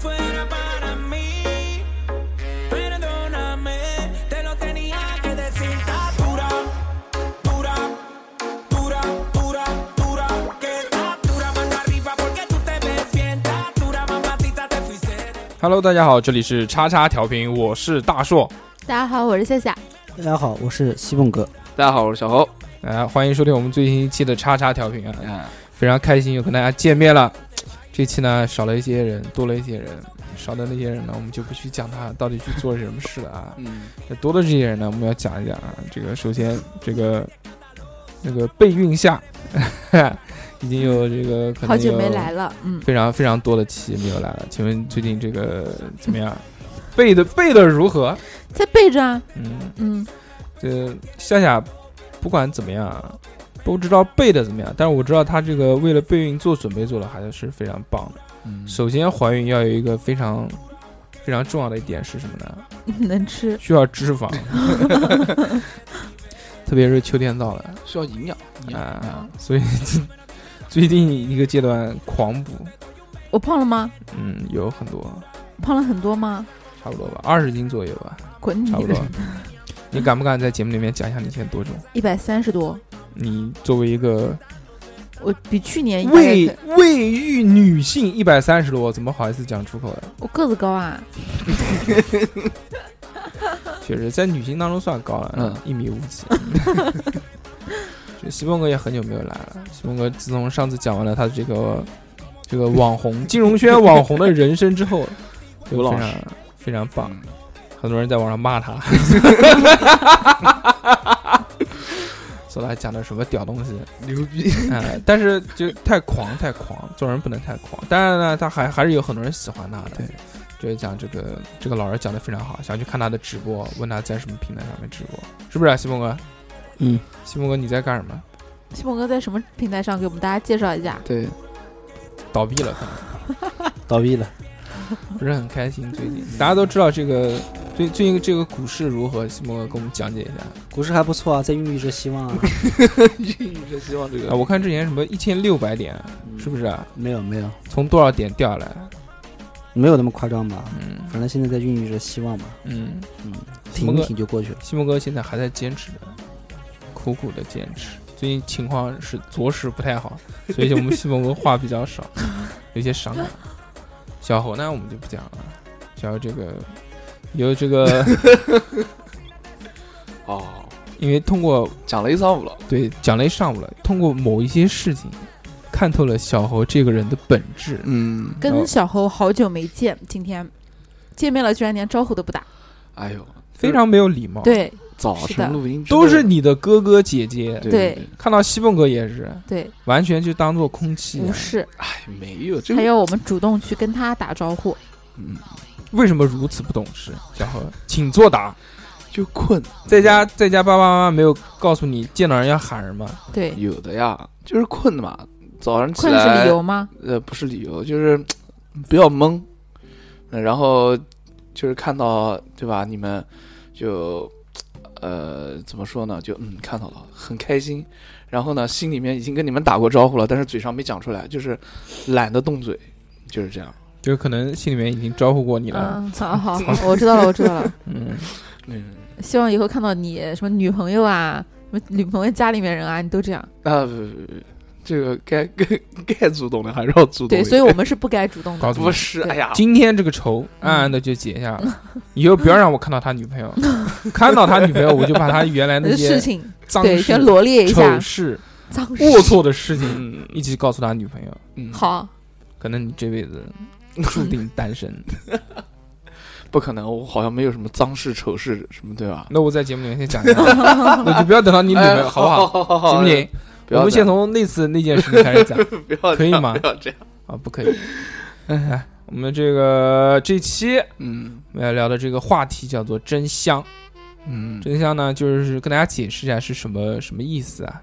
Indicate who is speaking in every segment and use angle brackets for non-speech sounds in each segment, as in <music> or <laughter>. Speaker 1: fuera para mí, perdóname, te lo tenía que decir. Está dura, dura, dura, dura, dura, que está dura, mano arriba porque tú te ves bien. Está dura, mamacita, te fuiste.
Speaker 2: Hello，大家好，这里是叉叉调频，我是大硕，
Speaker 3: 大家好，我是夏夏，
Speaker 4: 大家好，我是西凤哥。
Speaker 5: 大家好，我是
Speaker 3: <laughs>
Speaker 5: 小侯。
Speaker 2: 呃，欢迎收听我们最新一期的叉叉调频啊，
Speaker 5: 嗯，
Speaker 2: 非常开心又跟大家见面了。这期呢少了一些人，多了一些人，少的那些人呢，我们就不去讲他到底去做什么事了啊。
Speaker 5: <laughs> 嗯，
Speaker 2: 那多的这些人呢，我们要讲一讲啊。这个首先，这个那个备孕下， <laughs> 已经有这个可能
Speaker 3: 好久没来
Speaker 2: 了，
Speaker 3: 了，嗯，
Speaker 2: 非常非常多的期没有来了。请问最近这个怎么样？ <laughs> 备的备的如何？
Speaker 3: 在备着啊，
Speaker 2: 嗯，
Speaker 3: 嗯， <laughs>
Speaker 2: 这夏夏不管怎么样啊，不知道备的怎么样，但是我知道她这个为了备孕做准备做的还是非常棒的。首先，怀孕要有一个非常非常重要的一点是什么呢？
Speaker 3: 能吃，
Speaker 2: 需要脂肪，特别是秋天到了
Speaker 5: 需要营养，营养
Speaker 2: 啊，所以最近一个阶段狂补，
Speaker 3: 我胖了吗？
Speaker 2: 嗯，有很多，
Speaker 3: 胖了很多吗？
Speaker 2: 差不多吧，二十斤左右
Speaker 3: <laughs>
Speaker 2: 吧，
Speaker 3: 滚你
Speaker 2: 差不多
Speaker 3: 的！。
Speaker 2: 你敢不敢在节目里面讲一下你现在多重？
Speaker 3: 一百三十多，
Speaker 2: 你作为一个
Speaker 3: 我比去年哎大概
Speaker 2: 未
Speaker 3: 可
Speaker 2: 未育女性，一百三十多，怎么好意思讲出口的？
Speaker 3: 我个子高啊，
Speaker 2: 确实，在女性当中算高了，
Speaker 5: 嗯
Speaker 2: 一米五
Speaker 3: <laughs>
Speaker 2: 几。 <laughs> 这西蒙哥也很久没有来了。西蒙哥自从上次讲完了他的这个这个网红 <laughs> 金融圈网红的人生之后，就
Speaker 5: <laughs>
Speaker 2: 非
Speaker 5: 吴老
Speaker 2: 常
Speaker 5: 师
Speaker 2: 非常棒，
Speaker 5: 嗯
Speaker 2: 很多人在网上
Speaker 5: <laughs>
Speaker 2: 骂他，说他讲的什么屌东西，
Speaker 5: 牛
Speaker 2: <laughs>
Speaker 5: 逼。
Speaker 2: 啊、但是就太狂太狂，做人不能太狂。当然呢，他还还是有很多人喜欢他的。
Speaker 5: 对，
Speaker 2: 就是讲这个这个老师讲的非常好，想去看他的直播，问他在什么平台上面直播，是不是、啊？西蒙哥，
Speaker 4: 嗯，
Speaker 2: 西蒙哥你在干什么？
Speaker 3: 西蒙哥在什么平台上给我们大家介绍一下？
Speaker 5: 对，
Speaker 2: 倒闭了，可能
Speaker 4: 倒闭了，
Speaker 2: 不是很开心。最近大家都知道这个最最近这个股市如何，西蒙哥给我们讲解一下。
Speaker 4: 股市还不错啊，在孕育着希 <laughs> 望啊。
Speaker 5: 孕育着希望这
Speaker 2: 啊，我看之前什么一千六百点，是不是、啊？
Speaker 4: 嗯没有没有
Speaker 2: 从多少点掉下来？
Speaker 4: 没有那么夸张吧？
Speaker 2: 嗯
Speaker 4: 反正现在在孕育着希望吧，
Speaker 2: 嗯，
Speaker 4: 嗯，
Speaker 2: 什
Speaker 4: 挺
Speaker 2: 么
Speaker 4: 一
Speaker 2: 个
Speaker 4: 挺就过去了。
Speaker 2: 西蒙哥现在还在坚持的，苦苦的坚持。最近情况是着实不太好，所以我们西蒙哥话比较少， <laughs> 有些伤感。小侯呢，我们就不讲了。小侯这个有这个， <laughs>
Speaker 5: 哦，
Speaker 2: 因为通过
Speaker 5: 讲了一三五了。
Speaker 2: 对讲了一上午了，通过某一些事情，看透了小侯这个人的本质。
Speaker 5: 嗯，
Speaker 2: 哦
Speaker 3: 跟小侯好久没见，今天见面了，居然连招呼都不打，
Speaker 2: 哦
Speaker 5: 哎呦，
Speaker 2: 非常没有礼貌，，
Speaker 3: 对
Speaker 5: 早
Speaker 3: 是的
Speaker 5: 晨录音之后
Speaker 2: 都是你的哥哥姐姐，
Speaker 5: 对
Speaker 3: 对
Speaker 5: 对，
Speaker 2: 看到西蒙哥也是，
Speaker 3: 对，
Speaker 2: 完全就当做空气一啊
Speaker 3: 无
Speaker 2: 样。
Speaker 3: 视，
Speaker 5: 哎，没有这
Speaker 3: 还
Speaker 5: 个，
Speaker 3: 要我们主动去跟他打招呼，
Speaker 5: 嗯，
Speaker 2: 为什么如此不懂事？小侯，请作答。
Speaker 5: 就困。
Speaker 2: 在家在家，爸爸妈妈没有告诉你见到人要喊什么，
Speaker 3: 对，
Speaker 5: 有的呀，就是困的嘛。早上起
Speaker 3: 困是
Speaker 5: 来，
Speaker 3: 理由吗？
Speaker 5: 呃，不是理由，就是嗯不要懵。嗯然后就是看到对吧？你们就呃怎么说呢？就嗯看到了，很开心。然后呢，心里面已经跟你们打过招呼了，但是嘴上没讲出来，就是懒得动嘴，就是这样。
Speaker 2: 就是可能心里面已经招呼过你了。
Speaker 3: 嗯，好好，
Speaker 2: <laughs>
Speaker 3: 我知道了，我知道了。
Speaker 2: 嗯，
Speaker 5: 嗯，
Speaker 3: 希望以后看到你什么女朋友啊，什么女朋友家里面人啊，你都这样。
Speaker 5: 啊不不不，这个该该该主动的还是要主动一点。
Speaker 3: 对，所以我们是不该主动
Speaker 2: 告
Speaker 3: 的。
Speaker 2: 诉
Speaker 5: 不
Speaker 2: 你，
Speaker 5: 是，
Speaker 3: 对
Speaker 5: 哎呀，
Speaker 2: 今天这个仇暗暗的就结下
Speaker 3: <laughs>
Speaker 2: 了，以后不要让我看到他女朋友，看到他女朋友我就把他原来那
Speaker 3: 事
Speaker 2: 些
Speaker 3: 情
Speaker 2: 脏
Speaker 3: 对，
Speaker 2: 事
Speaker 3: 先、罗列一下
Speaker 2: 丑。事、
Speaker 3: 脏事
Speaker 2: 龌龊的事情
Speaker 5: 嗯
Speaker 2: 一起告诉他女朋友，
Speaker 5: 嗯，
Speaker 3: 好，
Speaker 2: 可能你这辈
Speaker 5: <laughs>
Speaker 2: 子注定单身。
Speaker 5: 不可能，我好像没有什么脏事、丑事什么，对吧？
Speaker 2: 那我在节目里面先讲
Speaker 5: <laughs>
Speaker 2: 一下，那就不要等到你女朋友，
Speaker 5: 哎
Speaker 2: 好不
Speaker 5: 好
Speaker 2: 好？
Speaker 5: 好好好，呃
Speaker 2: 行不行？
Speaker 5: 不
Speaker 2: 我
Speaker 5: 要
Speaker 2: 们
Speaker 5: 这
Speaker 2: 先
Speaker 5: 样 <laughs>
Speaker 2: 从那次那件事情开始讲
Speaker 5: 不要这样
Speaker 2: 可以吗
Speaker 5: 不要这样，
Speaker 2: 啊，不可以。哎我们这个这期
Speaker 5: 嗯
Speaker 2: 我们要聊的这个话题叫做真香。
Speaker 5: 嗯，
Speaker 2: 真香呢，就是跟大家解释一下是什么什么意思啊？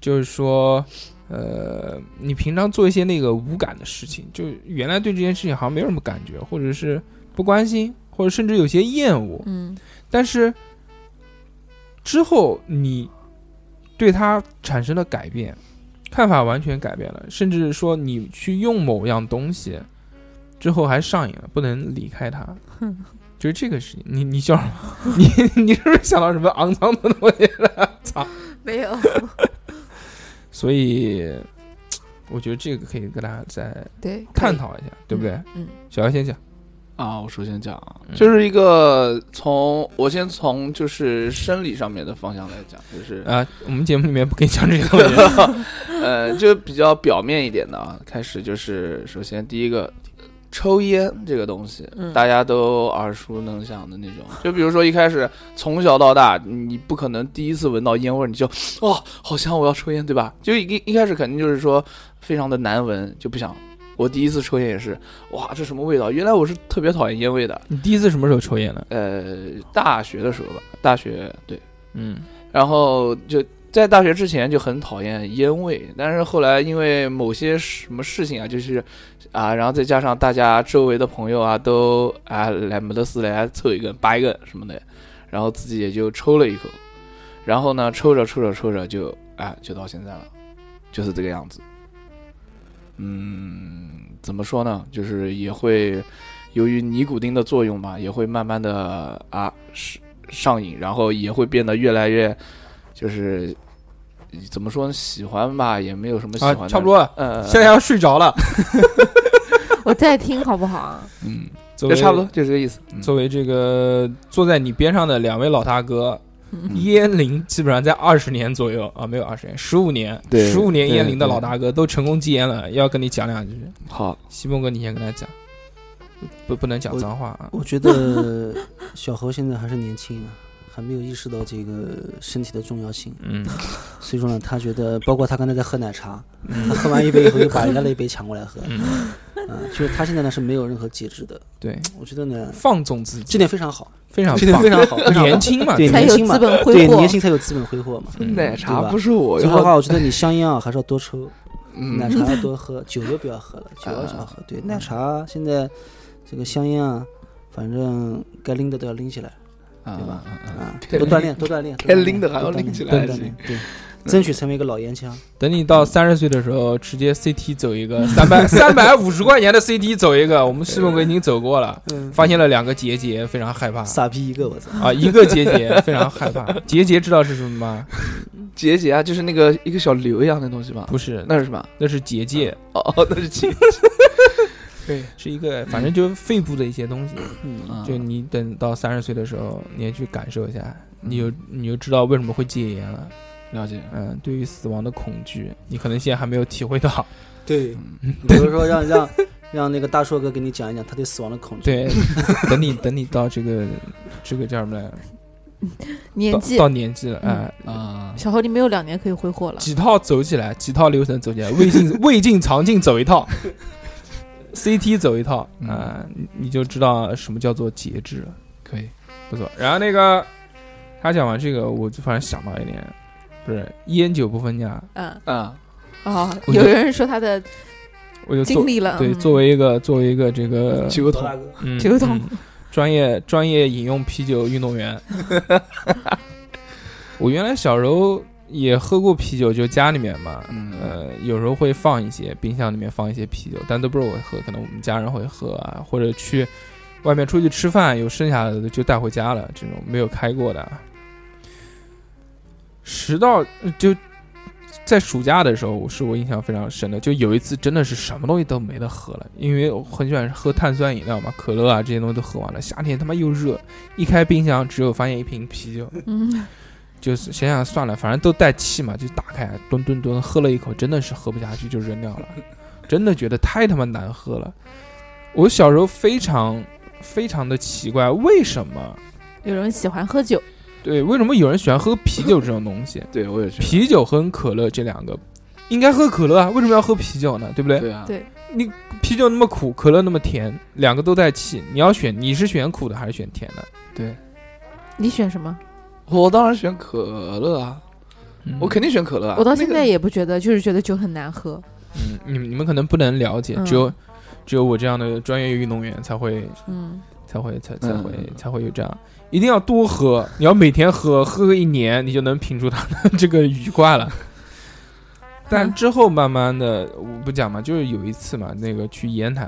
Speaker 2: 就是说，呃，你平常做一些那个无感的事情，就原来对这件事情好像没有什么感觉，或者是不关心，或者甚至有些厌恶，
Speaker 3: 嗯，
Speaker 2: 但是之后你对它产生了改变，看法完全改变了，甚至说你去用某样东西之后还上瘾了，不能离开它。就是这个事情，你你笑什么？ <laughs> 你你是不是想到什么肮脏的东西 <laughs> 了？操！
Speaker 3: 没有，
Speaker 2: 所以我觉得这个可以跟大家再
Speaker 3: 对，
Speaker 2: <laughs> 探讨一下，对不对？
Speaker 3: 嗯，
Speaker 2: 小姚先讲，
Speaker 5: 啊，我首先讲啊，
Speaker 2: 嗯
Speaker 5: 就是一个从我先从就是生理上面的方向来讲，
Speaker 2: <laughs>
Speaker 5: 就是
Speaker 2: 啊、我们节目里面不可以讲这些
Speaker 5: <laughs> 嗯
Speaker 2: 东西。
Speaker 5: 呃，就比较表面一点的啊。开始就是首先第一个，抽烟这个东西，
Speaker 3: 嗯
Speaker 5: 大家都耳熟能详的那种。就比如说一开始从小到大，你不可能第一次闻到烟味儿你就 <gasps> 哇好香，我要抽烟，对吧？就一一开始肯定就是说非常的难闻，就不想。我第一次抽烟也是，哇，这什么味道？原来我是特别讨厌烟味的。
Speaker 2: 你第一次什么时候抽烟的？
Speaker 5: 呃，大学的时候吧，大学对，
Speaker 2: 嗯，
Speaker 5: 然后就在大学之前就很讨厌烟味，但是后来因为某些什么事情啊，就是啊，然后再加上大家周围的朋友啊，都啊来没得事来凑一根拔一根什么的，然后自己也就抽了一口，然后呢，抽着抽着抽着就啊，就到现在了，就是这个样子。嗯，怎么说呢？就是也会由于尼古丁的作用嘛，也会慢慢的啊是上瘾，然后也会变得越来越就是怎么说呢？喜欢吧，也没有什么喜
Speaker 2: 啊
Speaker 5: 欢的、，
Speaker 2: 差不多了，
Speaker 5: 呃，
Speaker 2: 现在要睡着了。
Speaker 3: 我再听好不啊好？
Speaker 5: 嗯，
Speaker 2: 作
Speaker 5: <laughs> 就
Speaker 2: 为
Speaker 5: 差不多，就这个意思。嗯
Speaker 2: 作为这个坐在你边上的两位老大哥，
Speaker 3: 嗯
Speaker 2: 烟龄基本上在二十年左右啊，没有二十年，十五年，
Speaker 5: 对
Speaker 2: 十五年
Speaker 5: 对
Speaker 2: 烟龄的
Speaker 5: 对
Speaker 2: 老大哥都成功戒烟了，要跟你讲两句。
Speaker 5: 好，
Speaker 2: 西蒙哥，你先跟他讲，不不能讲
Speaker 4: 我
Speaker 2: 脏话啊。
Speaker 4: 我觉得 <laughs> 小侯现在还是年轻啊，还没有意识到这个身体的重要性， <laughs>
Speaker 2: 嗯，
Speaker 4: 所以说呢，他觉得，包括他刚才在喝奶茶，他喝完一杯以后又把人家的一杯抢过来喝，
Speaker 2: 嗯
Speaker 4: <laughs> 嗯，就是他现在呢是没有任何节制的，
Speaker 2: 对，
Speaker 4: 我觉得呢，
Speaker 2: 放纵自己
Speaker 4: 这点非常好，
Speaker 2: 非常
Speaker 4: 这点
Speaker 2: 棒
Speaker 4: 非，常好，非常
Speaker 2: 年
Speaker 4: 好
Speaker 2: 轻嘛，
Speaker 4: 对
Speaker 3: 才有
Speaker 4: 年轻嘛
Speaker 3: 资本挥
Speaker 4: 对
Speaker 3: 霍，
Speaker 4: 年轻才有资本挥霍嘛。
Speaker 2: 嗯
Speaker 5: 奶
Speaker 4: 对
Speaker 5: 茶
Speaker 4: 吧
Speaker 5: 不是我
Speaker 4: 所以
Speaker 5: 要
Speaker 4: 说的话，我觉得你香烟啊还是要多抽，
Speaker 5: 嗯
Speaker 4: 奶茶要多喝，酒就不要喝
Speaker 5: <laughs>
Speaker 4: 了，酒要少喝。对，奶茶现在这个香烟啊，反正该拎的都要拎起来
Speaker 5: 对
Speaker 4: 对吧？
Speaker 3: 嗯
Speaker 5: <laughs>
Speaker 4: 啊，
Speaker 5: 该
Speaker 4: 多
Speaker 5: 拎
Speaker 4: 锻炼，多锻炼，
Speaker 5: 嗯
Speaker 4: 多
Speaker 5: 该
Speaker 4: 锻炼
Speaker 5: 拎的还要
Speaker 4: 多锻炼
Speaker 5: 拎起来
Speaker 4: 多锻
Speaker 5: 还嗯啊
Speaker 4: 炼，对，争取成为一个老烟枪。
Speaker 2: 等你到三十岁的时候，直接 CT 走一个三
Speaker 4: <laughs>
Speaker 2: 百三百五十块钱的 CT 走一个，我们西蒙哥已经走过了，
Speaker 4: 嗯，
Speaker 2: 发现了两个结节，非常害怕
Speaker 4: 傻逼一个，我操！
Speaker 2: <laughs> 啊，一个结节非常害怕，结节知道是什么吗？
Speaker 5: 结节啊，就是那个一个小瘤一样的东西吧？
Speaker 2: 不是，那
Speaker 5: 那是什么？
Speaker 2: 那是结界，
Speaker 5: 哦，哦， <laughs> 那是结。对，
Speaker 2: 是一个反正就是肺部的一些东西，
Speaker 3: <laughs>
Speaker 5: 嗯
Speaker 2: 就你等到三十岁的时候，你也去感受一下，你就你就知道为什么会戒烟了。
Speaker 5: 了解。
Speaker 2: 嗯，对于死亡的恐惧，你可能现在还没有体会到。
Speaker 4: 对，嗯比如说让让 <laughs> 让那个大硕哥给你讲一讲他对死亡的恐惧。
Speaker 2: 对，等你等你到这个这个叫什么来着？
Speaker 3: 年
Speaker 2: 到
Speaker 3: 纪。
Speaker 2: 到年纪了，
Speaker 3: 嗯
Speaker 2: 哎，
Speaker 5: 啊，
Speaker 3: 小侯，你没有两年可以挥霍了。
Speaker 2: 几套走起来，几套流程走起来，魏
Speaker 5: <laughs>
Speaker 2: 晋魏晋长进走一套，CT 走一套
Speaker 5: 嗯
Speaker 2: 啊、你你就知道什么叫做节制了，
Speaker 5: 可以。
Speaker 2: 不错。然后那个他讲完这个，我就突然想到一点，不是烟酒不分家，
Speaker 3: 嗯，
Speaker 5: 啊，
Speaker 3: 哦，
Speaker 2: 我
Speaker 3: 有
Speaker 2: 就
Speaker 3: 人说他的
Speaker 2: 我就做
Speaker 3: 经历了，
Speaker 2: 对
Speaker 3: 嗯
Speaker 2: 作为一个作为一个这个
Speaker 5: 酒
Speaker 4: 老
Speaker 5: 桶
Speaker 4: 大哥，
Speaker 2: 嗯
Speaker 3: 酒桶
Speaker 2: 嗯专业专业饮用啤酒运动
Speaker 3: <laughs>
Speaker 2: 员。我原来小时候也喝过啤酒，就家里面嘛，
Speaker 5: 嗯
Speaker 2: 呃，有时候会放一些冰箱里面放一些啤酒，但都不是我喝，可能我们家人会喝啊，或者去外面出去吃饭有剩下的就带回家了，这种没有开过的啊。十到就在暑假的时候，我是我印象非常深的。就有一次真的是什么东西都没得喝了，因为我很喜欢喝碳酸饮料嘛，可乐啊这些东西都喝完了。夏天他妈又热，一开冰箱只有发现一瓶啤酒，
Speaker 3: 嗯，
Speaker 2: 就是想想算了，反正都带气嘛，就打开吨吨吨喝了一口，真的是喝不下去就扔掉了，真的觉得太他妈难喝了。我小时候非常非常的奇怪，为什么
Speaker 3: 有人喜欢喝酒，
Speaker 2: 对为什么有人喜欢喝啤酒这种东西？
Speaker 5: 对我也觉得。
Speaker 2: 啤酒和可乐这两个，应该喝可乐啊，为什么要喝啤酒呢？对不对？
Speaker 5: 对啊，
Speaker 3: 对
Speaker 2: 你啤酒那么苦，可乐那么甜，两个都在气，你要选，你是选苦的还是选甜的？
Speaker 5: 对
Speaker 3: 你选什么？
Speaker 5: 我当然选可乐啊，
Speaker 2: 嗯
Speaker 5: 我肯定选可乐啊。
Speaker 3: 我到
Speaker 5: 那
Speaker 3: 现
Speaker 5: 个
Speaker 3: 在也不觉得，就是觉得酒很难喝。
Speaker 2: 嗯，你们你们可能不能了解，
Speaker 3: 嗯
Speaker 2: 只有只有我这样的专业运动员才会
Speaker 3: 嗯，
Speaker 2: 才会才才会、
Speaker 5: 嗯
Speaker 2: 才会有这样，一定要多喝，你要每天喝，喝个一年，你就能品出它的 <laughs> 这个愉快
Speaker 5: <laughs>
Speaker 2: 了。但之后慢慢的，我不讲嘛，就是有一次嘛，那个去烟台，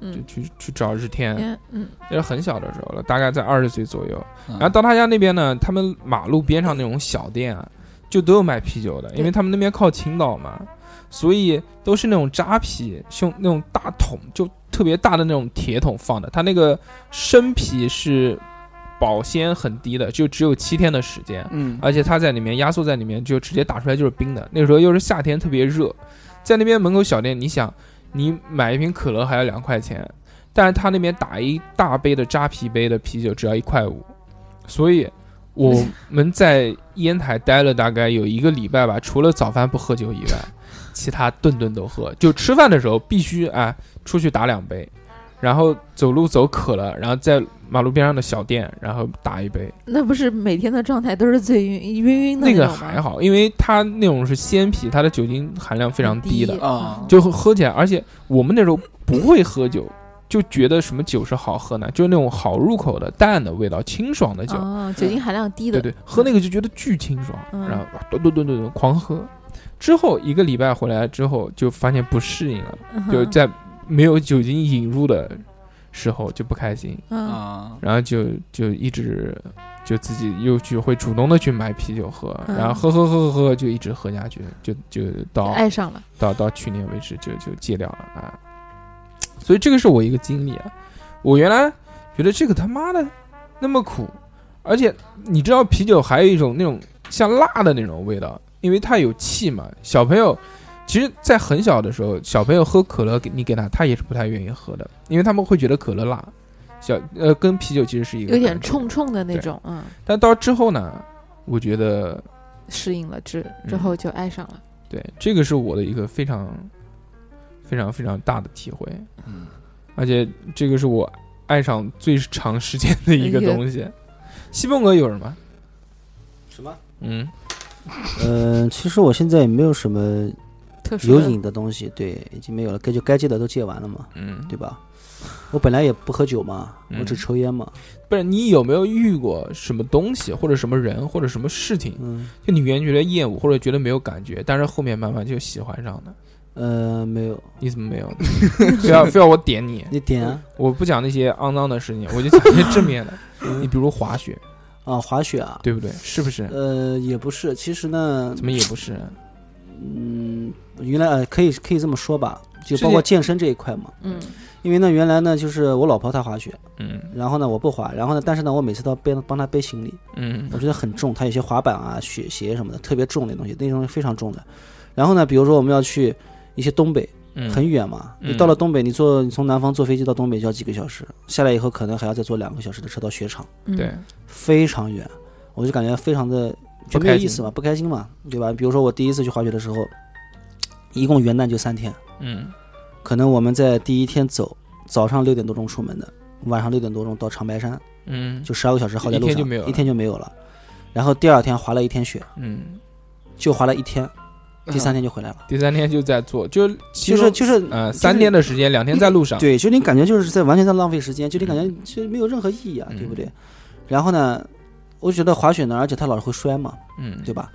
Speaker 2: 就
Speaker 3: 嗯，
Speaker 2: 去去找日天，
Speaker 3: 嗯嗯
Speaker 2: 那是很小的时候了，大概在二十岁左右。
Speaker 5: 嗯
Speaker 2: 然后到他家那边呢，他们马路边上那种小店啊，就都有卖啤酒的，因为他们那边靠青岛嘛，所以都是那种扎啤，用那种大桶，就特别大的那种铁桶放的。他那个生啤是保鲜很低的，就只有七天的时间，
Speaker 5: 嗯
Speaker 2: 而且它在里面压缩在里面，就直接打出来就是冰的。那个时候又是夏天，特别热，在那边门口小店，你想，你买一瓶可乐还要两块钱，但是他那边打一大杯的扎啤杯的啤酒只要一块五，所以我们在烟台待了大概有一个礼拜吧，除了早饭不喝酒以外，其他顿顿都喝，就吃饭的时候必须哎出去打两杯，然后走路走渴了，然后在马路边上的小店，然后打一杯。
Speaker 3: 那不是每天的状态都是醉晕晕晕的
Speaker 2: 那个
Speaker 3: 种吗
Speaker 2: 还好，因为它那种是鲜啤，它的酒精含量非常低的，
Speaker 5: 啊
Speaker 2: 就喝起来。而且我们那时候不会喝酒，就觉得什么酒是好喝呢？就是那种好入口的淡的味道，清爽的酒。
Speaker 3: 哦，酒精含量低
Speaker 2: 对
Speaker 3: 的，
Speaker 2: 对，喝那个就觉得巨清爽，
Speaker 3: 嗯
Speaker 2: 然后哇顿顿顿顿顿狂喝。之后一个礼拜回来之后，就发现不适应了，
Speaker 3: 嗯哼
Speaker 2: 就在没有酒精引入的时候就不开心，
Speaker 3: 嗯
Speaker 5: 啊，
Speaker 2: 然后就就一直就自己又去会主动的去买啤酒喝，
Speaker 3: 嗯哎
Speaker 2: 然后喝喝喝喝喝就一直喝下去，就就到
Speaker 3: 爱上了。
Speaker 2: 到到去年为止就就戒掉了啊。所以这个是我一个经历啊，我原来觉得这个他妈的那么苦，而且你知道啤酒还有一种那种像辣的那种味道，因为它有气嘛。小朋友其实，在很小的时候，小朋友喝可乐，给你给他，他也是不太愿意喝的，因为他们会觉得可乐辣。小呃，跟啤酒其实是一个
Speaker 3: 有点
Speaker 2: 感觉
Speaker 3: 冲，冲的那种，嗯，
Speaker 2: 但到之后呢，我觉得
Speaker 3: 适应了之之
Speaker 2: 嗯
Speaker 3: 后就爱上了。
Speaker 2: 对，这个是我的一个非常、非常、非常大的体会，
Speaker 5: 嗯，
Speaker 2: 而且这个是我爱上最长时间的一个
Speaker 3: 哎呀
Speaker 2: 东西。西凤哥有什么？
Speaker 4: 什么？
Speaker 2: 嗯，
Speaker 4: 嗯，其实我现在也没有什么
Speaker 3: 特殊
Speaker 4: 有
Speaker 3: 的
Speaker 4: 瘾的东西，对，已经没有了，该就该戒的都戒完了嘛，
Speaker 2: 嗯，
Speaker 4: 对吧？我本来也不喝酒嘛，
Speaker 2: 嗯
Speaker 4: 我只抽烟嘛，
Speaker 2: 不是你有没有遇过什么东西，或者什么人，或者什么事情，
Speaker 4: 嗯，
Speaker 2: 就你原觉得厌恶，或者觉得没有感觉，但是后面慢慢就喜欢上的？
Speaker 4: 呃，没有，
Speaker 2: 你怎么没有呢？ <laughs> 非要非要我点你？
Speaker 4: 你点啊，
Speaker 2: 我不讲那些肮脏的事情，我就讲一些正面 <laughs> 的。你比如滑雪，
Speaker 4: 啊，滑雪啊，
Speaker 2: 对不对？是不是？
Speaker 4: 呃，也不是，其实呢，
Speaker 2: 怎么也不是。啊
Speaker 4: 嗯，原来呃，可以可以这么说吧，就
Speaker 2: 世界
Speaker 4: 包括健身这一块嘛，
Speaker 3: 嗯，
Speaker 4: 因为呢，原来呢就是我老婆她滑雪，
Speaker 2: 嗯
Speaker 4: 然后呢我不滑，然后呢，但是呢我每次都要背帮她背行李，
Speaker 2: 嗯
Speaker 4: 我觉得很重，它有些滑板啊、雪鞋什么的特别重的东西，那东西非常重的。然后呢，比如说我们要去一些东北，
Speaker 2: 嗯，
Speaker 4: 很远嘛，
Speaker 2: 嗯
Speaker 4: 你到了东北，你坐你从南方坐飞机到东北就要几个小时，下来以后可能还要再坐两个小时的车到雪场，
Speaker 3: 嗯
Speaker 2: 对，
Speaker 4: 非常远，我就感觉非常的就没有意思嘛，不开心嘛，对吧？比如说我第一次去滑雪的时候，一共元旦就三天，
Speaker 2: 嗯
Speaker 4: 可能我们在第一天走，早上六点多钟出门的，晚上六点多钟到长白山，
Speaker 2: 嗯，
Speaker 4: 就十二个小时耗在路
Speaker 2: 一
Speaker 4: 上，
Speaker 2: 天就没有了
Speaker 4: 一天就没有了。然后第二天滑了一天雪，
Speaker 2: 嗯，
Speaker 4: 就滑了一天，第三天就回来了。
Speaker 2: 第三天就在做，就其
Speaker 4: 就
Speaker 2: 实
Speaker 4: 是就是
Speaker 2: 呃
Speaker 4: 就是
Speaker 2: 三天的时间，两天在路上，
Speaker 4: 对，就你感觉就是在完全在浪费时间，就你感觉就没有任何意义啊，
Speaker 2: 嗯
Speaker 4: 对不对？然后呢，我就觉得滑雪呢，而且它老是会摔嘛，
Speaker 2: 嗯，
Speaker 4: 对吧？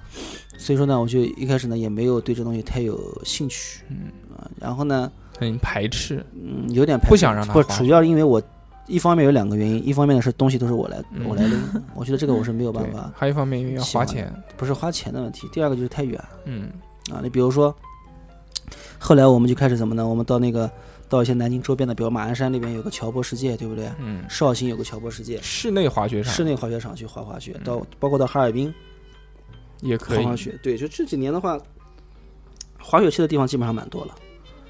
Speaker 4: 所以说呢，我就一开始呢也没有对这东西太有兴趣，
Speaker 2: 嗯
Speaker 4: 啊，然后呢，
Speaker 2: 很排斥，
Speaker 4: 嗯，有点排斥
Speaker 2: 不想让它
Speaker 4: 不，
Speaker 2: 滑
Speaker 4: 主要因为我一方面有两个原因，一方面呢是东西都是我来
Speaker 2: 嗯 <laughs>
Speaker 4: 我来拎，我觉得这个我是没有办
Speaker 2: 对
Speaker 4: 法，，
Speaker 2: 还有一方面因为要花钱，
Speaker 4: 不是花钱的问题，第二个就是太远，
Speaker 2: 嗯
Speaker 4: 啊，你比如说，后来我们就开始怎么呢？我们到那个到一些南京周边的，比如马鞍山那边有个乔波世界，对不对？
Speaker 2: 嗯，
Speaker 4: 绍兴有个乔波世界，
Speaker 2: 室内滑雪场
Speaker 4: 室内滑雪场去滑滑雪，
Speaker 2: 嗯
Speaker 4: 到包括到哈尔滨
Speaker 2: 也
Speaker 4: 滑
Speaker 2: 可以
Speaker 4: 滑，雪。对，就这几年的话，滑雪去的地方基本上蛮多了。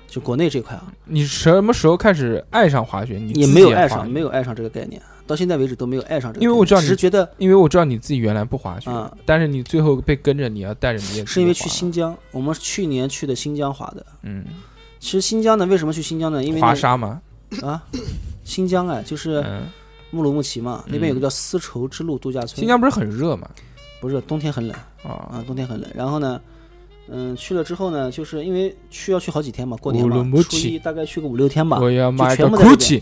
Speaker 4: 就国内这块啊，
Speaker 2: 你什么时候开始爱上滑雪？嗯你
Speaker 4: 也
Speaker 2: 自己
Speaker 4: 没有
Speaker 2: 也
Speaker 4: 爱
Speaker 2: 滑
Speaker 4: 上，没有爱上这个概念，到现在为止都没有爱上这个概念。
Speaker 2: 因为我知道你
Speaker 4: 只是觉得
Speaker 2: 因为我知道你自己原来不滑雪
Speaker 4: 嗯，
Speaker 2: 但是你最后被跟着，你要带着你也
Speaker 4: 是因为
Speaker 2: 自
Speaker 4: 去
Speaker 2: 己滑
Speaker 4: 新疆，我们去年去的新疆滑的，
Speaker 2: 嗯
Speaker 4: 其实新疆呢，为什么去新疆呢？因为那
Speaker 2: 华沙嘛，
Speaker 4: 啊，新疆哎，就是
Speaker 2: 嗯，
Speaker 4: 穆鲁木齐嘛，那边有
Speaker 2: 嗯
Speaker 4: 个叫丝绸之路度假村。
Speaker 2: 新疆不是很热嘛？
Speaker 4: 不是冬天很冷
Speaker 2: 啊，
Speaker 4: 啊，冬天很冷。然后呢，嗯，去了之后呢，就是因为去要去好几天嘛，过年
Speaker 2: 乌鲁
Speaker 4: 嘛，
Speaker 2: 木
Speaker 4: 初
Speaker 2: 齐
Speaker 4: 一大概去个五六天吧，
Speaker 2: 我要买
Speaker 4: 就
Speaker 2: 个
Speaker 4: 全部在那
Speaker 2: Gucci，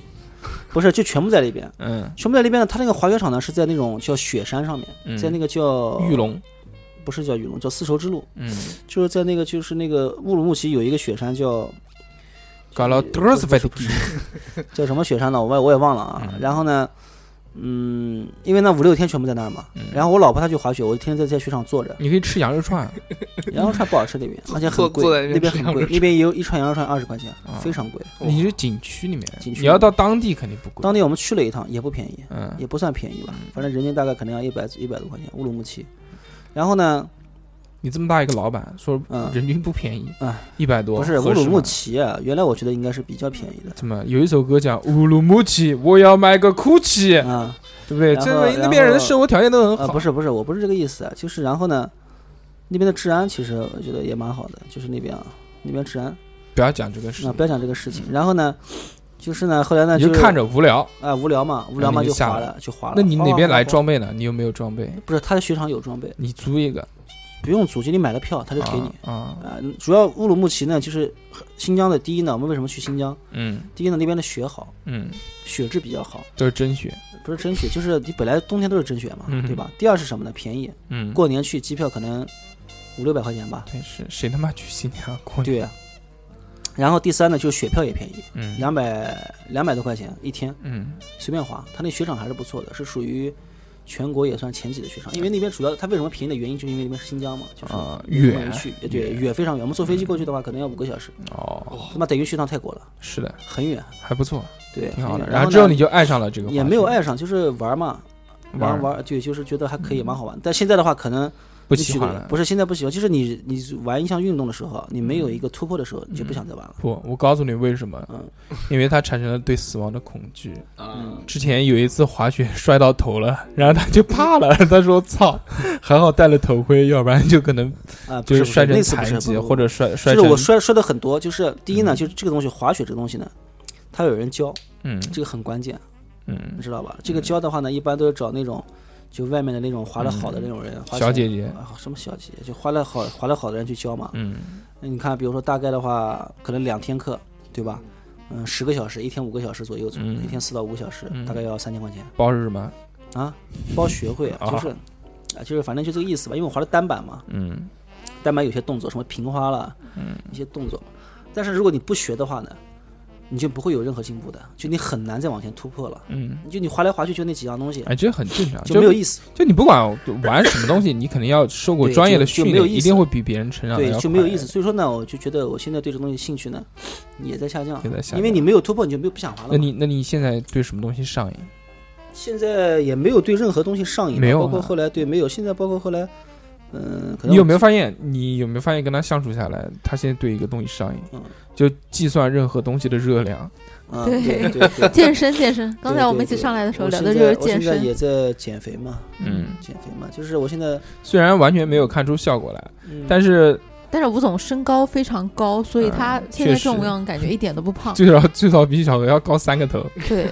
Speaker 4: 不是就全部在那边，
Speaker 2: 嗯
Speaker 4: 全部在那边呢。它那个滑雪场呢是在那种叫雪山上面，
Speaker 2: 嗯，
Speaker 4: 在那个叫
Speaker 2: 玉，龙，
Speaker 4: 不是叫玉龙，叫丝绸之路，
Speaker 2: 嗯，
Speaker 4: 就是在那个就是那个乌鲁木齐有一个雪山叫
Speaker 2: 搞了多少次拜托地，
Speaker 4: 叫什么雪山呢？我也我也忘了啊。
Speaker 2: 嗯
Speaker 4: 然后呢，嗯，因为那五六天全部在那儿嘛。
Speaker 2: 嗯。
Speaker 4: 然后我老婆她去滑雪，我就天天在在雪场坐着
Speaker 2: 你可以吃羊肉串，
Speaker 4: 羊肉串不好吃那边，而且
Speaker 5: 坐
Speaker 4: 很贵
Speaker 5: 坐在那，
Speaker 4: 那
Speaker 5: 边
Speaker 4: 边
Speaker 5: 吃
Speaker 4: 很
Speaker 5: 羊
Speaker 4: 贵
Speaker 5: 肉，
Speaker 4: 那边也有一串羊肉串二十块钱
Speaker 2: 啊，
Speaker 4: 非常贵。
Speaker 5: 哇
Speaker 2: 你是景区里面，
Speaker 4: 景区
Speaker 2: 你要到当地肯定不贵
Speaker 4: 当，地我们去了一趟，也不便宜，
Speaker 2: 嗯
Speaker 4: 也不算便宜吧，反正人均大概可能要一百一百多块钱，乌鲁木齐。然后呢，
Speaker 2: 你这么大一个老板，说
Speaker 4: 嗯
Speaker 2: 人均不便宜
Speaker 4: 哎，
Speaker 2: 一百多
Speaker 4: 不是乌
Speaker 2: 合适
Speaker 4: 鲁
Speaker 2: 吗
Speaker 4: 木齐啊，原来我觉得应该是比较便宜的
Speaker 2: 怎么有一首歌讲乌鲁木齐，我要买个 GUCCI，
Speaker 4: 啊
Speaker 2: 对不对？
Speaker 4: 然后
Speaker 2: 这
Speaker 4: 然后
Speaker 2: 那边人的生活条件都很
Speaker 4: 啊，
Speaker 2: 好，
Speaker 4: 不是不是，我不是这个意思啊，就是然后呢，那边的治安其实我觉得也蛮好的，就是那边啊，那边治安
Speaker 2: 不要讲这个事
Speaker 4: 啊，
Speaker 2: 情，
Speaker 4: 不要讲这个事情。然后呢，就是呢，后来呢，
Speaker 2: 你就
Speaker 4: 就是
Speaker 2: 看着无聊。
Speaker 4: 啊，无聊嘛，无聊
Speaker 2: 那
Speaker 4: 嘛
Speaker 2: 你
Speaker 4: 就
Speaker 2: 就下
Speaker 4: 滑
Speaker 2: 来
Speaker 4: 了，就滑了。
Speaker 2: 那你
Speaker 4: 滑
Speaker 2: 哪边
Speaker 4: 滑
Speaker 2: 来
Speaker 4: 滑
Speaker 2: 装备呢？你有没有装备？
Speaker 4: 不是，他的雪场有装备，
Speaker 2: 你租一个，
Speaker 4: 不用租金，你买了票，他就给你。
Speaker 2: 啊啊，
Speaker 4: 啊，主要乌鲁木齐呢，就是新疆的第一呢，我们为什么去新疆？
Speaker 2: 嗯
Speaker 4: 第一呢，那边的雪好，
Speaker 2: 嗯，
Speaker 4: 雪质比较好，
Speaker 2: 都是真雪，
Speaker 4: 不是真雪，就是你本来冬天都是真雪嘛，
Speaker 2: 嗯
Speaker 4: 对吧？第二是什么呢？便宜，
Speaker 2: 嗯，
Speaker 4: 过年去机票可能五六百块钱吧，
Speaker 2: 但是谁他妈去新疆过年？
Speaker 4: 对呀、然后第三呢，就是雪票也便宜，
Speaker 2: 嗯，
Speaker 4: 两百两百多块钱一天，
Speaker 2: 嗯
Speaker 4: 随便滑。他那雪场还是不错的，是属于全国也算前几的雪场。因为那边主要它为什么便宜的原因，就是因为那边是新疆嘛，就是
Speaker 2: 啊，
Speaker 4: 没有人
Speaker 2: 远
Speaker 4: 去，呃对，远非常远。我们坐飞机过去的话，可能要五个小时，
Speaker 2: 哦，
Speaker 4: 他妈等于去趟泰国了，
Speaker 2: 是的，
Speaker 4: 很远，
Speaker 2: 还不错，
Speaker 4: 对，
Speaker 2: 挺好
Speaker 4: 很
Speaker 2: 的。
Speaker 4: 远
Speaker 2: 然
Speaker 4: 然
Speaker 2: 后之后
Speaker 4: 呢
Speaker 2: 你就爱上了这个滑雪，
Speaker 4: 也没有爱上，就是玩嘛。
Speaker 2: 玩
Speaker 4: 玩
Speaker 2: 儿嗯
Speaker 4: 玩，对，就是觉得还可以，蛮好玩。但现在的话，可能
Speaker 2: 不
Speaker 4: 你
Speaker 2: 喜
Speaker 4: 举个
Speaker 2: 欢了。
Speaker 4: 不是现在不喜欢，就是你你玩一项运动的时候，你没
Speaker 2: 嗯
Speaker 4: 有一个突破的时候，你就不想再玩了。
Speaker 2: 不，我告诉你为什么
Speaker 4: 嗯，
Speaker 2: 因为他产生了对死亡的恐惧。
Speaker 5: 啊，
Speaker 2: 之前有一次滑雪摔到头了， <laughs> 然后他就怕了， <laughs> 他说：“
Speaker 4: <laughs>
Speaker 2: 操，还好戴了头盔，要不然就可能
Speaker 4: 啊，不
Speaker 2: 就是是摔
Speaker 4: 不
Speaker 2: 成
Speaker 4: 是那次不是
Speaker 2: 残疾
Speaker 4: 不不
Speaker 2: 或者摔摔
Speaker 4: 就是
Speaker 2: 成
Speaker 4: 我摔摔的很多，就是第一呢，
Speaker 2: 嗯
Speaker 4: 就是这个东西，滑雪这个东西呢，它有人教，
Speaker 2: 嗯
Speaker 4: 这个很关键，
Speaker 2: 嗯
Speaker 4: 你知道吧？这个教的话呢，一般都是找那种就外面的那种滑的好的那种人，滑
Speaker 2: 嗯
Speaker 4: 起来
Speaker 2: 小姐姐，
Speaker 4: 啊，什么小姐姐，就滑的好滑的好的人去教嘛。
Speaker 2: 嗯
Speaker 4: 那你看，比如说大概的话，可能两天课，对吧？嗯，十个小时，一天五个小时左右，
Speaker 2: 嗯
Speaker 4: 一天四到五个小时，
Speaker 2: 嗯
Speaker 4: 大概要三千块钱
Speaker 2: 包是什么？
Speaker 4: 啊，包学会啊，
Speaker 2: 啊
Speaker 4: 就是啊，就是反正就这个意思吧。因为我滑的单板嘛，
Speaker 2: 嗯
Speaker 4: 单板有些动作，什么平花啦，
Speaker 2: 嗯
Speaker 4: 一些动作。但是如果你不学的话呢，你就不会有任何进步的，就你很难再往前突破了。
Speaker 2: 嗯，
Speaker 4: 就你滑来滑去就那几样东西，
Speaker 2: 哎，这很正常，
Speaker 4: 就没
Speaker 2: 就
Speaker 4: 有意思，
Speaker 2: 就你不管玩什么东西，你肯定要受过
Speaker 4: 对
Speaker 2: 专业
Speaker 4: 就
Speaker 2: 的
Speaker 4: 就
Speaker 2: 训
Speaker 4: 没有
Speaker 2: 练，
Speaker 4: 意
Speaker 2: 一
Speaker 4: 思
Speaker 2: 定会比别人成长的
Speaker 4: 对，
Speaker 2: 要
Speaker 4: 就没有
Speaker 2: 快
Speaker 4: 意思。。所以说呢，我就觉得我现在对这东西兴趣呢也在下降
Speaker 2: 也，在下
Speaker 4: 因为
Speaker 2: 降
Speaker 4: 你没有突破，你就没有不想滑了嘛。
Speaker 2: 那你那你现在对什么东西上瘾？
Speaker 4: 现在也没有对任何东西上瘾，
Speaker 2: 没有啊
Speaker 4: 包括后来对没有，现在包括后来，嗯、可能
Speaker 2: 你有没有
Speaker 4: 有？
Speaker 2: 发现？你有没有发现跟他相处下来，他现在对一个东西上瘾
Speaker 4: 嗯，
Speaker 2: 就计算任何东西的热量。
Speaker 4: 嗯，
Speaker 3: 对
Speaker 4: 对对对
Speaker 3: <laughs> 健身健身，刚才我们一起
Speaker 4: 对对
Speaker 3: 上来的时候
Speaker 4: 我
Speaker 3: 聊的
Speaker 4: 现
Speaker 3: 就
Speaker 4: 在
Speaker 3: 是
Speaker 4: 我
Speaker 3: 健
Speaker 4: 现在
Speaker 3: 身，
Speaker 4: 也在减肥嘛，
Speaker 2: 嗯，
Speaker 4: 减肥嘛，就是我现在，
Speaker 2: 虽然完全没有看出效果来，
Speaker 4: 嗯、
Speaker 2: 但是
Speaker 3: 但是吴总身高非常高，所以
Speaker 2: 嗯
Speaker 3: 他
Speaker 2: 确
Speaker 3: 现在
Speaker 2: 实
Speaker 3: 这种样感觉一点都不胖。
Speaker 2: 最少最少比小何要高三个头，
Speaker 3: 对，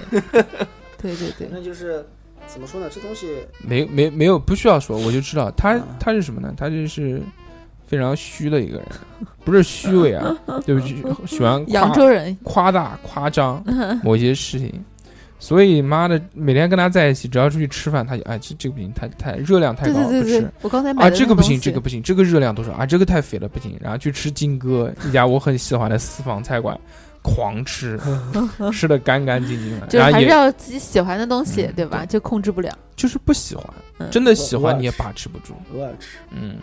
Speaker 3: 对对对
Speaker 4: 反，正就是怎么说呢，这东西
Speaker 2: 没没没有不需要说，我就知道他
Speaker 4: 嗯
Speaker 2: 他是什么呢？他就是非常虚的一个人，不是虚伪
Speaker 3: <laughs>
Speaker 2: 啊，对不起，喜欢
Speaker 3: 扬
Speaker 2: 夸
Speaker 3: 州人，
Speaker 2: 夸大夸
Speaker 3: <laughs>
Speaker 2: 张某些事情。所以妈的，每天跟他在一起，只要出去吃饭，他就哎这这个不行，太太热量太
Speaker 3: 对
Speaker 2: 高，
Speaker 3: 对
Speaker 2: 不
Speaker 3: 对
Speaker 2: 吃
Speaker 3: 对。，我刚才买
Speaker 2: 啊，
Speaker 3: 的
Speaker 2: 这
Speaker 3: 那
Speaker 2: 个不
Speaker 3: 东
Speaker 2: 行，
Speaker 3: 西
Speaker 2: 这个不行，这个热量多少啊？这个太肥了，不行。然后去吃金哥一家我很喜欢的私房菜馆，狂吃，吃的干干净净的，
Speaker 3: 就是
Speaker 2: 然后
Speaker 3: 还是
Speaker 2: 也
Speaker 3: 要自己喜欢的东西
Speaker 2: 嗯，
Speaker 3: 对吧？就控制不了。
Speaker 2: 就是不喜欢，
Speaker 3: 嗯
Speaker 2: 真的喜
Speaker 4: 我我也
Speaker 2: 欢
Speaker 4: 是
Speaker 2: 你也把持不住。
Speaker 4: 偶尔吃，
Speaker 2: 嗯，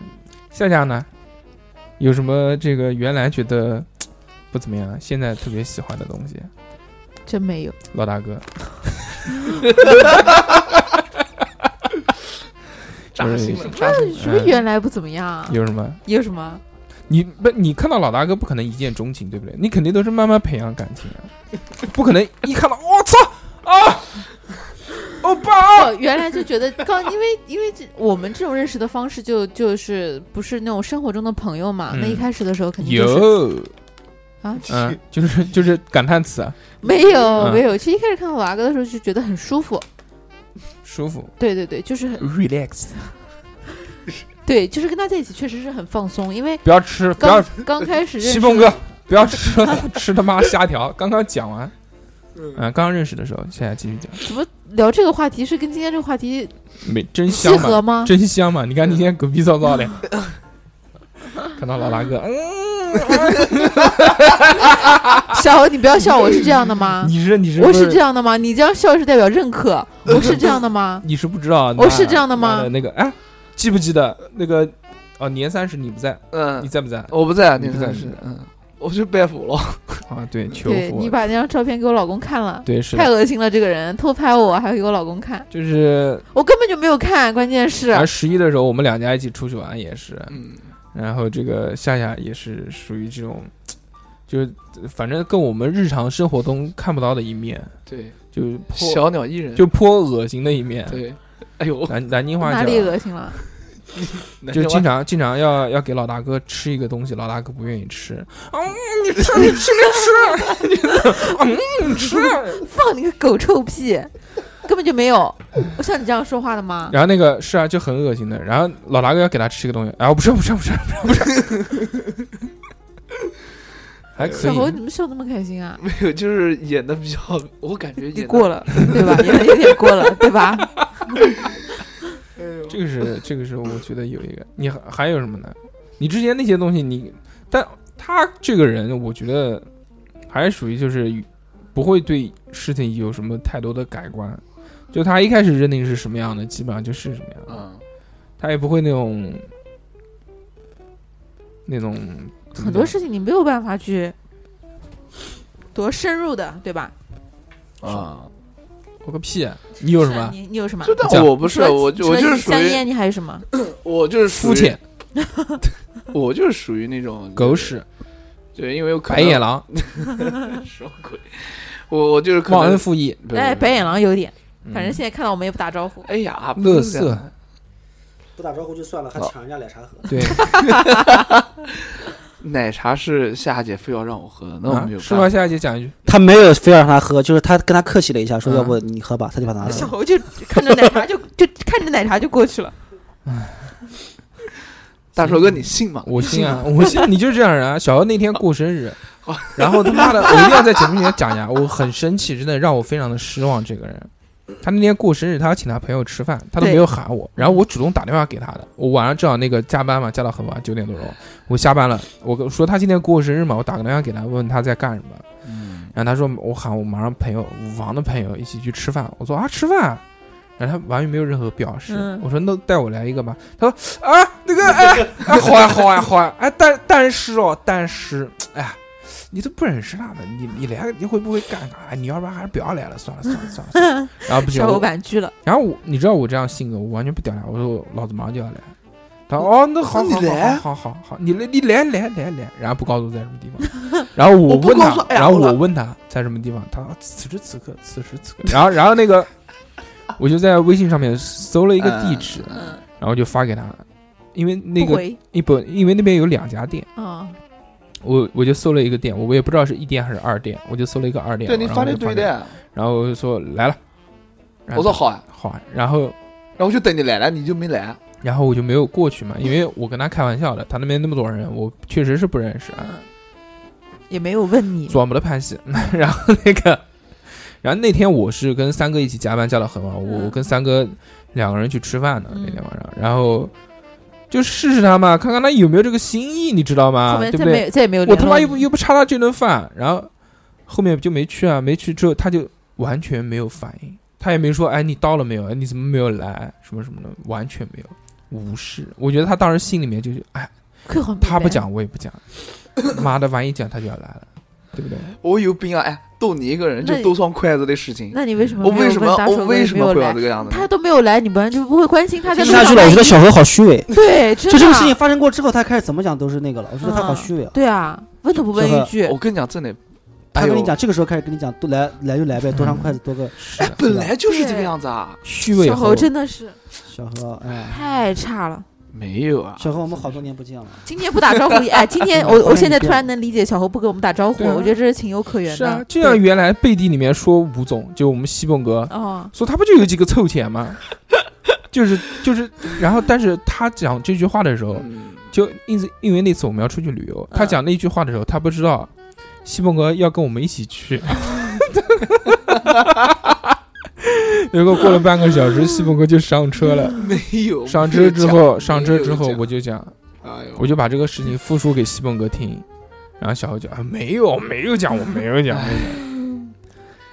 Speaker 2: 夏夏呢，有什么这个原来觉得不怎么样，现在特别喜欢的东西？
Speaker 3: 真没有，
Speaker 2: 老大哥，
Speaker 5: 扎心了，扎心了。
Speaker 3: 什么原来不怎么样啊？
Speaker 2: 嗯哎有什么？
Speaker 3: 有什么？
Speaker 2: 你不，你看到老大哥不可能一见钟情，对不对？你肯定都是慢慢培养感情啊，不可能一看到我操啊，欧巴啊，
Speaker 3: 我哦原来就觉得刚，因为因为这我们这种认识的方式就就是不是那种生活中的朋友嘛。
Speaker 2: 嗯
Speaker 3: 那一开始的时候肯定就是
Speaker 2: 有
Speaker 3: 啊，
Speaker 2: 嗯，就是就是感叹词，啊，
Speaker 3: 没有
Speaker 2: 嗯
Speaker 3: 没有，其实一开始看到老阿哥的时候就觉得很舒服，
Speaker 2: 舒服
Speaker 3: 对对对，就是很
Speaker 2: ，relax，
Speaker 3: 对，就是跟他在一起确实是很放松，因为
Speaker 2: 不要吃，不要
Speaker 3: 刚刚开始认
Speaker 2: 西
Speaker 3: 识
Speaker 2: 凤哥，不要吃吃他妈虾条，刚刚讲完，嗯，刚刚认识的时候，现在继续讲，
Speaker 3: 怎么聊这个话题是跟今天这个话题
Speaker 2: 没真
Speaker 3: 契
Speaker 2: 香
Speaker 3: 合
Speaker 2: 嘛，
Speaker 3: 吗？嗯
Speaker 2: 真香嘛，你看你现在狗皮燥
Speaker 3: <laughs>
Speaker 2: 燥的，看到老大哥，嗯
Speaker 3: 小欧，你不要笑，我是这样的吗？
Speaker 2: 你是你是
Speaker 3: 啊
Speaker 2: 不
Speaker 3: 我是这样的吗？你这样笑是代表
Speaker 2: <laughs>
Speaker 3: 认可，我是这样的吗？
Speaker 2: 你是不知道，
Speaker 3: 我哦是这样的吗
Speaker 2: 妈那个哎，记不记得那个哦，年三十你不在，你
Speaker 3: 呃
Speaker 5: 嗯，
Speaker 2: 在不在
Speaker 5: 我不在，
Speaker 2: 你
Speaker 5: 你
Speaker 2: 不
Speaker 5: 不
Speaker 2: 在
Speaker 5: 在是，嗯，我去拜佛了，
Speaker 2: 啊？对， <laughs> 求
Speaker 3: 对
Speaker 2: 佛
Speaker 3: 你，把那张照片给我老公看了，
Speaker 2: 对是的
Speaker 3: 太恶心了，这个人偷拍我，还给我老公看，
Speaker 2: 就是
Speaker 3: 我根本就没有看，关键是啊
Speaker 2: 而十一的时候，我们两家一起出去玩也是，
Speaker 5: 嗯，
Speaker 2: 然后这个夏夏也是属于这种，就是反正跟我们日常生活中看不到的一面，
Speaker 5: 对，
Speaker 2: 就是颇
Speaker 5: 小鸟依人，
Speaker 2: 就颇恶心的一面。
Speaker 5: 对，哎 <laughs> 呦，
Speaker 2: 南南京话
Speaker 3: 哪
Speaker 2: 讲，
Speaker 3: 里恶心了？
Speaker 2: 就经
Speaker 5: 常
Speaker 2: 常经常要要给老大哥吃一个东西，老大哥不愿意吃，啊、嗯，你吃你吃 <laughs> 你吃，嗯吃。
Speaker 3: 放你个狗臭屁，根本就没有，我像你这样说话的
Speaker 2: <laughs>
Speaker 3: 吗？
Speaker 2: 然后那个是啊，就很恶心的。然后老大哥要给他吃一个东西，哎，我不吃不吃不吃不吃不吃， <laughs> 还可
Speaker 3: 小侯，你
Speaker 2: 以。
Speaker 3: 怎么笑那么开心啊？
Speaker 5: 没有，就是演的比较，我感觉
Speaker 3: 你
Speaker 5: 演
Speaker 3: 过
Speaker 5: 了，
Speaker 3: 了，对吧？
Speaker 2: <laughs>
Speaker 3: 也有点过了，对吧？
Speaker 2: 这个是这个是我觉得有一个，你还还有什么呢？你之前那些东西你，但他这个人，我觉得还是属于就是不会对事情有什么太多的改观。就他一开始认定是什么样的，基本上就是什么样的，
Speaker 5: 嗯，
Speaker 2: 他也不会那种那种怎么
Speaker 3: 很多
Speaker 2: 讲
Speaker 3: 事情你没有办法去多深入的，对吧？
Speaker 5: 啊，
Speaker 2: 我个屁啊，你有什
Speaker 3: 是啊
Speaker 2: 么
Speaker 3: 你你有什么？
Speaker 5: 就
Speaker 2: 讲
Speaker 5: 但我不是，啊
Speaker 3: 除了
Speaker 5: 我就
Speaker 3: 除
Speaker 5: 我
Speaker 3: 了
Speaker 5: 就是属
Speaker 3: 香
Speaker 5: 于，
Speaker 3: 烟，你还有什么？
Speaker 5: 我就是属
Speaker 2: 肤
Speaker 5: 于
Speaker 2: 浅，
Speaker 5: 我就是属于那种
Speaker 2: <laughs> 狗，屎、
Speaker 5: 对，因为我可
Speaker 2: 白
Speaker 5: 能
Speaker 2: 眼狼、
Speaker 5: 什么鬼？我我就是可
Speaker 2: 忘恩
Speaker 5: 能，
Speaker 2: 负义，
Speaker 5: 不
Speaker 3: 哎，白眼，狼有点，
Speaker 2: 嗯
Speaker 3: 反正现在看到我们也不打招呼
Speaker 5: 不。哎呀，不
Speaker 2: 乐
Speaker 5: 是这样
Speaker 2: 色
Speaker 4: 不打招呼就算了，还
Speaker 5: 好
Speaker 4: 抢人家奶茶喝。
Speaker 2: 对，
Speaker 5: 奶茶是夏姐非要让我喝的，那我
Speaker 2: 啊
Speaker 5: 没有
Speaker 2: 是
Speaker 5: 办
Speaker 2: 吗？
Speaker 5: 法。
Speaker 2: 夏姐讲一句，
Speaker 4: <laughs> 他没有非要让他喝，就是他跟他客气了一下，说要不你喝吧，他就把他拿
Speaker 3: 小
Speaker 4: 走。
Speaker 3: 侯就 <laughs> 看着奶茶就就看着奶茶就过去了，
Speaker 5: 大帅哥，你信吗？
Speaker 2: 我信啊，我信你就是这样人啊。小何那天过生日，然后他妈的，我一定要在节目里面讲一下，我很生气，真的让我非常的失望。这个人，他那天过生日，他要请他朋友吃饭，他都没有喊我，然后我主动打电话给他的。我晚上正好那个加班嘛，加到很晚，九点多钟，我下班了，我跟说他今天过生日嘛，我打个电话给他，问问他在干什么。
Speaker 5: 嗯，
Speaker 2: 然后他说我喊我马上朋友舞房的朋友一起去吃饭，我说啊吃饭啊，然后他完全没有任何表示。
Speaker 3: 嗯
Speaker 2: 我说那带我来一个吧，他说啊那个哎哎好呀好呀好呀哎但但是哦但是哎呀你都不认识他们，你你来你会不会尴尬？哎你要不然还是不要来了，算了算了算了算了。然后不行，
Speaker 3: 小侯
Speaker 2: 我
Speaker 3: 婉拒了。
Speaker 2: 然后我你知道我这样性格，我完全不屌他，我说老子马上就要来。他说哦，那好好
Speaker 5: 那你来啊
Speaker 2: 好好好好，你来你来来来来，然后不告诉我在什么地
Speaker 5: <laughs>
Speaker 2: 方，然后
Speaker 5: 我不
Speaker 2: 问
Speaker 5: 告
Speaker 2: 他
Speaker 5: 诉，哎呀
Speaker 2: 然后
Speaker 5: 我
Speaker 2: 我
Speaker 5: 来
Speaker 2: 问他在什么地方，他说啊此时此刻此时此刻，然后然后那
Speaker 5: <laughs>
Speaker 2: 个我就在微信上面搜了一个地址，
Speaker 3: 嗯，
Speaker 2: 然后就发给他，因为那
Speaker 3: 不
Speaker 2: 个
Speaker 3: 回
Speaker 2: 一本因为那边有两家店，
Speaker 3: 啊，
Speaker 2: 我我就搜了一个店，我我也不知道是一店还是二店，我就搜了一个二店，
Speaker 5: 对你
Speaker 2: 然
Speaker 5: 发
Speaker 2: 后
Speaker 5: 的
Speaker 2: 就
Speaker 5: 对
Speaker 2: 给他，
Speaker 5: 的，
Speaker 2: 然后我就说来了，然后
Speaker 5: 我说
Speaker 2: 他
Speaker 5: 好啊，
Speaker 2: 好啊，然后。
Speaker 5: 然后我就等你来了，你就没来，啊
Speaker 2: 然后我就没有过去嘛，因为我跟他开玩笑的，他那边那么多人，我确实是不认识啊，
Speaker 3: 嗯，也没有问你，
Speaker 2: 装不得拍戏。 <laughs> 然后那个，然后那天我是跟三哥一起加班加到很晚，我
Speaker 3: 嗯
Speaker 2: 我跟三哥两个人去吃饭的
Speaker 3: 嗯
Speaker 2: 那天晚上，然后就试试他嘛，看看他有没有这个心意，你知道吗
Speaker 3: 后？面
Speaker 2: 啊对
Speaker 3: 再
Speaker 2: 不
Speaker 3: 没
Speaker 2: 对？
Speaker 3: 有再也没有
Speaker 2: 我
Speaker 3: 联
Speaker 2: 他
Speaker 3: 络
Speaker 2: 妈又不
Speaker 3: 你
Speaker 2: 又不差他这顿饭，然后后面就没去啊，没去之后他就完全没有反应，他也没说哎你到了没有，哎你怎么没有来什么什么的，完全没有。无视，我觉得他当时心里面就是，哎，
Speaker 3: 快好明白
Speaker 2: 他不，讲我也不讲，妈的，万一讲他就要来了，对不对？
Speaker 5: 我有病啊！哎，逗你一个人
Speaker 3: 那
Speaker 5: 就
Speaker 3: 你
Speaker 5: 兜双筷子的事情，
Speaker 3: 那你为什么
Speaker 5: 我
Speaker 3: 没有
Speaker 5: 为什
Speaker 3: 问
Speaker 5: 么
Speaker 3: 大
Speaker 5: 我
Speaker 3: 手
Speaker 5: 为
Speaker 3: 哥
Speaker 5: 什
Speaker 3: 没
Speaker 5: 么
Speaker 3: 有
Speaker 5: 会要
Speaker 3: 来
Speaker 5: 这？个样子呢？
Speaker 3: 他都没有来，你们就不会关心他在
Speaker 4: 听
Speaker 3: 路
Speaker 4: 下
Speaker 3: 上
Speaker 4: 去了，我
Speaker 3: 万
Speaker 4: 觉
Speaker 3: 一
Speaker 4: 得小何好虚伪。
Speaker 3: 对，真
Speaker 4: 就这
Speaker 3: 的
Speaker 4: 个事情发生过之后，他开始怎么讲都是那个了，我觉得他好虚伪啊。
Speaker 3: 对啊，问都不问
Speaker 4: 小
Speaker 3: 一
Speaker 4: 何
Speaker 3: 句，
Speaker 5: 我跟你讲，真的，
Speaker 4: 他
Speaker 5: 哎呦
Speaker 4: 跟你讲，这个时候开始跟你讲，多来来就来呗，多上筷子多
Speaker 5: <laughs>
Speaker 4: 个
Speaker 2: 是
Speaker 5: 哎
Speaker 2: 的，
Speaker 5: 本来就是这个样子啊，
Speaker 2: 虚伪
Speaker 3: 小
Speaker 2: 猴
Speaker 3: 侯真的是
Speaker 4: 小何，哎，
Speaker 3: 太差了，
Speaker 5: 没有啊，
Speaker 4: 小何，我们好多年不见了，
Speaker 3: 今年不打招呼也，哎，今年我我现在突然能理解小侯不给我们打招呼，
Speaker 2: 对啊
Speaker 3: 我觉得这是情有可原
Speaker 2: 是啊
Speaker 3: 的。，
Speaker 2: 就像原来背地里面说吴总，就我们西蹦哥
Speaker 3: 哦，
Speaker 2: 说他不就有几个臭钱吗？ <laughs> 就是就是，然后但是他讲这句话的时候，
Speaker 5: 嗯
Speaker 2: 就因此因为那次我们要出去旅游，他
Speaker 3: 嗯
Speaker 2: 讲那句话的时候，他不知道西蒙哥要跟我们一起
Speaker 3: <laughs>
Speaker 2: 去。结果过了半个小
Speaker 3: <laughs>
Speaker 2: 时，西蒙哥就上车了。
Speaker 5: 没有
Speaker 2: 上车之后，上车
Speaker 5: 车
Speaker 2: 之后我就讲，
Speaker 5: 哎呦，
Speaker 2: 我就把这个事情复述给西蒙哥听，然后小侯就啊没有没有讲，我没有
Speaker 3: <laughs>
Speaker 2: 讲。没有讲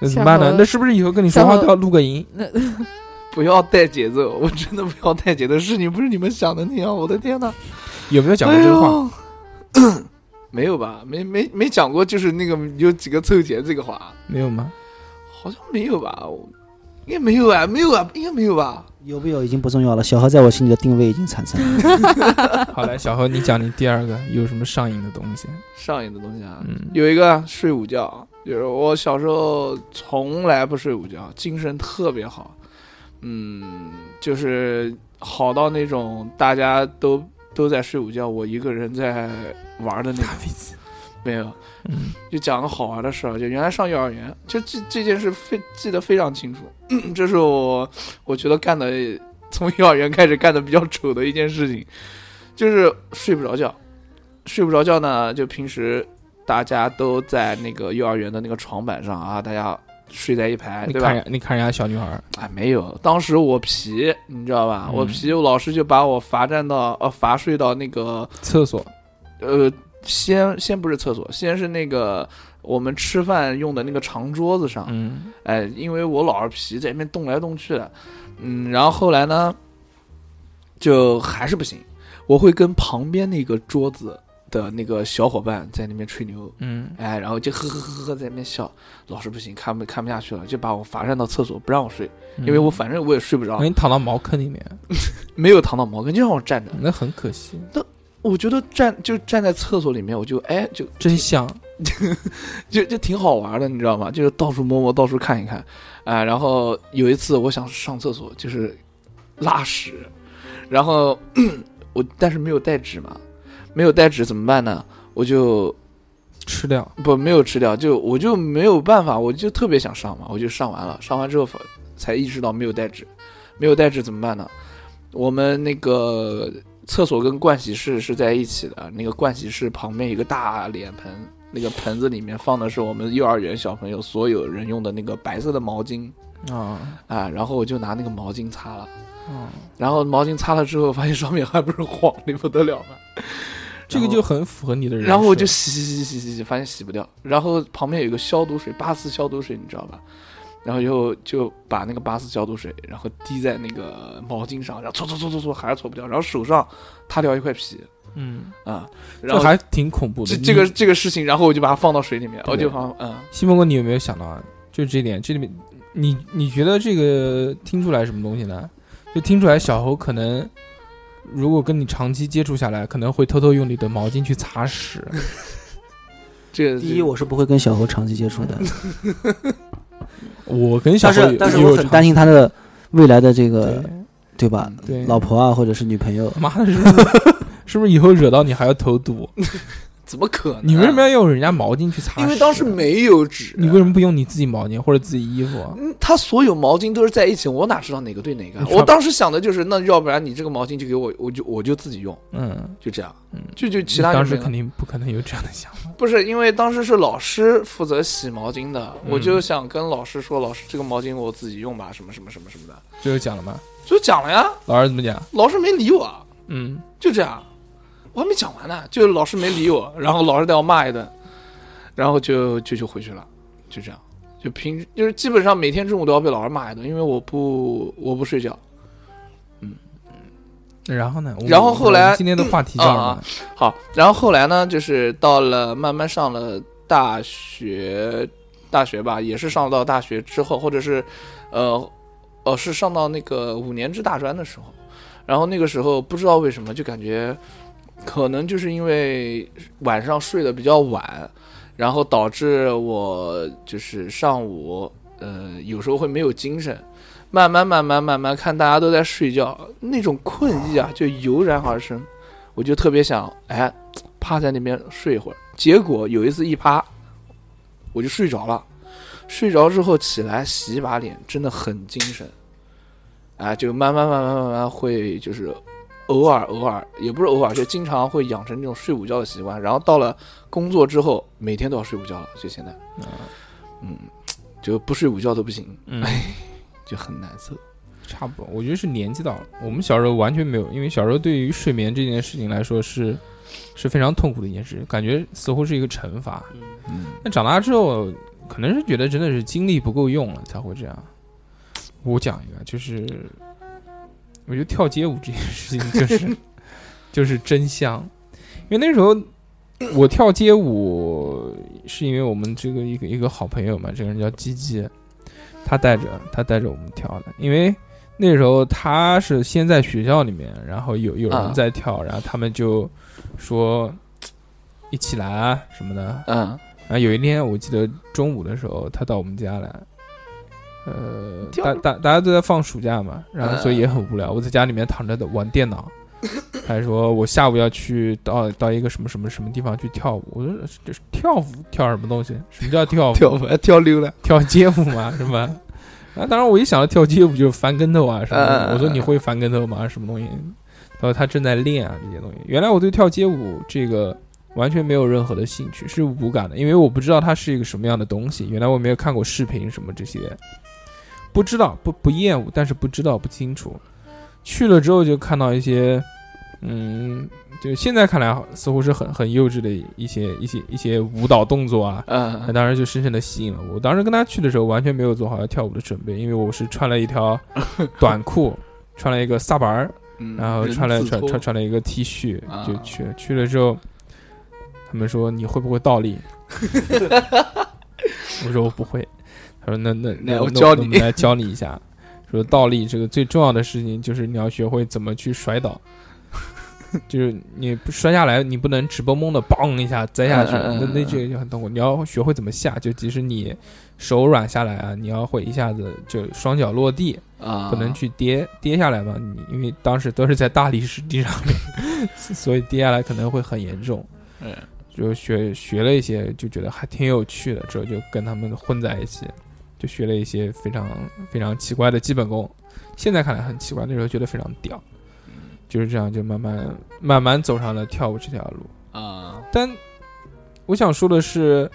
Speaker 2: 那怎么办
Speaker 3: 小
Speaker 2: 呢？
Speaker 3: 侯
Speaker 2: 那是不是以后跟你说话
Speaker 3: 小侯
Speaker 2: 都要录个音？
Speaker 5: 不要带节奏，我真的不要带节奏，事情不是你们想的那样，我的天呐，
Speaker 2: 有没有讲过这个话？
Speaker 3: <laughs>
Speaker 5: 哎呦没有吧？没没没讲过，就是那个有几个凑钱这个话，
Speaker 2: 没有
Speaker 3: <laughs>
Speaker 2: 吗？
Speaker 5: 好像没有吧？我应该没有啊，没有啊，应该没有吧？
Speaker 4: 有没有已经不重要了。小何在我心里的定位已经产生了。 <laughs>
Speaker 2: 好来，小何，你讲你第二个有什么上瘾的东西？
Speaker 5: 上瘾的东西啊，
Speaker 2: 嗯
Speaker 3: <laughs>
Speaker 5: 有一个睡午觉，就是我小时候从来不睡午觉，精神特别好，嗯，就是好到那种大家都都在睡午觉，我一个人在玩的那种，没有。
Speaker 2: 嗯。
Speaker 5: 就讲个好玩的事儿，就原来上幼儿园，就这这件事非记得非常清楚， <clears throat> 这是我我觉得干的从幼儿园开始干的比较丑的一件事情，就是睡不着觉，睡不着觉呢，就平时大家都在那个幼儿园的那个床板上啊，大家睡在一排，
Speaker 2: 你
Speaker 5: 哎对吧
Speaker 2: 看？人家，你看人家小女孩儿，
Speaker 5: 哎，没有，当时我皮，你知道吧？
Speaker 2: 嗯
Speaker 5: 我皮，我老师就把我罚站到呃罚睡到那个
Speaker 2: 厕所
Speaker 5: 呃，先先不是厕所，先是那个我们吃饭用的那个长桌子上。
Speaker 2: 嗯，
Speaker 5: 哎，因为我老是皮在那边动来动去的，嗯，然后后来呢，就还是不行，我会跟旁边那个桌子的那个小伙伴在那边吹牛，
Speaker 2: 嗯
Speaker 5: 哎，然后就呵呵呵呵在那边笑，老师不行，看不看不下去了，就把我罚站到厕所不让我睡，
Speaker 2: 嗯，哎
Speaker 5: 因为我反正我也睡不着
Speaker 2: 让，你躺到茅坑里面，
Speaker 5: 没有躺到毛根，就让我站着，
Speaker 2: 那很可惜，
Speaker 5: 我觉得站就站在厕所里面，我就哎就
Speaker 2: 真香。
Speaker 5: 就就挺好玩的，你知道吗？就是到处摸摸，到处看一看，啊、然后有一次我想上厕所，就是拉屎，然后 <clears throat> 我但是没有带纸嘛，没有带纸怎么办呢？我就
Speaker 2: 吃掉，
Speaker 5: 不没有吃掉，就我就没有办法，我就特别想上嘛，我就上完了，上完之后发才意识到没有带纸，没有带纸怎么办呢？我们那个厕所跟盥洗室是在一起的，那个盥洗室旁边有一个大脸盆，那个盆子里面放的是我们幼儿园小朋友所有人用的那个白色的毛巾
Speaker 2: 啊
Speaker 5: 啊，然后我就拿那个毛巾擦了，
Speaker 2: 啊，
Speaker 5: 然后毛巾擦了之后，发现上面还不是黄的不得了吗？
Speaker 2: 这个
Speaker 5: 然后
Speaker 2: 就很符合你的人设。
Speaker 5: 然后我就洗洗洗洗洗洗，发现洗不掉。然后旁边有一个消毒水，八四消毒水，你知道吧？然后就就把那个八四消毒水，然后滴在那个毛巾上，然后搓搓搓搓搓，还是搓不掉。然后手上擦掉一块皮
Speaker 2: 嗯，
Speaker 5: 啊、然
Speaker 2: 这
Speaker 5: 后
Speaker 2: 还挺恐怖的。
Speaker 5: 这
Speaker 2: 你
Speaker 5: 这个这个事情，然后我就把它放到水里面，
Speaker 2: 对
Speaker 5: 我就放嗯，
Speaker 2: 西蒙哥，你有没有想到啊？就这一点，这里面你你觉得这个听出来什么东西呢？就听出来小猴可能。如果跟你长期接触下来，可能会偷偷用你的毛巾去擦
Speaker 5: <laughs>
Speaker 2: 屎。
Speaker 5: 这
Speaker 4: 第一，我是不会跟小何长期接 <laughs> 触的，
Speaker 2: 我跟小
Speaker 4: 但
Speaker 2: 猴
Speaker 4: 是
Speaker 2: 有，
Speaker 4: 但是
Speaker 2: 也有
Speaker 4: 我很
Speaker 2: 长
Speaker 4: 担心他的未来的这个
Speaker 2: 对
Speaker 4: 对吧？
Speaker 2: 对
Speaker 4: 老婆啊，或者是女朋友，
Speaker 2: 妈的，是不是
Speaker 5: <laughs>
Speaker 2: 是不是以后惹到你还要投毒？
Speaker 5: 怎么可能？啊
Speaker 2: 你为什么要用人家毛巾去擦屎？
Speaker 5: 因为当时没有纸，
Speaker 2: 你为什么不用你自己毛巾或者自己衣服啊？
Speaker 5: 嗯，他所有毛巾都是在一起，我哪知道哪个对哪个啊
Speaker 2: 你？穿
Speaker 5: 我当时想的就是，那要不然你这个毛巾就给我，我就我就自己用，
Speaker 2: 嗯，
Speaker 5: 就这样
Speaker 2: 嗯，
Speaker 5: 就就其他
Speaker 2: 你
Speaker 5: 就
Speaker 2: 当
Speaker 5: 没
Speaker 2: 时
Speaker 5: 有
Speaker 2: 肯定不可能有这样的想法。
Speaker 5: 不是因为当时是老师负责洗毛巾的，
Speaker 2: 嗯
Speaker 5: 我就想跟老师说，老师这个毛巾我自己用吧，什么什么什么什么的，
Speaker 2: 最后讲了吗？
Speaker 5: 就讲了呀，
Speaker 2: 老师怎么讲？
Speaker 5: 老师没理我，
Speaker 2: 嗯，
Speaker 5: 就这样，我还没讲完呢，就老师没理我，然后老师带我骂一顿，然后就就就回去了，就这样，就平就是基本上每天中午都要被老师骂一顿，因为我不我不睡觉。
Speaker 2: 嗯然后呢？我
Speaker 5: 然后后来
Speaker 2: 我们今天的话题叫什么？
Speaker 5: 好，然后后来呢，就是到了慢慢上了大学，大学吧，也是上到大学之后，或者是，呃，呃，是上到那个五年制大专的时候，然后那个时候不知道为什么就感觉，可能就是因为晚上睡得比较晚，然后导致我就是上午，呃，有时候会没有精神。慢慢慢慢慢慢看大家都在睡觉，那种困意啊就油然而生，我就特别想哎趴在那边睡一会儿。结果有一次一趴，我就睡着了，睡着之后起来洗一把脸，真的很精神，哎，就慢慢慢慢慢慢会就是偶尔偶尔也不是偶尔，就经常会养成这种睡午觉的习惯。然后到了工作之后，每天都要睡午觉了，就现在，嗯，就不睡午觉都不行。
Speaker 2: 嗯，
Speaker 5: 就很难受。
Speaker 2: 差不多。我觉得是年纪到了，我们小时候完全没有，因为小时候对于睡眠这件事情来说是是非常痛苦的一件事，感觉似乎是一个惩罚。
Speaker 5: 嗯，
Speaker 2: 那长大之后，可能是觉得真的是精力不够用了才会这样。我讲一个，就是我觉得跳街舞这件事情就是 <laughs> 就是真香，因为那时候我跳街舞是因为我们这个一个一个好朋友嘛，这个人叫鸡鸡，他带着他带着我们跳的，因为。那时候他是先在学校里面，然后有有
Speaker 5: 啊
Speaker 2: 人在跳，然后他们就说一起来啊什么的， <laughs>
Speaker 5: 嗯，
Speaker 2: 啊，有一天我记得中午的时候，他到我们家来，呃，
Speaker 5: 跳
Speaker 2: 大大大家都在放暑假嘛，然后
Speaker 5: 嗯
Speaker 2: 所以也很无聊，我在家里面躺着的玩电脑。他说我下午要去到到一个什么什么什么地方去跳舞，我说这是跳舞跳什么东西？什么叫跳舞？
Speaker 5: 跳跳溜了，
Speaker 2: 跳街舞嘛，是
Speaker 5: <laughs>
Speaker 2: 吧？啊，当然我一想到跳街舞就是翻跟头啊什么
Speaker 5: 嗯嗯
Speaker 2: 的，
Speaker 5: 嗯
Speaker 2: 我说你会翻跟头吗？什么东西？他说他正在练啊这些东西。原来我对跳街舞这个完全没有任何的兴趣，是无感的，因为我不知道它是一个什么样的东西。原来我没有看过视频什么这些，不知道不不厌恶，但是不知道不清楚。去了之后就看到一些，嗯，就现在看来好似乎是很很幼稚的一些一些一些舞蹈动作啊，那
Speaker 5: 嗯，
Speaker 2: 当时就深深的吸引了我。我当时跟他去的时候，完全没有做好要跳舞的准备，因为我是穿了一条短裤，穿了一个萨板儿，
Speaker 5: 嗯
Speaker 2: 然后穿了穿穿，穿了一个 T 恤
Speaker 5: 啊
Speaker 2: 就去了去了之后，他们说你会不会倒立？ <laughs> 我说我不会。他说那那
Speaker 5: 来
Speaker 2: 那
Speaker 5: 我
Speaker 2: 那
Speaker 5: 教
Speaker 2: 我
Speaker 5: 你
Speaker 2: 们来教你一下。说倒立这个最重要的事情就是你要学会怎么去摔倒， <laughs> 就是你不摔下来，你不能直蹦蹦的嘣一下栽下去，
Speaker 5: 嗯嗯嗯
Speaker 2: 那那
Speaker 5: 嗯
Speaker 2: 这个就很痛苦。你要学会怎么下，就即使你手软下来啊，你要会一下子就双脚落地，
Speaker 5: 啊，
Speaker 2: 不能去跌跌下来嘛，你因为当时都是在大理石地上面，所以跌下来可能会很严重。
Speaker 5: 嗯，
Speaker 2: 就学学了一些，就觉得还挺有趣的，之后就跟他们混在一起，就学了一些非常非常奇怪的基本功。现在看来很奇怪，那时候觉得非常屌。就是这样，就慢慢慢慢走上了跳舞这条路。
Speaker 5: 啊，
Speaker 2: 但我想说的是，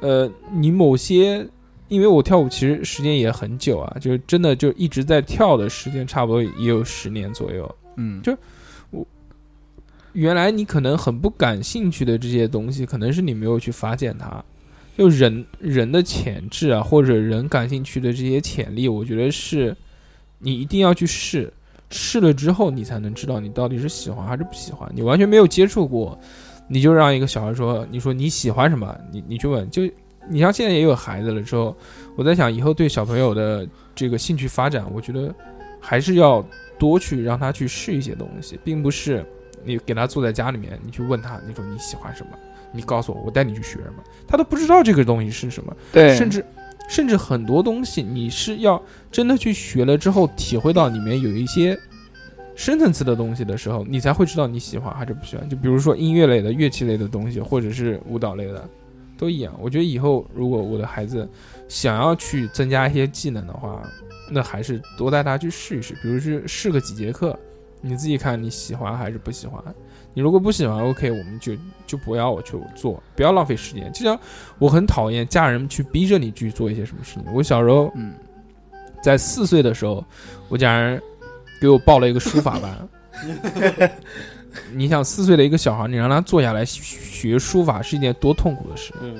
Speaker 2: 呃，你某些，因为我跳舞其实时间也很久啊，就真的就一直在跳的时间，差不多也有十年左右。
Speaker 5: 嗯，
Speaker 2: 就原来你可能很不感兴趣的这些东西，可能是你没有去发现它。就人人的潜质啊，或者人感兴趣的这些潜力，我觉得是你一定要去试，试了之后你才能知道你到底是喜欢还是不喜欢。你完全没有接触过，你就让一个小孩说，你说你喜欢什么，你你去问。就你像现在也有孩子了之后，我在想以后对小朋友的这个兴趣发展，我觉得还是要多去让他去试一些东西，并不是你给他坐在家里面，你去问他，你说你喜欢什么，你告诉我，我带你去学什么，他都不知道这个东西是什么，
Speaker 5: 对，
Speaker 2: 甚至甚至很多东西你是要真的去学了之后，体会到里面有一些深层次的东西的时候，你才会知道你喜欢还是不喜欢。就比如说音乐类的、乐器类的东西，或者是舞蹈类的，都一样。我觉得以后如果我的孩子想要去增加一些技能的话，那还是多带他去试一试，比如去试个几节课，你自己看你喜欢还是不喜欢。你如果不喜欢，OK，我们就就不要我去做，不要浪费时间。就像我很讨厌家人去逼着你去做一些什么事情。我小时候
Speaker 5: 嗯，
Speaker 2: 在四岁的时候，我家人给我报了一个书法班。你想，四岁的一个小孩，你让他坐下来学学书法是一件多痛苦的事。
Speaker 4: 嗯，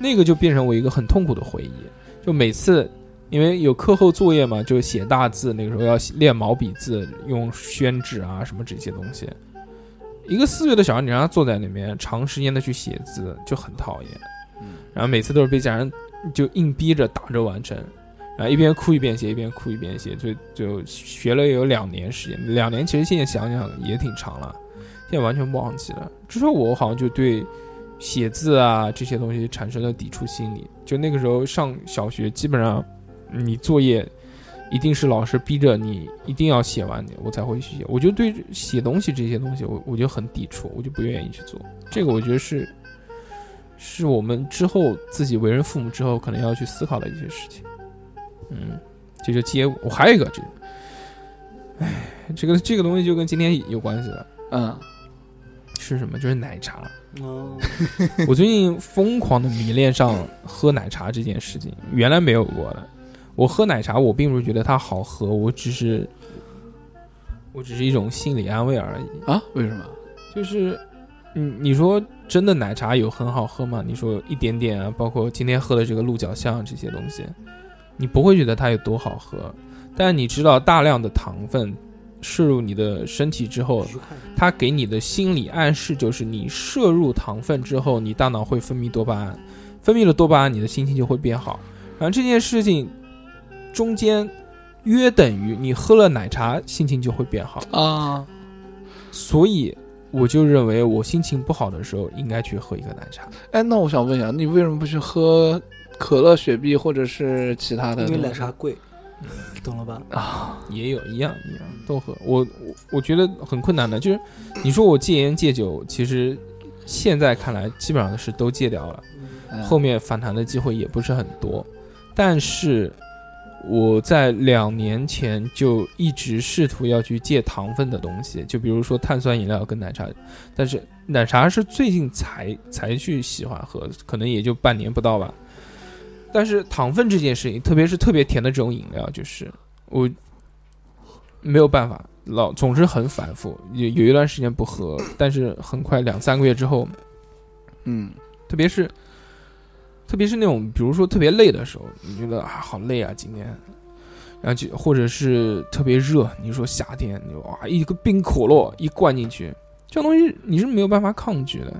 Speaker 2: 那个就变成我一个很痛苦的回忆。就每次因为有课后作业嘛，就写大字，那个时候要写练毛笔字，用宣纸啊什么这些东西。一个四岁的小孩，你让他坐在那边长时间的去写字，就很讨厌。然后每次都是被家人就硬逼着打着完成，然后一边哭一边写，一边哭一边写，就就学了有两年时间。两年其实现在想想也挺长了，现在完全忘记了。之后我好像就对写字啊这些东西产生了抵触心理。就那个时候上小学，基本上你作业一定是老师逼着你一定要写完，我才会去写。我就对写东西这些东西，我我就很抵触，我就不愿意去做。这个我觉得是，是我们之后自己为人父母之后可能要去思考的一些事情。嗯，这就接我还有一个这，哎，这个这个东西就跟今天有关系了，
Speaker 5: 嗯，
Speaker 2: 是什么？就是奶茶。
Speaker 4: 哦，
Speaker 2: 我最近疯狂的迷恋上喝奶茶这件事情，原来没有过的。我喝奶茶，我并不是觉得它好喝，我只是，我只是一种心理安慰而已。
Speaker 5: 啊，为什么？
Speaker 2: 就是，你你说真的奶茶有很好喝吗？你说一点点啊，包括今天喝的这个鹿角巷这些东西，你不会觉得它有多好喝，但你知道大量的糖分摄入你的身体之后，它给你的心理暗示就是，你摄入糖分之后，你大脑会分泌多巴胺，分泌了多巴胺，你的心情就会变好。然后这件事情中间约等于你喝了奶茶，心情就会变好。
Speaker 5: 啊，
Speaker 2: 所以我就认为，我心情不好的时候应该去喝一个奶茶，
Speaker 5: 哎，那我想问一下，你为什么不去喝可乐、雪碧或者是其他的
Speaker 4: 因
Speaker 5: 东西？
Speaker 4: 为奶茶贵，懂了吧？
Speaker 5: 啊，
Speaker 2: 也有一样一样都喝。我我我觉得很困难的，就是你说我戒烟戒酒，其实现在看来基本上是都戒掉了，
Speaker 5: 哎
Speaker 2: 后面反弹的机会也不是很多。但是我在两年前就一直试图要去戒糖分的东西，就比如说碳酸饮料跟奶茶，但是奶茶是最近才才去喜欢喝，可能也就半年不到吧。但是糖分这件事情，特别是特别甜的这种饮料，就是我没有办法，老总是很反复，有有一段时间不喝，但是很快两三个月之后，
Speaker 5: 嗯，
Speaker 2: 特别是特别是那种比如说特别累的时候，你觉得啊好累啊今天，然后就或者是特别热，你说夏天你就哇一个冰可乐一灌进去，这种东西你是没有办法抗拒的。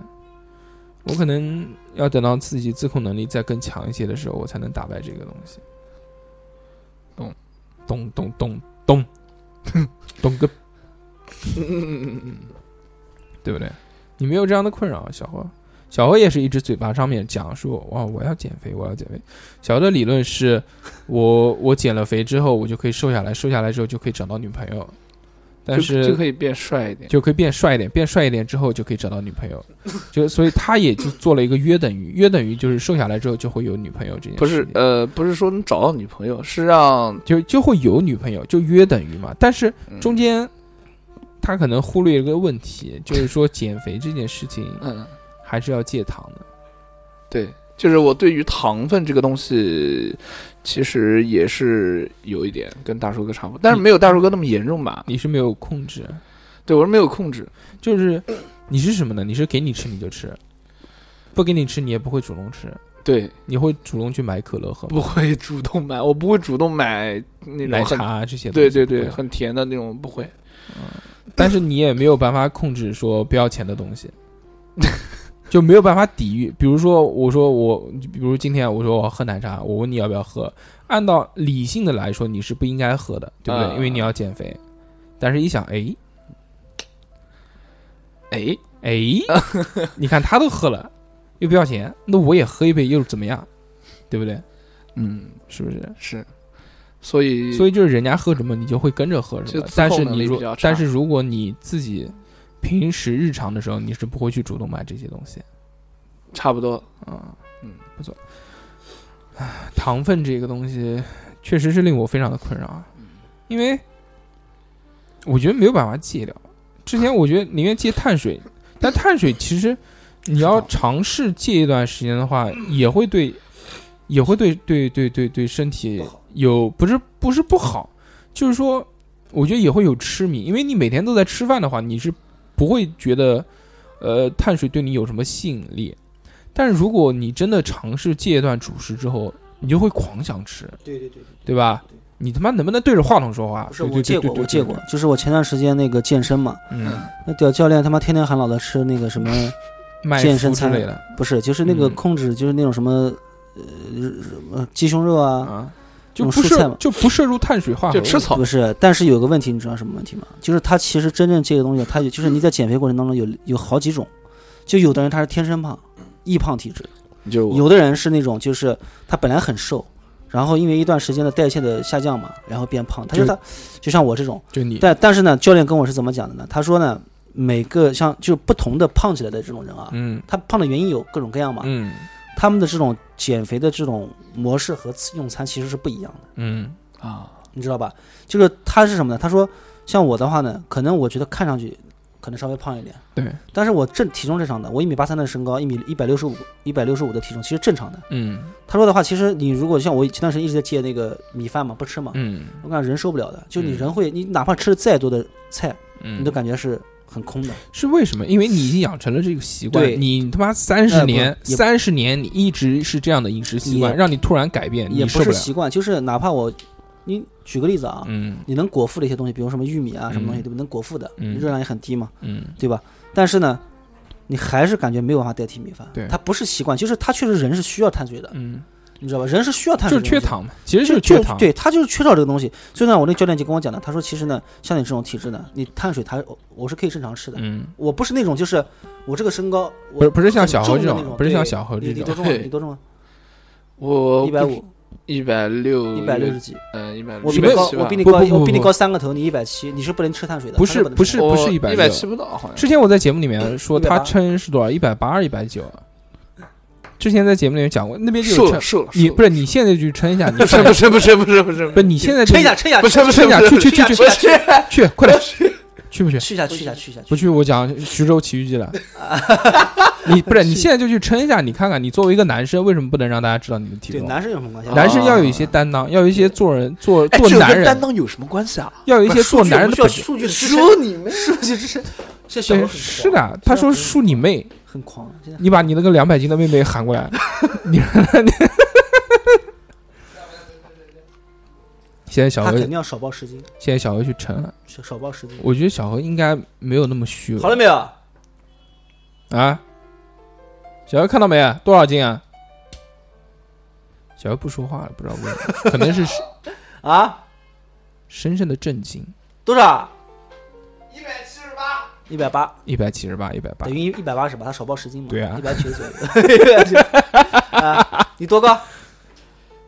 Speaker 2: 我可能要等到自己自控能力再更强一些的时候，我才能打败这个东西。
Speaker 5: 懂，
Speaker 2: 懂懂懂懂，懂
Speaker 5: <laughs>
Speaker 2: 个，对不对？你没有这样的困扰啊，小何。小何也是一直嘴巴上面讲说哇，我要减肥，我要减肥。小何的理论是，我我减了肥之后，我就可以瘦下来，瘦下来之后就可以找到女朋友，但
Speaker 5: 就是就可以变帅一点。
Speaker 2: 就可以变帅一点，变帅一点之后就可以找到女朋友，就所以他也就做了一个约等于，约等于就是瘦下来之后就会有女朋友这件事情，
Speaker 5: 不是呃，不是说能找到女朋友，是让
Speaker 2: 就就会有女朋友，就约等于嘛。但
Speaker 5: 嗯
Speaker 2: 是中
Speaker 5: 间
Speaker 2: 间他可能忽略一个问题，就是说减肥这件事情
Speaker 5: 嗯，
Speaker 2: 还是要戒糖的。
Speaker 5: 对，就是我对于糖分这个东西，其实也是有一点跟大叔哥差不多，但是
Speaker 2: 你
Speaker 5: 没有大叔哥那么严重吧？
Speaker 2: 你是没有控制，
Speaker 5: 对我是没有控制，
Speaker 2: 就是你是什么呢？你是给你吃你就吃，不给你吃你也不会主动吃，
Speaker 5: 对，
Speaker 2: 你会主动去买可乐喝吗
Speaker 5: 不会主动买，我不会主动买那种
Speaker 2: 奶
Speaker 5: 很
Speaker 2: 茶，啊这些东
Speaker 5: 对
Speaker 2: 西。
Speaker 5: 对对，
Speaker 2: 不会
Speaker 5: 很甜的那种不会。
Speaker 2: 但是你也没有办法控制说不要钱的东西，就没有办法抵御。比如说，我说我，比如今天我说我要喝奶茶，我问你要不要喝，按照理性的来说，你是不应该喝的，对不对？
Speaker 5: 啊
Speaker 2: 因为你要减肥。但是一想，哎
Speaker 5: 哎，
Speaker 2: 哎， <laughs> 你看他都喝了，又不要钱，那我也喝一杯又怎么样？对不对？
Speaker 5: 嗯，
Speaker 2: 是不是？
Speaker 5: 是，所以
Speaker 2: 所以就是人家喝什么，你就会跟着喝什
Speaker 5: 就
Speaker 2: 么
Speaker 5: 自。
Speaker 2: 但
Speaker 5: 控
Speaker 2: 是
Speaker 5: 能
Speaker 2: 你
Speaker 5: 力
Speaker 2: 如
Speaker 5: 比较差
Speaker 2: 但是如果你自己平时日常的时候，你是不会去主动买这些东西。
Speaker 5: 差不多。
Speaker 2: 啊，
Speaker 5: 嗯，
Speaker 2: 不错。唉糖分这个东西确实是令我非常的困扰，啊，
Speaker 5: 嗯
Speaker 2: 因为我觉得没有办法戒掉。之前我觉得宁愿戒碳水，
Speaker 4: <laughs>
Speaker 2: 但碳水其实你要尝试戒一段时间的话，也会对，也会对对对对对身体有不是不是不好，就是说我觉得也会有痴迷，因为你每天都在吃饭的话，你是不会觉得呃碳水对你有什么吸引力。但是如果你真的尝试戒一段主食之后，你就会狂想吃，
Speaker 4: 对对对，
Speaker 2: 对吧？你他妈能不能对着话筒说话？
Speaker 4: 不是
Speaker 2: 对
Speaker 4: 我戒过，我戒过，，就是我前段时间那个健身嘛，
Speaker 2: 对对对对嗯，
Speaker 4: 那屌教练他妈天天喊老子吃那个什么，
Speaker 2: 麦
Speaker 4: 健
Speaker 2: 麸
Speaker 4: 身
Speaker 2: 之
Speaker 4: 餐
Speaker 2: 类的
Speaker 4: 不是，就是那个
Speaker 2: 嗯
Speaker 4: 控制，就是那种什么，呃，什么鸡胸肉啊，
Speaker 2: 啊，就
Speaker 4: 那
Speaker 2: 不
Speaker 4: 种蔬菜
Speaker 2: 摄
Speaker 4: 嘛
Speaker 2: 就不摄入碳水化合
Speaker 5: 就
Speaker 2: 物，
Speaker 5: 吃草
Speaker 4: 不是。但是有个问题，你知道什么问题吗？就是他其实真正这个东西，他有就是你在减肥过程当中有有好几种，就有的人他是天生胖，易胖体质，
Speaker 2: 嗯
Speaker 5: 就是我
Speaker 4: 有的人是那种就是他本来很瘦，然后因为一段时间的代谢的下降嘛，然后变胖。他
Speaker 2: 就
Speaker 4: 说他就像我这种，
Speaker 2: 就你，
Speaker 4: 但但是呢，教练跟我是怎么讲的呢？他说呢，每个像就不同的胖起来的这种人啊，
Speaker 2: 嗯
Speaker 4: 他胖的原因有各种各样嘛，
Speaker 2: 嗯
Speaker 4: 他们的这种减肥的这种模式和吃用餐其实是不一样的，
Speaker 2: 嗯
Speaker 5: 啊，
Speaker 4: 你知道吧？就是他是什么呢？他说像我的话呢，可能我觉得看上去可能稍微胖一点，
Speaker 2: 对，
Speaker 4: 但是我正体重正常的，我一米八三的身高，一米一百六十五一百六十五的体重其实正常的。
Speaker 2: 嗯
Speaker 4: 他说的话，其实你如果像我前段时间一直在戒那个米饭嘛，不吃嘛，
Speaker 2: 嗯
Speaker 4: 我感觉人受不了的，就你
Speaker 2: 嗯
Speaker 4: 人会，你哪怕吃再多的菜，
Speaker 2: 嗯，
Speaker 4: 你都感觉是很空的。
Speaker 2: 是为什么？因为你已经养成了这个习惯
Speaker 4: 对，
Speaker 2: 你他妈三
Speaker 4: 呃
Speaker 2: 十
Speaker 4: 不
Speaker 2: 年，
Speaker 4: 也
Speaker 2: 三十年你一直是这样的饮食习惯，
Speaker 4: 也
Speaker 2: 让你突然改变，
Speaker 4: 也
Speaker 2: 你
Speaker 4: 不
Speaker 2: 受
Speaker 4: 是
Speaker 2: 了。
Speaker 4: 习惯，就是哪怕我，你举个例子啊，
Speaker 2: 嗯
Speaker 4: 你能果腹的一些东西，比如什么玉米啊，什么东西，
Speaker 2: 嗯
Speaker 4: 对不对？能果腹的，
Speaker 2: 嗯
Speaker 4: 热量也很低嘛，
Speaker 2: 嗯
Speaker 4: 对吧？但是呢，你还是感觉没有办法代替米饭
Speaker 2: 对，
Speaker 4: 它不是习惯，就是它确实人是需要碳水的，
Speaker 2: 嗯，
Speaker 4: 你知道吧？人是需要碳
Speaker 2: 就
Speaker 4: 水
Speaker 2: 是
Speaker 4: 的，
Speaker 2: 缺。糖嘛，其实
Speaker 4: 就是
Speaker 2: 缺
Speaker 4: 就是
Speaker 2: 糖。
Speaker 4: 对他就是缺少这个东西，所以呢，我那教练就跟我讲了，他说其实呢，像你这种体质呢，你碳水它我我是可以正常吃的，
Speaker 2: 嗯，
Speaker 4: 我不是那种就是我这个身高，
Speaker 2: 不
Speaker 4: 我
Speaker 2: 是不是像
Speaker 4: 很
Speaker 2: 小猴
Speaker 4: 重的
Speaker 2: 这
Speaker 4: 那
Speaker 2: 种，不是像
Speaker 4: 对
Speaker 2: 小猴
Speaker 4: 你
Speaker 2: 这
Speaker 4: 你多
Speaker 2: 种，
Speaker 4: 重啊？
Speaker 5: 对
Speaker 4: 你多重啊？
Speaker 5: 我
Speaker 4: 一百五，
Speaker 5: 一百六，
Speaker 4: 一百六十，几？
Speaker 5: 嗯，一百
Speaker 4: 我
Speaker 2: 你
Speaker 4: 比
Speaker 2: 没
Speaker 4: 你
Speaker 2: 有
Speaker 4: 高，我比你
Speaker 2: 不
Speaker 4: 高，
Speaker 2: 不不
Speaker 4: 我比你
Speaker 2: 不
Speaker 4: 高三个头，你一百七，你是不能吃碳水的。
Speaker 2: 不
Speaker 4: 他
Speaker 2: 是
Speaker 4: 能
Speaker 2: 不
Speaker 4: 吃
Speaker 2: 是
Speaker 4: 的
Speaker 2: 不是
Speaker 5: 一
Speaker 2: 160
Speaker 5: 百七不到，好像
Speaker 2: 之前我在节目里面说
Speaker 4: 180
Speaker 2: 他称是多少，一百八、一百九。啊之前在节目里面讲过，那边就
Speaker 5: 瘦
Speaker 2: 有
Speaker 5: 了
Speaker 2: 称，
Speaker 5: 瘦了，
Speaker 2: 你
Speaker 5: 瘦了
Speaker 2: 不是你现在去称一
Speaker 4: <laughs>
Speaker 2: 下，你
Speaker 5: 不是不是不是不是不是
Speaker 2: 不是你现在就
Speaker 4: 撑一下，撑一下，
Speaker 5: 不是不是
Speaker 2: 称一下，
Speaker 5: 不
Speaker 2: 去
Speaker 5: 是
Speaker 2: 去去
Speaker 4: 不
Speaker 2: 去
Speaker 4: 是
Speaker 5: 去
Speaker 2: 去，快点去不去？
Speaker 4: 去一下，去一下，去一下，
Speaker 2: 不
Speaker 4: 去
Speaker 2: 去，我讲徐州奇遇记了。你不是你现在就去称一下，你看看你作为一个男生，为什么不能让大家知道你的
Speaker 4: 一下。
Speaker 2: 体
Speaker 4: 对，
Speaker 2: 重？
Speaker 4: 男生有什么关系？
Speaker 5: 啊
Speaker 2: 男生要有一些担当，要有一些做人做
Speaker 5: 哎，
Speaker 2: 做
Speaker 5: 这
Speaker 2: 男
Speaker 5: 跟担
Speaker 2: 人，
Speaker 5: 当有什么关系啊？
Speaker 2: 要有一些
Speaker 4: 数
Speaker 2: 做
Speaker 4: 据
Speaker 2: 男人
Speaker 4: 我们
Speaker 2: 的
Speaker 4: 需要
Speaker 2: 本质。
Speaker 4: 数据支撑，
Speaker 5: 说你们
Speaker 4: 数据支撑。现在小
Speaker 2: 对，
Speaker 4: 猴很
Speaker 2: 是
Speaker 4: 狂，
Speaker 2: 的，他说恕你妹，
Speaker 4: 很狂。现在
Speaker 2: 你把你那个两百斤的妹妹喊过来，你让她你。现在小
Speaker 4: 他
Speaker 2: 何
Speaker 4: 肯，定要少报十斤，
Speaker 2: 现在小何去称了，
Speaker 4: 少少报十斤。
Speaker 2: 我觉得小何应该没有那么虚
Speaker 4: 好
Speaker 2: 了
Speaker 4: 了没有？
Speaker 2: 啊。小何看到没？多少斤啊？小何不说话了，不知道为什么，可能是 <laughs>
Speaker 4: 啊，
Speaker 2: 深深的震惊。
Speaker 4: 多少？一百七十八。
Speaker 2: 一百七十八，一百
Speaker 4: 一百八
Speaker 2: 八
Speaker 4: 等，于一百八十吧？他少报十斤嘛？
Speaker 2: 对啊
Speaker 4: 一百九十
Speaker 2: <laughs>
Speaker 4: 九。啊，你多高？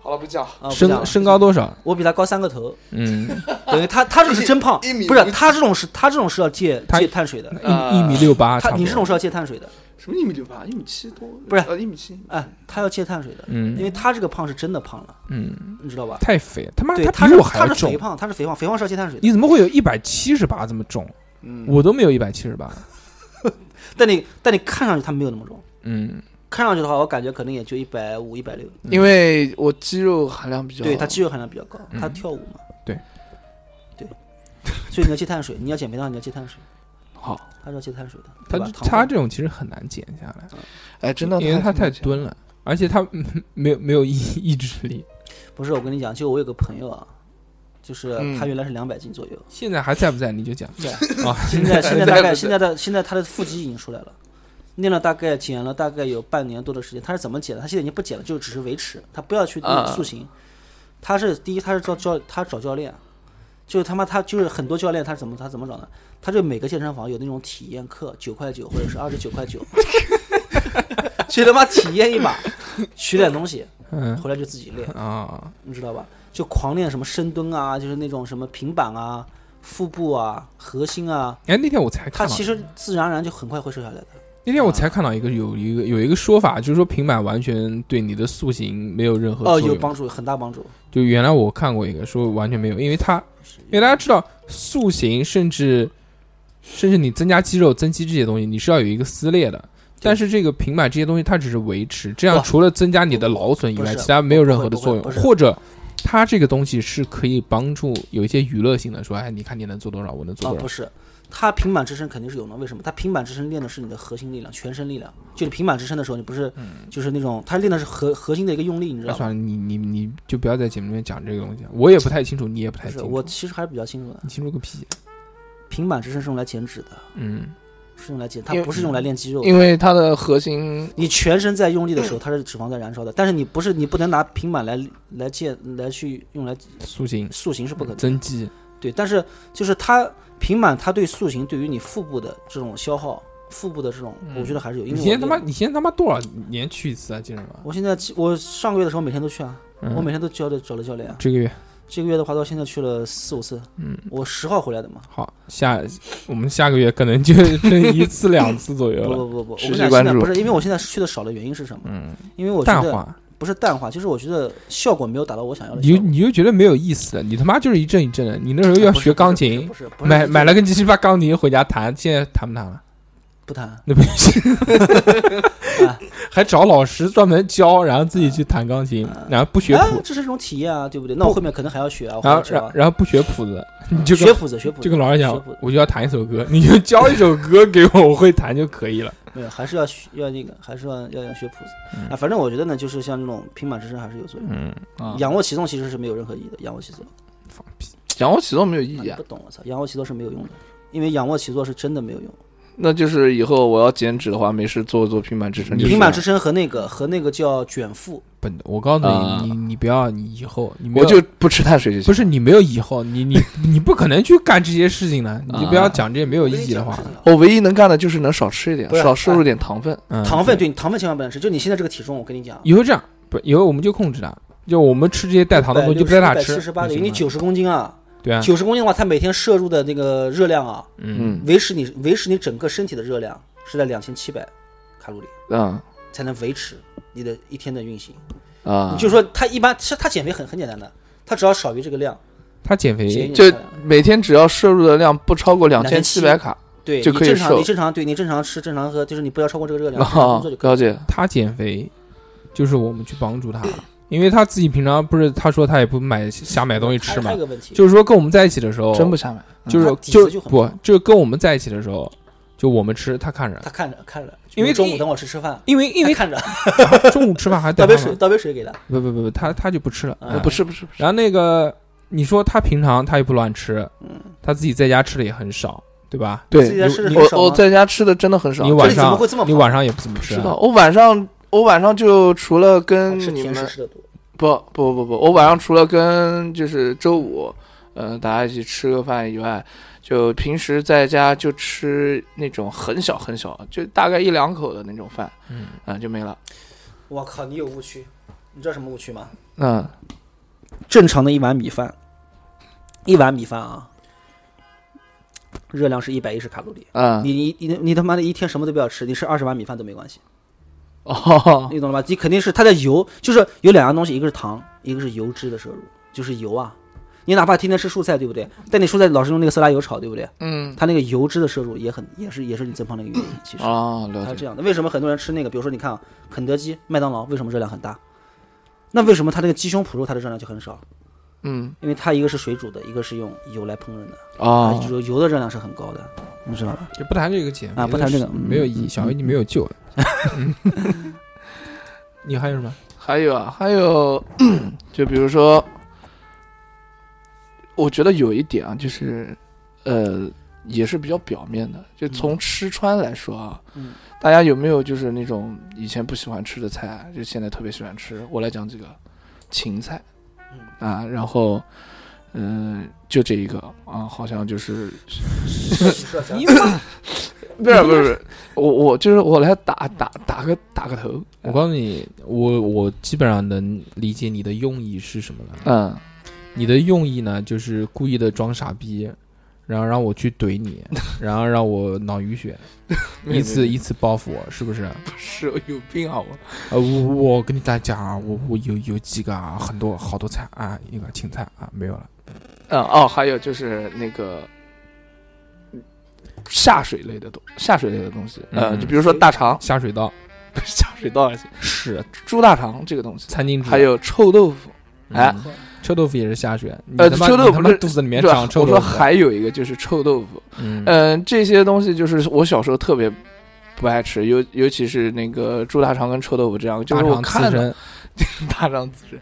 Speaker 5: 好了，不讲了，
Speaker 4: 啊，不讲
Speaker 2: 身
Speaker 4: 了
Speaker 2: 身高，多少？
Speaker 4: 我比他高三个头。
Speaker 2: 嗯，
Speaker 4: 等于他他这个是真胖，
Speaker 5: 一米
Speaker 4: 不是他这种是他这种是要戒
Speaker 2: 他
Speaker 4: 戒碳水的，
Speaker 2: <laughs> 一一米六八，
Speaker 4: 呃他
Speaker 2: 差
Speaker 4: 你
Speaker 2: 不
Speaker 4: 这种
Speaker 2: 多。
Speaker 4: 是要戒碳水的，
Speaker 5: 什么一米六八，一米七多，
Speaker 4: 不是
Speaker 5: 呃一米七，
Speaker 4: 哎，他要戒碳水的，因
Speaker 2: 嗯
Speaker 4: 为他这个胖是真的胖了，
Speaker 2: 嗯，
Speaker 4: 你知道吧？
Speaker 2: 太肥，他妈
Speaker 4: 对，他
Speaker 2: 比
Speaker 4: 是
Speaker 2: 我
Speaker 4: 他
Speaker 2: 还
Speaker 4: 是
Speaker 2: 重
Speaker 4: 肥。胖，他是肥胖，肥胖是要戒碳水的。
Speaker 2: 你怎么会有一百七十八这么重？
Speaker 5: 嗯，
Speaker 2: 我都没有一百七十八。
Speaker 4: 但你但你看上去他没有那么重，
Speaker 2: 嗯，
Speaker 4: 看上去的话，我感觉可能也就一百五、一百六，
Speaker 5: 因为我肌肉含量比较，
Speaker 4: 对他肌肉含量比较高，
Speaker 2: 嗯
Speaker 4: 他跳舞嘛，
Speaker 2: 对，
Speaker 4: 对，所以你要戒碳水，你要减肥的话你要戒碳水，
Speaker 5: 好，
Speaker 4: 他是要戒碳水的，
Speaker 2: 他
Speaker 4: 对吧？糖
Speaker 2: 他
Speaker 4: 分
Speaker 2: 这种其实很难减下来，
Speaker 5: 哎，真的，
Speaker 2: 因为他太
Speaker 5: 多，
Speaker 2: 蹲了，而且他 <laughs> 嗯没有没有意意志力，
Speaker 4: 不是我跟你讲，就我有个朋友啊，就是
Speaker 5: 嗯
Speaker 4: 他原来是两百斤左右，
Speaker 2: 现在还在不在你就讲
Speaker 4: 对。
Speaker 2: <laughs> 啊。
Speaker 4: 现在
Speaker 5: <laughs>
Speaker 4: 现在
Speaker 5: 在
Speaker 4: 大概
Speaker 5: 不
Speaker 4: 现在的现在他的腹肌已经出来了，练了大概减了大概有半年多的时间。他是怎么减的？他现在已经不减了，就只是维持，他不要去
Speaker 5: 啊
Speaker 4: 那种塑形。他是第一，他是找教他找教练，就是他妈他就是很多教练他是怎么他怎么找的？他就每个健身房有那种体验课，九块九或者是二十九块九， <laughs> 去他妈体验一把，学点东西，
Speaker 2: 嗯
Speaker 4: 回来就自己练。
Speaker 2: <laughs> 啊，
Speaker 4: 你知道吧？就狂练什么深蹲啊，就是那种什么平板啊、腹部啊、核心啊，
Speaker 2: 哎，那天我才
Speaker 4: 他
Speaker 2: 看到
Speaker 4: 其，实嗯自然而然就很快会瘦下来的。
Speaker 2: 那天我才看到一个有一个有一个说法，就是说平板完全对你的塑形没有任何
Speaker 4: 哦，
Speaker 2: 作
Speaker 4: 有
Speaker 2: 用。
Speaker 4: 帮助，很大帮助。
Speaker 2: 就原来我看过一个说完全没有，因为它，因为大家知道塑形，甚至甚至你增加肌肉、增肌这些东西，你是要有一个撕裂的。但是这个平板这些东西它只是维持，这样
Speaker 4: 哇
Speaker 2: 除了增加你的劳损以外，
Speaker 4: 不是
Speaker 2: 其他没有任何的作用。
Speaker 4: 不会不会
Speaker 2: 或者它这个东西是可以帮助有一些娱乐性的，说哎，你看你能做多少，我能做
Speaker 4: 哦，
Speaker 2: 多
Speaker 4: 不
Speaker 2: 少。
Speaker 4: 是，他平板支撑肯定是有的。为什么？他平板支撑练的是你的核心力量、全身力量。就你平板支撑的时候，你不是就是那种，他练的是核核心的一个用力，你知
Speaker 2: 那
Speaker 4: 道
Speaker 2: 算
Speaker 4: 吗？
Speaker 2: 了，你你你就不要在节目里面讲这个东西，我也不太清楚，你也不
Speaker 4: 不
Speaker 2: 太清
Speaker 4: 是，
Speaker 2: 楚。
Speaker 4: 我其实还是比较清楚的。
Speaker 2: 你清楚个屁！啊
Speaker 4: 平板支撑是用来减脂的，
Speaker 2: 嗯，
Speaker 4: 是用来减，它
Speaker 5: 因为
Speaker 4: 不是用来练肌肉的。
Speaker 5: 因为它的核心
Speaker 4: 你全身在用力的时候，它是脂肪在燃烧的，但是你不是你不能拿平板来来建来去用来
Speaker 2: 塑形、
Speaker 4: 塑形是不可能的。
Speaker 2: 增肌，
Speaker 4: 对，但是就是它平板，它对塑形对于你腹部的这种消耗，腹部的这种，我觉得还是有。因
Speaker 2: 嗯你
Speaker 4: 为
Speaker 2: 现在他
Speaker 4: 我
Speaker 2: 妈
Speaker 4: 练
Speaker 2: 你现在他妈多少年去一次啊？健身房？
Speaker 4: 我现在我上个月的时候每天都去啊，
Speaker 2: 嗯，
Speaker 4: 我每天都交的找了教练啊。
Speaker 2: 这个月，
Speaker 4: 这个月的话，到现在去了四五次。
Speaker 2: 嗯，
Speaker 4: 我十号回来的嘛。
Speaker 2: 好，下我们下个月可能就 <laughs> 这一次两次左右
Speaker 4: 不
Speaker 2: 了。
Speaker 4: 不不不，我
Speaker 5: 持
Speaker 4: 跟你
Speaker 5: 续
Speaker 4: 讲，
Speaker 5: 关
Speaker 4: 现在不
Speaker 5: 注
Speaker 4: 是因为我现在去的少的原因是什么？
Speaker 2: 嗯，
Speaker 4: 因为我觉
Speaker 2: 淡
Speaker 4: 得啊
Speaker 2: 化，
Speaker 4: 不是淡化，就是我觉得效果没有达到我想要的
Speaker 2: 你
Speaker 4: 效
Speaker 2: 就
Speaker 4: 果。
Speaker 2: 你就觉得没有意思了。你他妈就是一阵一阵的。你那时候
Speaker 4: 哎不
Speaker 2: 要
Speaker 4: 是
Speaker 2: 学钢琴
Speaker 4: 不，是不是不是
Speaker 2: 买买了
Speaker 4: 个
Speaker 2: 个七七八钢琴回家弹，现在弹不弹了？
Speaker 4: 不谈，
Speaker 2: 那不行，
Speaker 4: <laughs>
Speaker 2: 还找老师专门教，然后自己去弹钢琴，然后不学
Speaker 4: 啊，
Speaker 2: 谱，
Speaker 4: 这是一种体验啊，对不对？那我后面可能还要学啊，我还
Speaker 2: 然后
Speaker 4: 要学
Speaker 2: 然后
Speaker 4: 啊。
Speaker 2: 然后不学谱子，你就跟
Speaker 4: 学谱子，学谱子，
Speaker 2: 就跟老师讲
Speaker 4: 学谱子，
Speaker 2: 我就要弹一首歌，你就教一首歌给我，我会弹就可以了。
Speaker 4: 没有，还是要学要那个，还是要要要学谱子
Speaker 2: 嗯
Speaker 4: 啊。反正我觉得呢，就是像这种平板支撑还是有作用。
Speaker 2: 嗯，
Speaker 5: 啊，
Speaker 4: 仰卧起坐其实是没有任何意义的，仰卧起坐，
Speaker 2: 放屁，
Speaker 5: 仰卧起坐没有意
Speaker 4: 啊
Speaker 5: 义
Speaker 4: 你
Speaker 5: 啊
Speaker 4: 不，懂我操，仰卧起坐是没有用的，因为仰卧起坐是真的没有用。
Speaker 5: 那就是以后我要减脂的话，没事做做平板支撑就
Speaker 2: 你
Speaker 5: 是了。
Speaker 4: 平板支撑和那个和那个叫卷腹，
Speaker 2: 笨的！我告诉
Speaker 5: 啊
Speaker 2: 你，你你不要，你以后你没有
Speaker 5: 我就不吃碳水就行
Speaker 2: 不。是你没有以后，你 <laughs> 你你不可能去干这些事情的，你就不要讲这些没有
Speaker 4: 啊我
Speaker 2: 意义的话。
Speaker 5: 我唯一能干的就是能少吃一点
Speaker 4: 不，是
Speaker 5: 少摄入点糖分。
Speaker 2: 嗯，
Speaker 4: 糖分对你糖分千万不能吃，就你现在这个体重，我跟你讲，
Speaker 2: 以后这样不，以后我们就控制它，就我们吃这些带糖的东西就不带它吃
Speaker 4: 七十八，
Speaker 2: 就
Speaker 4: 个，
Speaker 2: 行
Speaker 4: 你
Speaker 2: 了
Speaker 4: 九十公斤啊，
Speaker 2: 对啊，
Speaker 4: 九十公斤的话，它每天摄入的那个热量啊，
Speaker 2: 嗯，
Speaker 5: 嗯
Speaker 4: 维持你维持你整个身体的热量是在两千七百卡路里
Speaker 5: 啊
Speaker 4: 才能维持你的一天的运行。
Speaker 5: 啊
Speaker 4: 你，就说他一般，其实他减肥很很简单的，他只要少于这个量，
Speaker 2: 他减
Speaker 4: 节
Speaker 2: 肥
Speaker 4: 约
Speaker 5: 就每天只要摄入的量不超过两千七百
Speaker 4: 2700
Speaker 5: 卡。
Speaker 4: 对
Speaker 5: 就可以
Speaker 4: 你正常
Speaker 5: 瘦
Speaker 4: 你正常对你正常吃正常喝，就是你不要超过这个
Speaker 5: <laughs>
Speaker 4: 热量，正常
Speaker 5: 啊
Speaker 4: 工作就，可以。
Speaker 5: 了解。
Speaker 2: 他减肥就是我们去帮助他，因为他自己平常不是他说他也不买瞎买东西吃
Speaker 4: 还
Speaker 2: 嘛
Speaker 4: 还有，个问题，
Speaker 2: 就是说跟我们在一起的时
Speaker 4: 哦
Speaker 2: 候，
Speaker 5: 真不瞎买，
Speaker 2: 就是
Speaker 4: 嗯他底
Speaker 2: 就
Speaker 4: 子就很
Speaker 2: 不
Speaker 4: 棒
Speaker 2: 就是跟我们在一起的时候，就我们吃他看着，
Speaker 4: 他看着看着，
Speaker 2: 因为
Speaker 4: 中
Speaker 2: 一
Speaker 4: 午等我吃吃饭，
Speaker 2: 因为因为
Speaker 4: 他看着
Speaker 2: 中午吃饭还带
Speaker 4: 倒杯
Speaker 2: 他
Speaker 4: 水
Speaker 2: 嘛
Speaker 4: 倒杯水给他，
Speaker 2: 不不不不，他他就不吃了，
Speaker 4: 嗯
Speaker 5: 呃不是不是不是，
Speaker 2: 然后那个你说他平常他也不乱吃，
Speaker 4: 嗯
Speaker 2: 他自己在家吃的也很少，对吧？
Speaker 5: 对
Speaker 4: 自己在吃的
Speaker 2: 你
Speaker 4: 很少
Speaker 5: 我我
Speaker 4: 吗
Speaker 5: 在家吃的真的很少，
Speaker 2: 你
Speaker 4: 啊这
Speaker 2: 晚
Speaker 4: 里怎
Speaker 2: 上
Speaker 4: 么会这么
Speaker 2: 你
Speaker 4: 胖
Speaker 2: 晚上也不怎么吃
Speaker 5: 知
Speaker 2: 啊，
Speaker 5: 道，我晚上我晚上就除了跟
Speaker 4: 吃
Speaker 5: 嗯你
Speaker 4: 甜食
Speaker 5: 们
Speaker 4: 吃的多，
Speaker 5: 不不不不，我晚上除了跟就是周五，嗯、大家一起吃个饭以外，就平时在家就吃那种很小很小，就大概一两口的那种饭，
Speaker 2: 嗯
Speaker 5: 啊、就没了。
Speaker 4: 我靠，你有误区，你知道什么误区吗？
Speaker 5: 嗯，
Speaker 4: 正常的一碗米饭，一碗米饭啊，热量是一百一十卡路里。
Speaker 5: 嗯，
Speaker 4: 你你你你他妈的一天什么都不要吃，你吃二十碗米饭都没关系，
Speaker 5: 哦，
Speaker 4: 你懂了吧？你肯定是它的油，就是有两样东西，一个是糖，一个是油脂的摄入，就是油啊。你哪怕天天吃蔬菜，对不对？但你蔬菜老是用那个色拉油炒，对不对？
Speaker 5: 嗯，
Speaker 4: 它那个油脂的摄入也很，也是也是你增胖的一个原因。其实
Speaker 5: 哦，
Speaker 4: 它
Speaker 5: 了
Speaker 4: 是这
Speaker 5: 解，
Speaker 4: 样的。为什么很多人吃那个？比如说你看啊，肯德基、麦当劳为什么热量很大？那为什么它那个鸡胸脯肉它的热量就很少？
Speaker 5: 嗯，
Speaker 4: 因为它一个是水煮的，一个是用油来烹饪的，它
Speaker 5: 哦，
Speaker 4: 就是油的热量是很高的，你知道吧？
Speaker 2: 就不谈这个减肥
Speaker 4: 啊不谈这个
Speaker 2: 的事
Speaker 4: 嗯
Speaker 2: 没有意义，
Speaker 4: 嗯
Speaker 2: 小鱼你没有
Speaker 4: <laughs>
Speaker 2: 救了。你还有什么？
Speaker 5: 还有啊，还有， <clears throat> 就比如说，我觉得有一点啊，就是，呃，也是比较表面的，就从吃穿来说啊，
Speaker 4: 嗯
Speaker 5: 大家有没有就是那种以前不喜欢吃的菜，啊就现在特别喜欢吃？我来讲几个，芹菜，啊，然后，嗯、就这一个啊，好像就是不是不是不是，我我就是我来打打打个打个头，
Speaker 4: 呃
Speaker 2: 我告诉你，我我基本上能理解你的用意是什么了。
Speaker 5: 嗯，
Speaker 2: 你的用意呢，就是故意的装傻逼，然后让我去怼
Speaker 5: <laughs>
Speaker 2: 你，然后让我脑淤血，
Speaker 5: 没有
Speaker 2: 一次
Speaker 5: 没有
Speaker 2: 一次报复我，是不是？
Speaker 5: 是我有病啊我。
Speaker 2: 呃，我我跟你大家讲啊，我我有有几个啊，很多好多菜啊，一个青菜啊，没有了。
Speaker 5: 嗯哦，还有就是那个下水类的东下水类的东西，呃，
Speaker 2: 嗯
Speaker 5: 就比如说
Speaker 2: <laughs>
Speaker 5: 大肠、
Speaker 2: 下水道
Speaker 5: 下水道、
Speaker 2: 是
Speaker 5: 猪大肠这个东西，
Speaker 2: 餐巾纸，
Speaker 5: 还有臭豆腐。
Speaker 2: 嗯
Speaker 5: 哎，
Speaker 2: 臭豆腐也是下水。你
Speaker 5: 呃
Speaker 2: 他妈
Speaker 5: 臭豆腐
Speaker 2: 你他妈
Speaker 5: 是
Speaker 2: 肚子里面
Speaker 5: 对吧
Speaker 2: 长？臭
Speaker 5: 我
Speaker 2: 豆
Speaker 5: 说
Speaker 2: 腐，
Speaker 5: 还有一个就是臭豆腐，
Speaker 2: 嗯
Speaker 5: 嗯、这些东西就是我小时候特别不爱吃，尤尤其是那个猪大肠跟臭豆腐这样，就
Speaker 2: 大
Speaker 5: 是我
Speaker 2: 肠刺
Speaker 5: 看到 <laughs>
Speaker 2: 身、
Speaker 5: 大肠自身，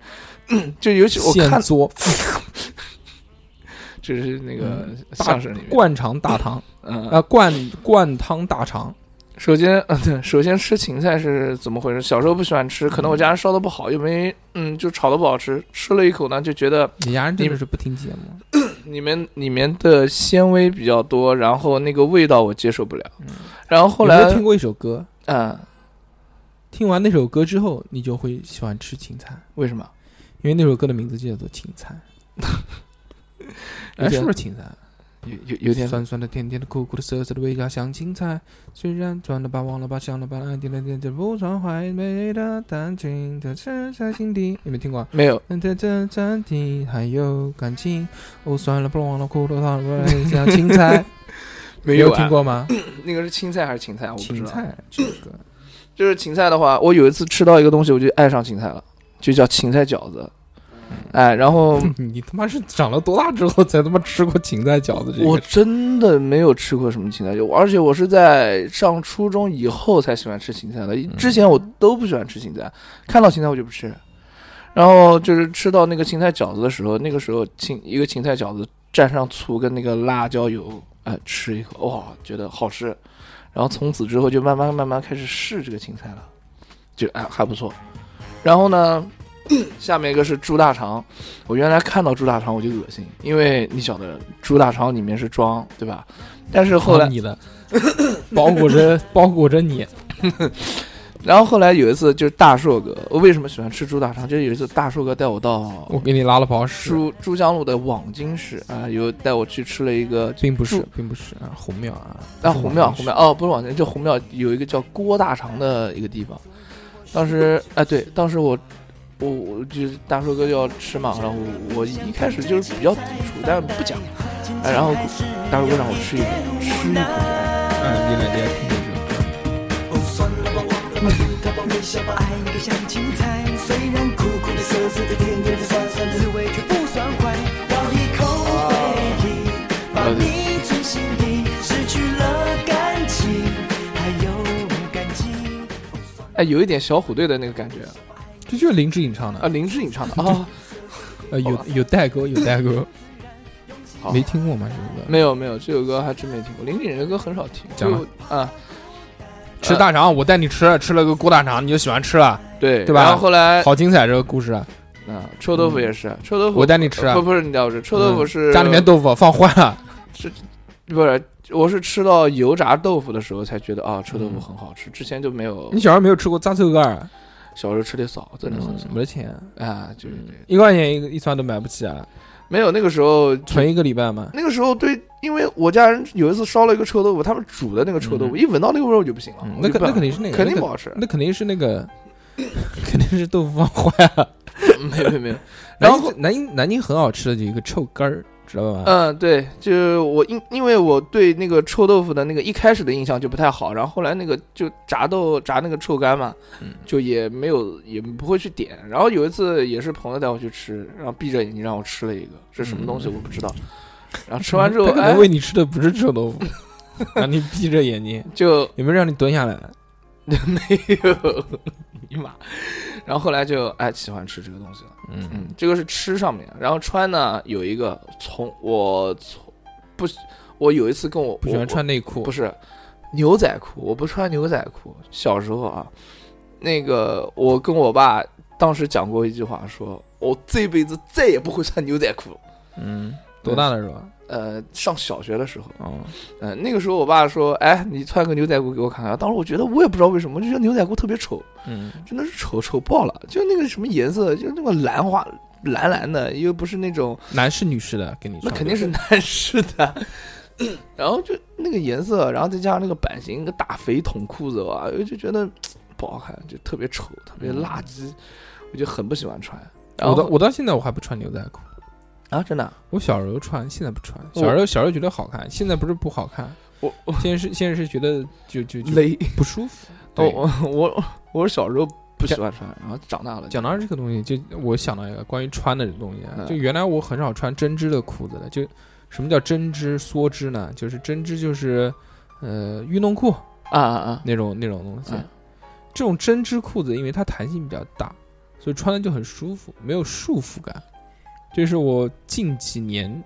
Speaker 5: 嗯就尤其我
Speaker 2: 现
Speaker 5: 看嗯
Speaker 2: 嘬、
Speaker 5: 就是那个
Speaker 2: 嗯
Speaker 5: 相声里面，
Speaker 2: 灌肠大
Speaker 5: <laughs>
Speaker 2: 肠
Speaker 5: 嗯
Speaker 2: 啊，灌灌汤大肠，
Speaker 5: 首先，嗯，对，首先吃芹菜是怎么回事？小时候不喜欢吃，可能我
Speaker 2: 嗯
Speaker 5: 家人烧的不好，又没，嗯，就炒的不好吃，吃了一口呢，就觉得
Speaker 2: 你家人真的
Speaker 5: 你
Speaker 2: 是不听节目。
Speaker 5: 里面里面的纤维比较多，然后那个味道我接受不了。
Speaker 2: 嗯
Speaker 5: 然后后
Speaker 2: 有
Speaker 5: 来
Speaker 2: 没有，听过一首歌？
Speaker 5: 嗯，
Speaker 2: 听完那首歌之后，你就会喜欢吃芹菜。
Speaker 5: 为什么？
Speaker 2: 因为那首歌的名字就叫做《芹菜》， <laughs> 哎，是不是芹菜？
Speaker 5: 有有有点
Speaker 2: 酸酸的、甜甜的、苦苦的、涩涩的味道像芹菜。虽然转了吧、忘了吧、想了吧，爱点了点点不传怀，美的淡情的吃在心底。你没听过啊？
Speaker 5: 没有，
Speaker 2: 嗯，这这暂停，还有感情。哦，算了，不忘了，苦了，忘了，像芹 <laughs> 菜。
Speaker 5: 没
Speaker 2: 有
Speaker 5: 啊
Speaker 2: 听过吗？
Speaker 5: 那个是青菜还是芹菜啊？我不知
Speaker 2: 芹
Speaker 5: 道。
Speaker 2: 菜这个歌， <laughs>
Speaker 5: 就是芹菜的话，我有一次吃到一个东西，我就爱上芹菜了，就叫芹菜饺子。
Speaker 2: 嗯
Speaker 5: 哎，然后
Speaker 2: 你他妈是长了多大之后才他妈吃过芹菜饺子这
Speaker 5: 我
Speaker 2: 个？
Speaker 5: 真的没有吃过什么芹菜饺子，而且我是在上初中以后才喜欢吃芹菜的，
Speaker 2: 嗯
Speaker 5: 之前我都不喜欢吃芹菜，看到芹菜我就不吃。然后就是吃到那个芹菜饺子的时候，那个时候芹一个芹菜饺子蘸上醋跟那个辣椒油，哎、吃一口，哇，觉得好吃。然后从此之后就慢慢慢慢开始试这个芹菜了，就哎还不错。然后呢，下面一个是猪大肠，我原来看到猪大肠我就恶心，因为你晓得猪大肠里面是装对吧？但是后来
Speaker 2: 你了， <coughs> 包裹着包裹着你，
Speaker 5: 然后后来有一次就是大硕哥，我为什么喜欢吃猪大肠？就是有一次大硕哥带我到
Speaker 2: 我给你拉了泡屎，
Speaker 5: 珠珠江路的网津市啊、有带我去吃了一个
Speaker 2: 并不是
Speaker 5: 猪，
Speaker 2: 并不是啊，红庙啊，
Speaker 5: 啊红庙红
Speaker 2: 红
Speaker 5: 庙哦不是网津，就红庙有一个叫郭大肠的一个地方。当时哎对，当时我我我就是大硕哥要吃嘛，然后我我一开始就是比较抵触，但不讲，哎然后大硕哥让我吃一口，吃一口就爱上了。
Speaker 2: 嗯，你来你来听听这个，
Speaker 1: 爱个像芹菜，虽然苦苦的、涩涩的、甜甜的、酸酸的，滋味却不酸坏。咬一口回忆，把你存心底，失去了感情，还有感激。
Speaker 5: 哎，有一点小虎队的那个感觉
Speaker 2: 这就是林志颖唱
Speaker 5: 啊，哦
Speaker 2: 的，
Speaker 5: 林志颖唱的啊，
Speaker 2: 呃，
Speaker 5: 好
Speaker 2: 有
Speaker 5: 吧
Speaker 2: 有代
Speaker 5: <laughs>
Speaker 2: 沟，有代沟，
Speaker 5: 好
Speaker 2: 没听过吗？这首歌？
Speaker 5: 没有没有，这首歌还真没听过。林志颖的歌很少听，
Speaker 2: 讲吧
Speaker 5: 就啊，呃
Speaker 2: 吃大肠，我带你吃，吃了个锅大肠，你就喜欢吃了，
Speaker 5: 对
Speaker 2: 对吧
Speaker 5: 然后后来
Speaker 2: 好精彩这个故事啊！
Speaker 5: 啊，臭豆腐也是，臭豆腐
Speaker 2: 嗯我带你吃啊
Speaker 5: 呃
Speaker 2: 嗯
Speaker 5: 不，不是你带我吃，臭豆腐是
Speaker 2: 家里面豆腐放坏了，
Speaker 5: 不是，我是吃到油炸豆腐的时候才觉得啊，臭豆腐很好吃，之前就没有
Speaker 2: 嗯你。小时候没有吃过炸臭干儿？
Speaker 5: 小时候吃的少，真的很少
Speaker 2: 嗯没钱，
Speaker 5: 啊，就是这样
Speaker 2: 一块钱一个一串都买不起啊，
Speaker 5: 没有那个时候。
Speaker 2: 存一个礼拜嘛。
Speaker 5: 那个时候对，因为我家人有一次烧了一个臭豆腐，他们煮的那个臭豆腐，一闻到那个味儿我就不行了
Speaker 2: 嗯，
Speaker 5: 我
Speaker 2: 那
Speaker 5: 就
Speaker 2: 肯
Speaker 5: 不
Speaker 2: 那肯
Speaker 5: 想
Speaker 2: 定是那个，
Speaker 5: 肯定
Speaker 2: 那
Speaker 5: 不
Speaker 2: 肯
Speaker 5: 好吃， <laughs>
Speaker 2: 那肯定 <laughs> 是那个，肯定是豆腐放坏了。
Speaker 5: 没有没有没有。
Speaker 2: 然
Speaker 5: <laughs> 然
Speaker 2: 后
Speaker 5: 后
Speaker 2: 南京南京很好吃的有一个臭干儿，知道吧？
Speaker 5: 嗯，对，就是我因因为我对那个臭豆腐的那个一开始的印象就不太好，然后后来那个就炸豆炸那个臭干嘛，
Speaker 2: 嗯
Speaker 5: 就也没有也不会去点。然后有一次也是朋友带我去吃，然后闭着眼睛让我吃了一个，是什么东西我不知道。然后吃完之后，
Speaker 2: 嗯他可
Speaker 5: 哎
Speaker 2: 能，喂你吃的不是臭
Speaker 5: <laughs>
Speaker 2: 豆腐，让你闭着眼睛，
Speaker 5: 就
Speaker 2: 有没有让你蹲下来？
Speaker 5: 没有，尼玛。哎然后后来就哎喜欢吃这个东西了。
Speaker 2: 嗯
Speaker 5: 嗯，这个是吃上面，然后穿呢有一个从我从不我有一次跟我
Speaker 2: 不喜
Speaker 5: 我
Speaker 2: 欢穿内裤
Speaker 5: 不，是牛仔裤，我不穿牛仔裤。小时候啊，那个我跟我爸当时讲过一句话说，我这辈子再也不会穿牛仔裤。
Speaker 2: 嗯，多大的时候啊？
Speaker 5: 呃，上小学的时候，
Speaker 2: 哦，
Speaker 5: 嗯、那个时候我爸说，哎，你穿个牛仔裤给我看看。当时我觉得我也不知道为什么，就觉得牛仔裤特别丑，
Speaker 2: 嗯，
Speaker 5: 真的是丑丑爆了，就那个什么颜色，就是那个蓝花蓝蓝的，又不是那种
Speaker 2: 男士女士的给你穿
Speaker 5: 那
Speaker 2: 的，
Speaker 5: 肯定是男士的。然后就那个颜色，然后再加上那个版型，一个大肥筒裤子哇，我就觉得不好看，就特别丑，特别垃圾，我就很不喜欢穿。
Speaker 2: 嗯
Speaker 5: 然
Speaker 2: 我
Speaker 5: 后
Speaker 2: 到我到现在我还不穿牛仔裤，
Speaker 5: 啊，真的啊，
Speaker 2: 我小时候穿，现在不穿。
Speaker 5: 我
Speaker 2: 小时候小时候觉得好看，现在不是不好看，
Speaker 5: 我我
Speaker 2: 现在是现在是觉得就就就
Speaker 5: 雷，
Speaker 2: 不舒服。
Speaker 5: 我
Speaker 2: 对，
Speaker 5: 我我我是小时候不喜欢穿，然后长大了
Speaker 2: 讲到这个东西，就我想到一个关于穿的东西啊，
Speaker 5: 嗯
Speaker 2: 就原来我很少穿针织的裤子的，就什么叫针织梭织呢？就是针织就是呃运动裤
Speaker 5: 啊啊啊，
Speaker 2: 那种那种东西
Speaker 5: 嗯。
Speaker 2: 这种针织裤子，因为它弹性比较大，所以穿的就很舒服，没有束缚感。这是我近几年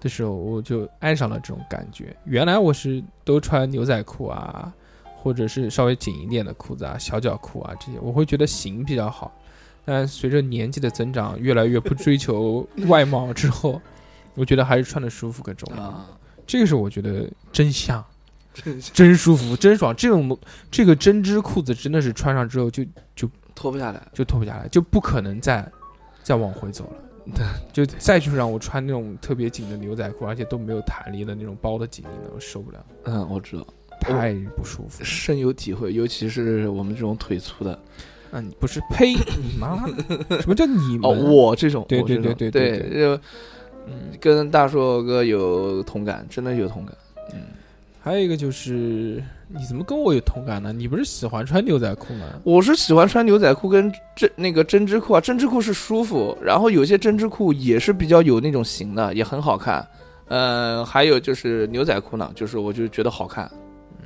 Speaker 2: 的时候，我就爱上了这种感觉。原来我是都穿牛仔裤啊，或者是稍微紧一点的裤子啊、小脚裤啊这些，我会觉得型比较好。但随着年纪的增长，越来越不追求外貌之后，我觉得还是穿的舒服更重要。
Speaker 5: 啊
Speaker 2: 这个是我觉得真香，真舒服，真爽。这种这个针织裤子真的是穿上之后就
Speaker 5: 脱不下来，
Speaker 2: 就脱不下来，就不可能再再往回走了，就再去让我穿那种特别紧的牛仔裤，而且都没有弹力的那种包的紧紧的，我受不了，
Speaker 5: 嗯，我知道，
Speaker 2: 太不舒服。
Speaker 5: 深有体会，尤其是我们这种腿粗的。
Speaker 2: 那你不是呸你妈？
Speaker 5: <laughs>
Speaker 2: 什么叫你们？
Speaker 5: 哦，我这种，
Speaker 2: 对
Speaker 5: 我这
Speaker 2: 对
Speaker 5: 种
Speaker 2: 对对
Speaker 5: 对
Speaker 2: 对
Speaker 5: 就嗯，跟大硕哥有同感，真的有同感。嗯，
Speaker 2: 还有一个就是，你怎么跟我有同感呢？你不是喜欢穿牛仔裤吗？
Speaker 5: 我是喜欢穿牛仔裤跟针那个针织裤啊，针织裤是舒服，然后有些针织裤也是比较有那种型的，也很好看。嗯，还有就是牛仔裤呢，就是我就觉得好看，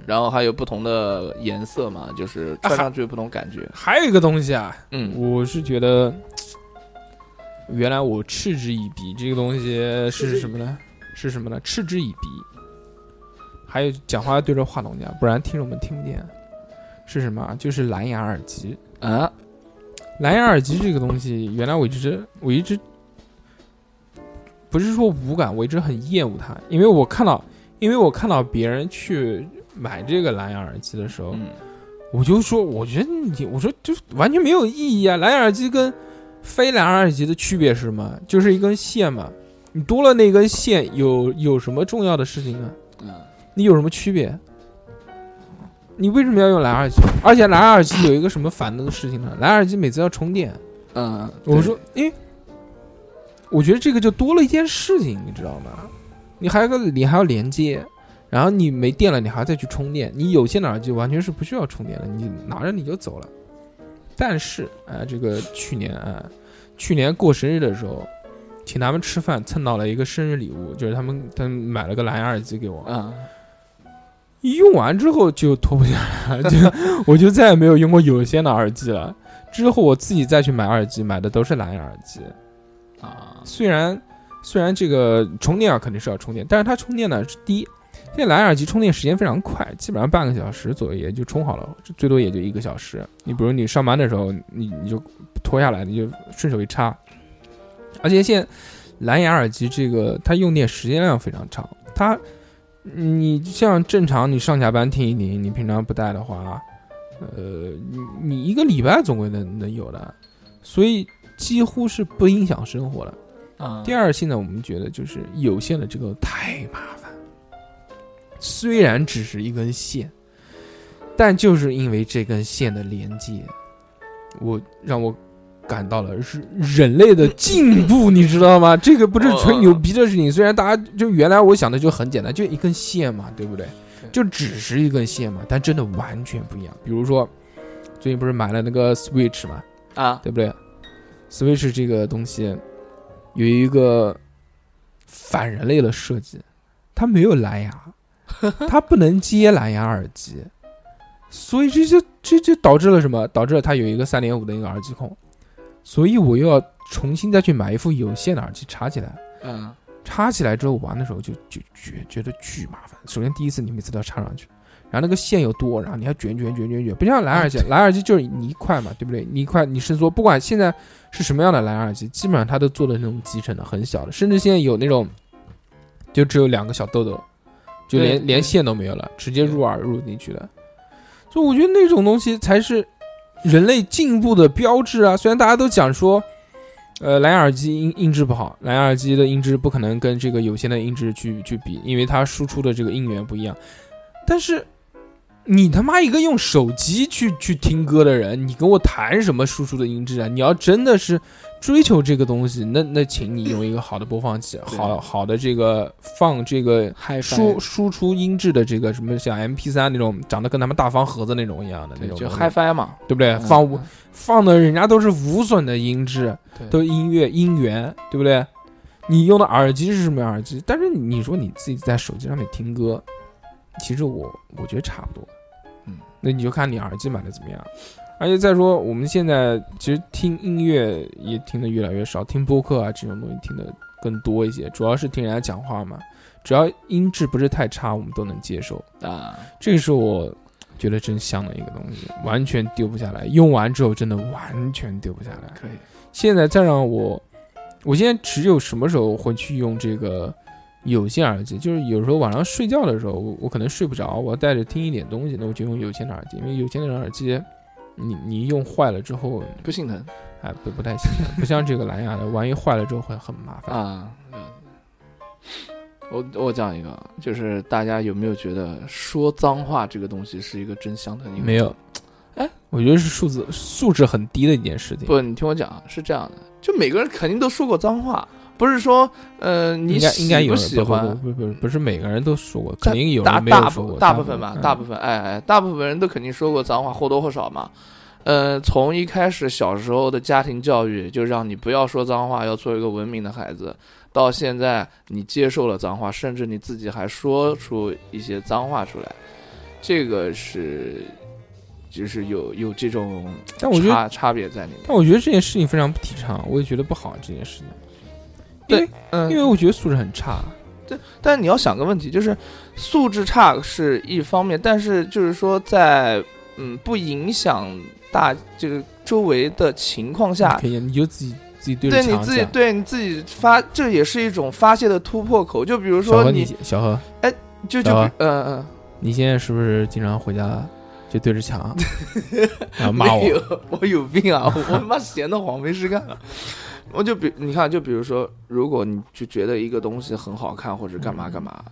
Speaker 5: 然后还有不同的颜色嘛，就是穿上去有不同感觉。
Speaker 2: 还有一个东西啊，
Speaker 5: 嗯，
Speaker 2: 我是觉得，原来我嗤之以鼻，这个东西是什么呢？是什么呢？嗤之以鼻。还有讲话要对着话筒讲，不然听众们听不见。是什么啊？就是蓝牙耳机。
Speaker 5: 啊，
Speaker 2: 蓝牙耳机这个东西，原来我一直我一直不是说无感，我一直很厌恶它，因为我看到，因为我看到别人去买这个蓝牙耳机的时候，
Speaker 5: 嗯，
Speaker 2: 我就说，我觉得你，我说就完全没有意义啊！蓝牙耳机跟非蓝牙耳机的区别是什么？就是一根线嘛，你多了那根线有有什么重要的事情啊？
Speaker 5: 嗯
Speaker 2: 你有什么区别？你为什么要用蓝牙耳机？而且蓝牙耳机有一个什么烦的事情呢？蓝牙耳机每次要充电，
Speaker 5: 嗯，
Speaker 2: 我说，诶，我觉得这个就多了一件事情，你知道吗？你还有个，你还要连接，然后你没电了，你还要再去充电。你有线的耳机完全是不需要充电的，你拿着你就走了。但是，啊、这个去年啊、去年过生日的时候，请他们吃饭，蹭到了一个生日礼物，就是他们他们买了个蓝牙耳机给我，
Speaker 5: 嗯，
Speaker 2: 一用完之后就脱不下来了，就 <laughs> 我就再也没有用过有线的耳机了。之后我自己再去买耳机，买的都是蓝牙耳机。
Speaker 5: 啊，
Speaker 2: 虽然虽然这个充电啊肯定是要充电，但是它充电呢，第一，现在蓝牙耳机充电时间非常快，基本上半个小时左右也就充好了，最多也就一个小时。你比如你上班的时候，你你就脱下来，你就顺手一插。而且现在蓝牙耳机这个它用电时间量非常长，它你像正常你上下班听一听，你平常不戴的话，呃，你你一个礼拜总归能能有的，所以几乎是不影响生活的。
Speaker 1: 啊
Speaker 2: 第二，现在我们觉得就是有线的这个太麻烦，虽然只是一根线，但就是因为这根线的连接，我让我感到了是人类的进步，你知道吗？这个不是吹牛逼的事情，虽然大家就原来我想的就很简单，就一根线嘛，对不对？就只是一根线嘛，但真的完全不一样。比如说，最近不是买了那个 Switch 嘛，
Speaker 5: 啊，
Speaker 2: 对不对？Switch 这个东西有一个反人类的设计，它没有蓝牙，它不能接蓝牙耳机，所以这就这就导致了什么？导致了它有一个三点五的一个耳机孔，所以我又要重新再去买一副有线的耳机插起来。
Speaker 5: 嗯，
Speaker 2: 插起来之后玩的时候就就觉觉得巨麻烦。首先第一次你每次都要插上去，然后那个线又多，然后你要卷卷卷卷卷，不像蓝牙耳机，
Speaker 5: 嗯
Speaker 2: 蓝牙耳机就是你一块嘛，对不对？你一块你伸缩，不管现在是什么样的蓝牙耳机，基本上它都做的那种集成的，很小的，甚至现在有那种就只有两个小豆豆，就
Speaker 5: 对
Speaker 2: 连连线都没有了，直接入耳入进去的。就我觉得那种东西才是人类进步的标志啊！虽然大家都讲说，呃，蓝牙耳机音音质不好，蓝牙耳机的音质不可能跟这个有线的音质去去比，因为它输出的这个音源不一样。但是你他妈一个用手机去去听歌的人，你跟我谈什么输出的音质啊？你要真的是追求这个东西，那那请你用一个好的播放器，好好的这个放这个
Speaker 5: 嗨
Speaker 2: 输输出音质的这个什么像 M P 三那种长得跟他们大方盒子那种一样的那种
Speaker 5: 就
Speaker 2: 东西
Speaker 5: HiFi 嘛，
Speaker 2: 对不对？
Speaker 5: 嗯
Speaker 2: 放无放的人家都是无损的音质，
Speaker 5: 对
Speaker 2: 都是音乐音源，对不对？你用的耳机是什么样耳机？但是你说你自己在手机上面听歌，其实我我觉得差不多。
Speaker 5: 嗯，
Speaker 2: 那你就看你耳机买的怎么样。而且再说，我们现在其实听音乐也听的越来越少，听播客啊这种东西听的更多一些，主要是听人家讲话嘛。只要音质不是太差，我们都能接受。
Speaker 5: 啊，
Speaker 2: 这个是我觉得真香的一个东西，完全丢不下来。用完之后真的完全丢不下来。
Speaker 5: 可以，
Speaker 2: 现在再让我，我现在只有什么时候会去用这个有线耳机，就是有时候晚上睡觉的时候，我我可能睡不着，我要带着听一点东西，那我就用有线的耳机，因为有线的耳机你你用坏了之后，
Speaker 5: 不心疼
Speaker 2: 哎，不不太行，不像这个蓝牙的，万一坏了之后会很麻烦。
Speaker 5: 啊。我我讲一个啊，就是大家有没有觉得说脏话这个东西是一个真相疼？
Speaker 2: 没有，
Speaker 5: 哎，
Speaker 2: 我觉得是素质素质很低的一件事情。
Speaker 5: 不，你听我讲啊，是这样的，就每个人肯定都说过脏话，不是说呃你
Speaker 2: 应该
Speaker 5: 喜
Speaker 2: 应该有
Speaker 5: 不
Speaker 2: 人
Speaker 5: 喜欢，
Speaker 2: 不不不不不是每个人都说过，
Speaker 5: 大
Speaker 2: 肯定有
Speaker 5: 大
Speaker 2: 人没有
Speaker 5: 大
Speaker 2: 说过。嗯
Speaker 5: 部大部分吧，大部
Speaker 2: 分
Speaker 5: 分哎哎，大部分人都肯定说过脏话，或多或少嘛。呃，从一开始小时候的家庭教育就让你不要说脏话，要做一个文明的孩子。到现在你接受了脏话，甚至你自己还说出一些脏话出来，这个是就是有有这种
Speaker 2: 嗯但我觉得，
Speaker 5: 差差别在里面。
Speaker 2: 但我觉得这件事情非常不提倡，我也觉得不好这件事情，
Speaker 5: 嗯，
Speaker 2: 因为我觉得素质很差。
Speaker 5: 但你要想个问题，就是素质差是一方面，但是就是说在嗯不影响大就是周围的情况下，
Speaker 2: 可以，你就自己自己对着
Speaker 5: 啊对你
Speaker 2: 墙
Speaker 5: 自己
Speaker 2: 讲。
Speaker 5: 对你自己发，这也是一种发泄的突破口。就比如
Speaker 2: 小
Speaker 5: 说
Speaker 2: 何，
Speaker 5: 你
Speaker 2: 你小何，
Speaker 5: 就就
Speaker 2: 小
Speaker 5: 嗯
Speaker 2: 何
Speaker 5: 嗯。嗯
Speaker 2: 你现在是不是经常回家就对着
Speaker 5: <laughs>
Speaker 2: 墙然后骂我
Speaker 5: 没？有，我有
Speaker 2: <laughs>
Speaker 5: 病啊！我他妈闲得慌，没事干。我就比你看，就比如说，如果你就觉得一个东西很好看，或者干
Speaker 2: 嗯
Speaker 5: 嘛干嘛，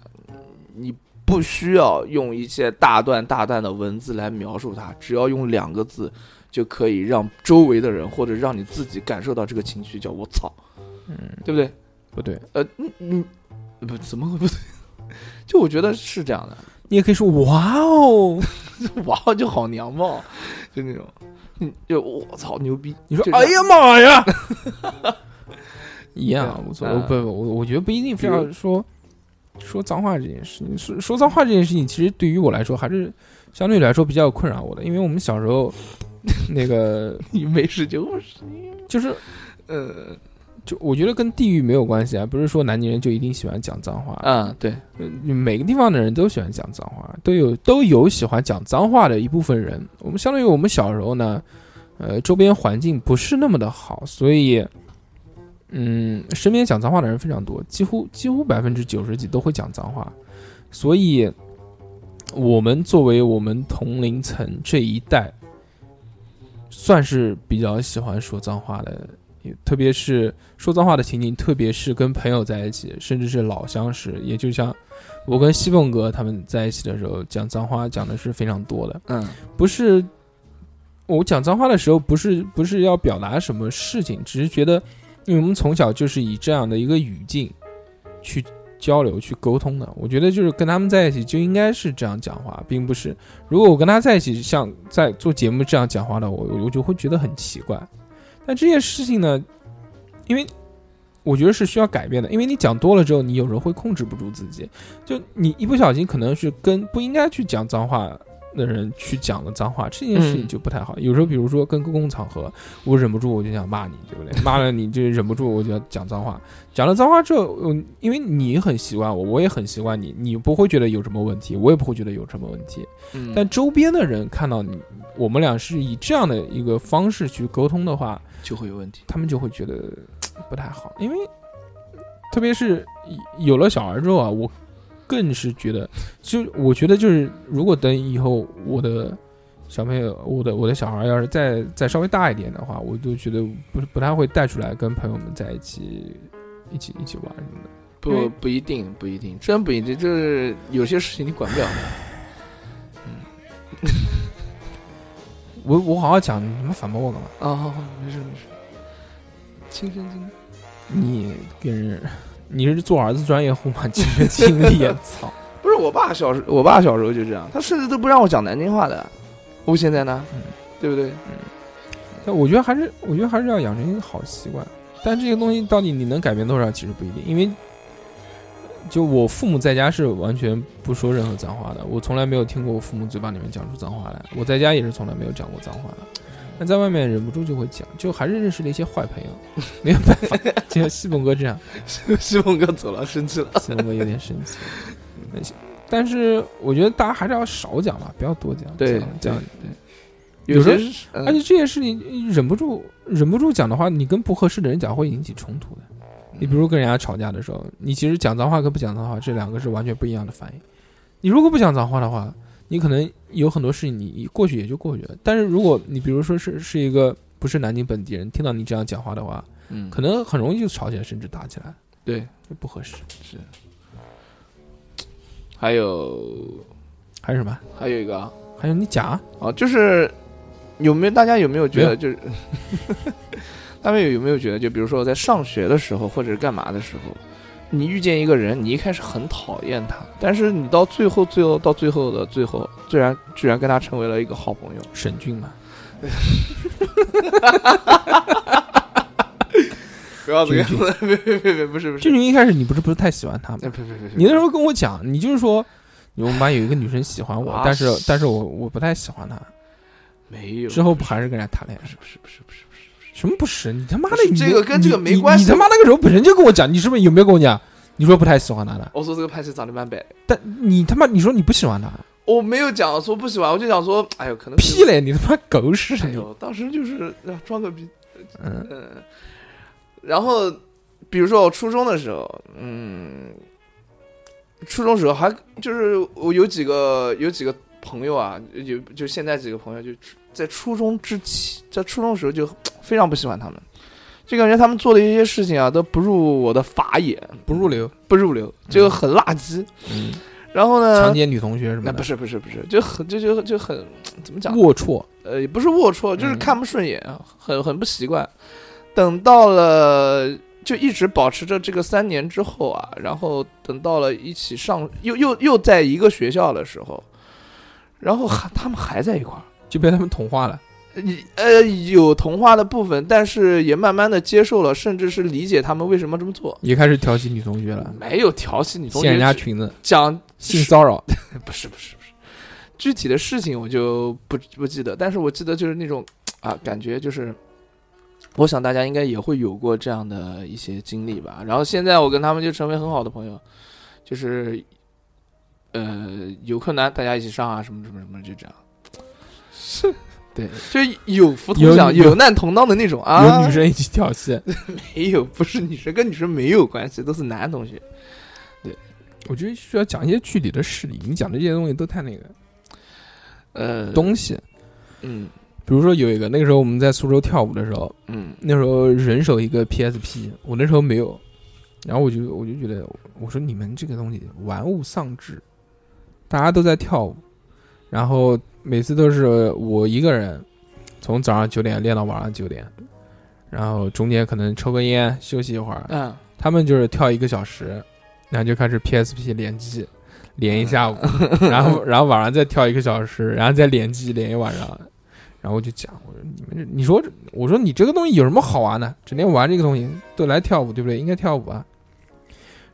Speaker 5: 你不需要用一些大段大段的文字来描述它，只要用两个字就可以让周围的人或者让你自己感受到这个情绪，叫我操，
Speaker 2: 嗯，
Speaker 5: 对不对？
Speaker 2: 不对，
Speaker 5: 呃，你你不怎么会不对？ <laughs> 就我觉得是这样的， <laughs>
Speaker 2: 你也可以说哇哦，
Speaker 5: 哇，就好娘炮，就那种，嗯，就我操牛逼，
Speaker 2: 你说
Speaker 5: 就这样
Speaker 2: 哎呀妈呀， <laughs> 一样啊
Speaker 5: 对
Speaker 2: 无所谓。
Speaker 5: 嗯
Speaker 2: 不，我我觉得不一定非
Speaker 5: 比如
Speaker 2: 要说说脏话这件事情。说说脏话这件事情，其实对于我来说还是相对来说比较困扰我的，因为我们小时候那个
Speaker 5: <laughs> 你没事就无事，
Speaker 2: 就是呃
Speaker 5: 嗯
Speaker 2: 就我觉得跟地域没有关系啊，不是说南京人就一定喜欢讲脏话
Speaker 5: 嗯，对，
Speaker 2: 嗯每个地方的人都喜欢讲脏话，都有都有喜欢讲脏话的一部分人。我们相对于我们小时候呢，呃，周边环境不是那么的好，所以，嗯，身边讲脏话的人非常多，几乎几乎百分之九十几都会讲脏话，所以，我们作为我们同龄层这一代，算是比较喜欢说脏话的。特别是说脏话的情景，特别是跟朋友在一起，甚至是老相识，也就像我跟西凤哥他们在一起的时候，讲脏话讲的是非常多的，
Speaker 5: 嗯
Speaker 2: 不是我讲脏话的时候，不是不是要表达什么事情，只是觉得，因为我们从小就是以这样的一个语境去交流、去沟通的。我觉得就是跟他们在一起就应该是这样讲话，并不是如果我跟他在一起像在做节目这样讲话的，我我我就会觉得很奇怪。但这件事情呢，因为我觉得是需要改变的，因为你讲多了之后，你有时候会控制不住自己，就你一不小心可能是跟不应该去讲脏话的人去讲了脏话，这件事情
Speaker 5: 嗯
Speaker 2: 就不太好。有时候比如说跟公共场合，我忍不住我就想骂你，对不对？骂了你就忍不住我就要讲脏话，讲了脏话之后，嗯，因为你很习惯我，我也很习惯你，你不会觉得有什么问题，我也不会觉得有什么问题。
Speaker 5: 嗯
Speaker 2: 但周边的人看到你，我们俩是以这样的一个方式去沟通的话，
Speaker 5: 就会有问题。
Speaker 2: 他们就会觉得嘖不太好，因为特别是有了小孩之后啊，我更是觉得，就我觉得就是，如果等以后我的小朋友，我的我的小孩要是再再稍微大一点的话，我就觉得不不太会带出来跟朋友们在一起一起一起玩什么的。因为
Speaker 5: 不不一定，不一定，真不一定，就是有些事情你管不了。
Speaker 2: 我我好好讲，你他妈反驳我干嘛？
Speaker 5: 啊，好好没事没事，亲身经历。
Speaker 2: 你跟人你是做儿子专业户吗？亲身经历，操！
Speaker 5: 不是我爸小时，我爸小时候就这样，他甚至都不让我讲南京话的。我现在呢，
Speaker 2: 嗯
Speaker 5: 对不对？
Speaker 2: <laughs> 但我觉得还是，我觉得还是要养成一个好习惯。但这个东西到底你能改变多少，其实不一定。因为就我父母在家是完全不说任何脏话的，我从来没有听过我父母嘴巴里面讲出脏话来。我在家也是从来没有讲过脏话的。那在外面忍不住就会讲，就还是认识了一些坏朋友，没有办法， <laughs> 就像西蒙哥这样。
Speaker 5: <laughs> 西蒙哥走了，生气了。
Speaker 2: 西蒙哥有点生气。那些但是我觉得大家还是要少讲吧，不要多讲。
Speaker 5: 对
Speaker 2: 讲
Speaker 5: 对
Speaker 2: 讲
Speaker 5: 对，
Speaker 2: 有时候
Speaker 5: 些是
Speaker 2: 而且
Speaker 5: 嗯
Speaker 2: 这件事情忍不住忍不住讲的话，你跟不合适的人讲会引起冲突的。你比如跟人家吵架的时候，你其实讲脏话跟不讲脏话这两个是完全不一样的反应。你如果不讲脏话的话，你可能有很多事情你一过去也就过去了。但是如果你比如说是是一个不是南京本地人，听到你这样讲话的话，
Speaker 5: 嗯，
Speaker 2: 可能很容易就吵起来，甚至打起来，
Speaker 5: 对，
Speaker 2: 这不合适。
Speaker 5: 是。还有
Speaker 2: 还有什么？
Speaker 5: 还有一个啊，
Speaker 2: 还有你讲啊，
Speaker 5: 啊，就是有没有大家有没有觉
Speaker 2: 没
Speaker 5: 得
Speaker 2: 有
Speaker 5: 就是 <laughs> 大家有没有觉得就比如说在上学的时候或者是干嘛的时候，你遇见一个人，你一开始很讨厌他，但是你到最后最后到最后的最后，居然居然跟他成为了一个好朋友，
Speaker 2: 沈俊嘛，
Speaker 5: 啊不要
Speaker 2: 这个样子，
Speaker 5: 别别别别，不是不
Speaker 2: 俊俊一开始你不是不是太喜欢他吗？
Speaker 5: 哎，别别别，
Speaker 2: 你那时候跟我讲，你就是说，我们班有一个女生喜欢我
Speaker 5: 啊，
Speaker 2: 但是但是我我不太喜欢她，
Speaker 5: 没有
Speaker 2: 之后不还是跟人家谈恋爱？
Speaker 5: 不是不是不是不是，
Speaker 2: 什么不是？你他妈的
Speaker 5: 不是，
Speaker 2: 你
Speaker 5: 这个跟这个
Speaker 2: 你
Speaker 5: 没
Speaker 2: 你
Speaker 5: 关系
Speaker 2: 你他妈那个时候本身就跟我讲，你是不是有没有跟我讲？你说不太喜欢她的，
Speaker 5: 我说这个派系长得蛮白，
Speaker 2: 但你他妈你说你不喜欢她，
Speaker 5: 我没有讲说不喜欢，我就讲说，哎呦，可能
Speaker 2: 屁嘞！你他妈狗屎啊
Speaker 5: 哎
Speaker 2: 你！
Speaker 5: 呦，当时就是啊装个逼，
Speaker 2: 嗯，
Speaker 5: 嗯，然后比如说我初中的时候，嗯，初中时候还就是我有几个有几个朋友啊，有就现在几个朋友就初在初中之前，在初中时候就非常不喜欢他们，就感觉他们做的一些事情啊都不入我的法眼，
Speaker 2: 嗯不入流，
Speaker 5: 不入流，就很垃圾。
Speaker 2: 嗯，
Speaker 5: 然后
Speaker 2: 强
Speaker 5: 呢？
Speaker 2: 奸女同学什么
Speaker 5: 呃那不
Speaker 2: 的，
Speaker 5: 是不是不是，就很就就就很怎么讲呢？
Speaker 2: 龌龊。
Speaker 5: 呃，也不是龌龊，就是
Speaker 2: 嗯
Speaker 5: 看不顺眼，很很不习惯。等到了就一直保持着这个三年之后啊，然后等到了一起上又又又在一个学校的时候，然后还他们还在一块儿。
Speaker 2: 就被他们同化了。
Speaker 5: 呃，有童话的部分，但是也慢慢的接受了，甚至是理解他们为什么这么做。
Speaker 2: 也开始调戏女同学了，
Speaker 5: 没有挑起嗯你同
Speaker 2: 掀
Speaker 5: 学
Speaker 2: 人家
Speaker 5: 只
Speaker 2: 裙子，
Speaker 5: 讲
Speaker 2: 性骚扰，
Speaker 5: 不是不是不是，具体的事情我就不不记得，但是我记得就是那种啊，感觉就是，我想大家应该也会有过这样的一些经历吧。然后现在我跟他们就成为很好的朋友，就是呃有困难大家一起上啊，什么什么什么，就这样。是，对，就是有福同享、
Speaker 2: 有
Speaker 5: 有难同当的那种啊。
Speaker 2: 有女生一起调戏。
Speaker 5: 没有，不是女生跟女生没有关系，都是男同学。
Speaker 2: 我觉得需要讲一些具体的事例，你讲的这些东西都太那个
Speaker 5: 呃，
Speaker 2: 东西。
Speaker 5: 嗯
Speaker 2: 比如说有一个，那个时候我们在苏州跳舞的时候，
Speaker 5: 嗯
Speaker 2: 那时候人手一个 PSP，我那时候没有，然后我就我就觉得，我说你们这个东西玩物丧志，大家都在跳舞，然后每次都是我一个人从早上九点练到晚上九点，然后中间可能抽根烟休息一会儿，
Speaker 5: 嗯，
Speaker 2: 他们就是跳一个小时，然后就开始 PSP 联机，连一下午，然后然后晚上再跳一个小时，然后再联机连一晚上，然后我就讲，我说你们这，你说我说你这个东西有什么好玩的？整天玩这个东西，都来跳舞对不对？应该跳舞啊。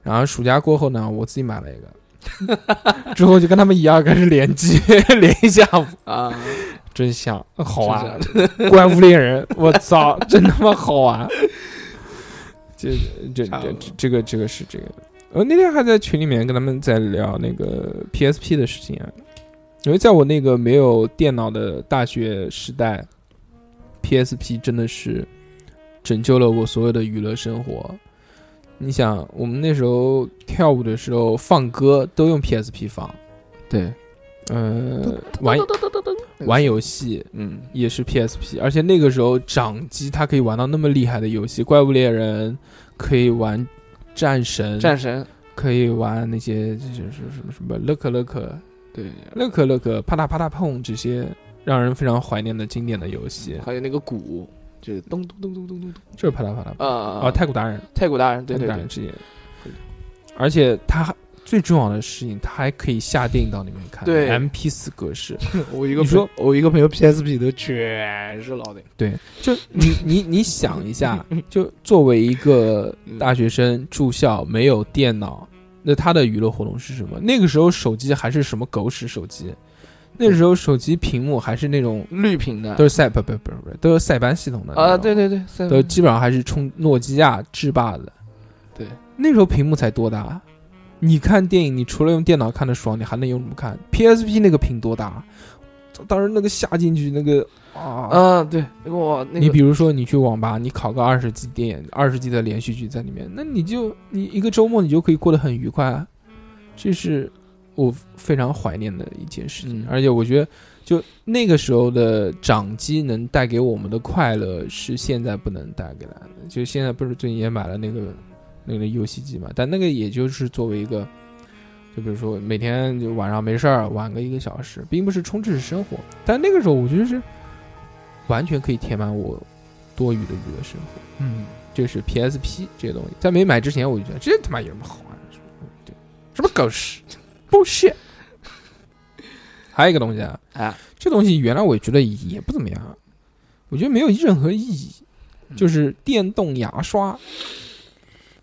Speaker 2: 然后暑假过后呢，我自己买了一个，之后就跟他们一样开始联机 <laughs> 连一下午，
Speaker 5: 啊，
Speaker 2: 真香，好
Speaker 5: 是这
Speaker 2: 玩
Speaker 5: 样。
Speaker 2: 怪物猎人，我操，真他妈好玩！这这
Speaker 5: 差不
Speaker 2: 这
Speaker 5: 多
Speaker 2: 这个这个是这个，我那天还在群里面跟他们在聊那个 PSP 的事情啊，因为在我那个没有电脑的大学时代，PSP 真的是拯救了我所有的娱乐生活。你想，我们那时候跳舞的时候放歌都用 PSP 放，
Speaker 5: 对，
Speaker 2: 呃，玩玩游戏，
Speaker 5: 嗯。
Speaker 2: 也是 PSP，而且那个时候掌机它可以玩到那么厉害的游戏，《怪物猎人》可以玩战神，
Speaker 5: 战神，
Speaker 2: 可以玩那些就是什么什么乐可乐可
Speaker 5: 对，
Speaker 2: 乐可乐可啪嗒啪嗒碰这些让人非常怀念的经典的游戏，
Speaker 5: 还有那个鼓，就是咚咚咚咚咚咚咚，
Speaker 2: 就是啪嗒啪嗒
Speaker 5: 啊啊
Speaker 2: 啊，太古达人，
Speaker 5: 太鼓达人，
Speaker 2: 太
Speaker 5: 对
Speaker 2: 古
Speaker 5: 对
Speaker 2: 达
Speaker 5: 对
Speaker 2: 人，这些，而且它还最重要的事情，它还可以下定到里面看，
Speaker 5: 对
Speaker 2: ，MP 四格式，
Speaker 5: 我一
Speaker 2: 你
Speaker 5: 朋
Speaker 2: 说
Speaker 5: 友，我一个朋友 PSP 都全是老的，
Speaker 2: 对，就你你你想一
Speaker 5: <laughs>
Speaker 2: 下，就作为一个大学生住校没有电脑，那他的娱乐活动是什么？那个时候手机还是什么狗屎手机，那时候手机屏幕还是那种
Speaker 5: 绿屏的
Speaker 2: 都是塞不不不不都是塞班系统的那
Speaker 5: 啊，
Speaker 2: 种
Speaker 5: 对对对，三
Speaker 2: 都基本上还是冲诺基亚制霸的。
Speaker 5: 对，
Speaker 2: 那时候屏幕才多大？啊你看电影，你除了用电脑看的爽，你还能用什么看？PSP 那个屏多大？啊当时那个下进去那个啊
Speaker 5: 啊，对，哇，那
Speaker 2: 你
Speaker 5: 个
Speaker 2: 比如说你去网吧，你考个二十级电二十级的连续剧在里面，那你就你一个周末你就可以过得很愉快啊。这是我非常怀念的一件事情
Speaker 5: 嗯。
Speaker 2: 而且我觉得，就那个时候的掌机能带给我们的快乐，是现在不能带给来的。就现在不是最近也买了那个那个游戏机嘛，但那个也就是作为一个。就比如说，每天就晚上没事儿玩个一个小时，并不是充斥着生活。但那个时候，我觉得是完全可以填满我多余的娱乐生活。
Speaker 5: 嗯，
Speaker 2: 就是 PSP 这些东西。在没买之前，我就觉得这他妈有什么好玩的？对，什么狗屎，bullshit。还有一个东西啊，
Speaker 5: 啊，
Speaker 2: 这东西原来我觉得也不怎么样，我觉得没有任何意义，就是电动牙刷。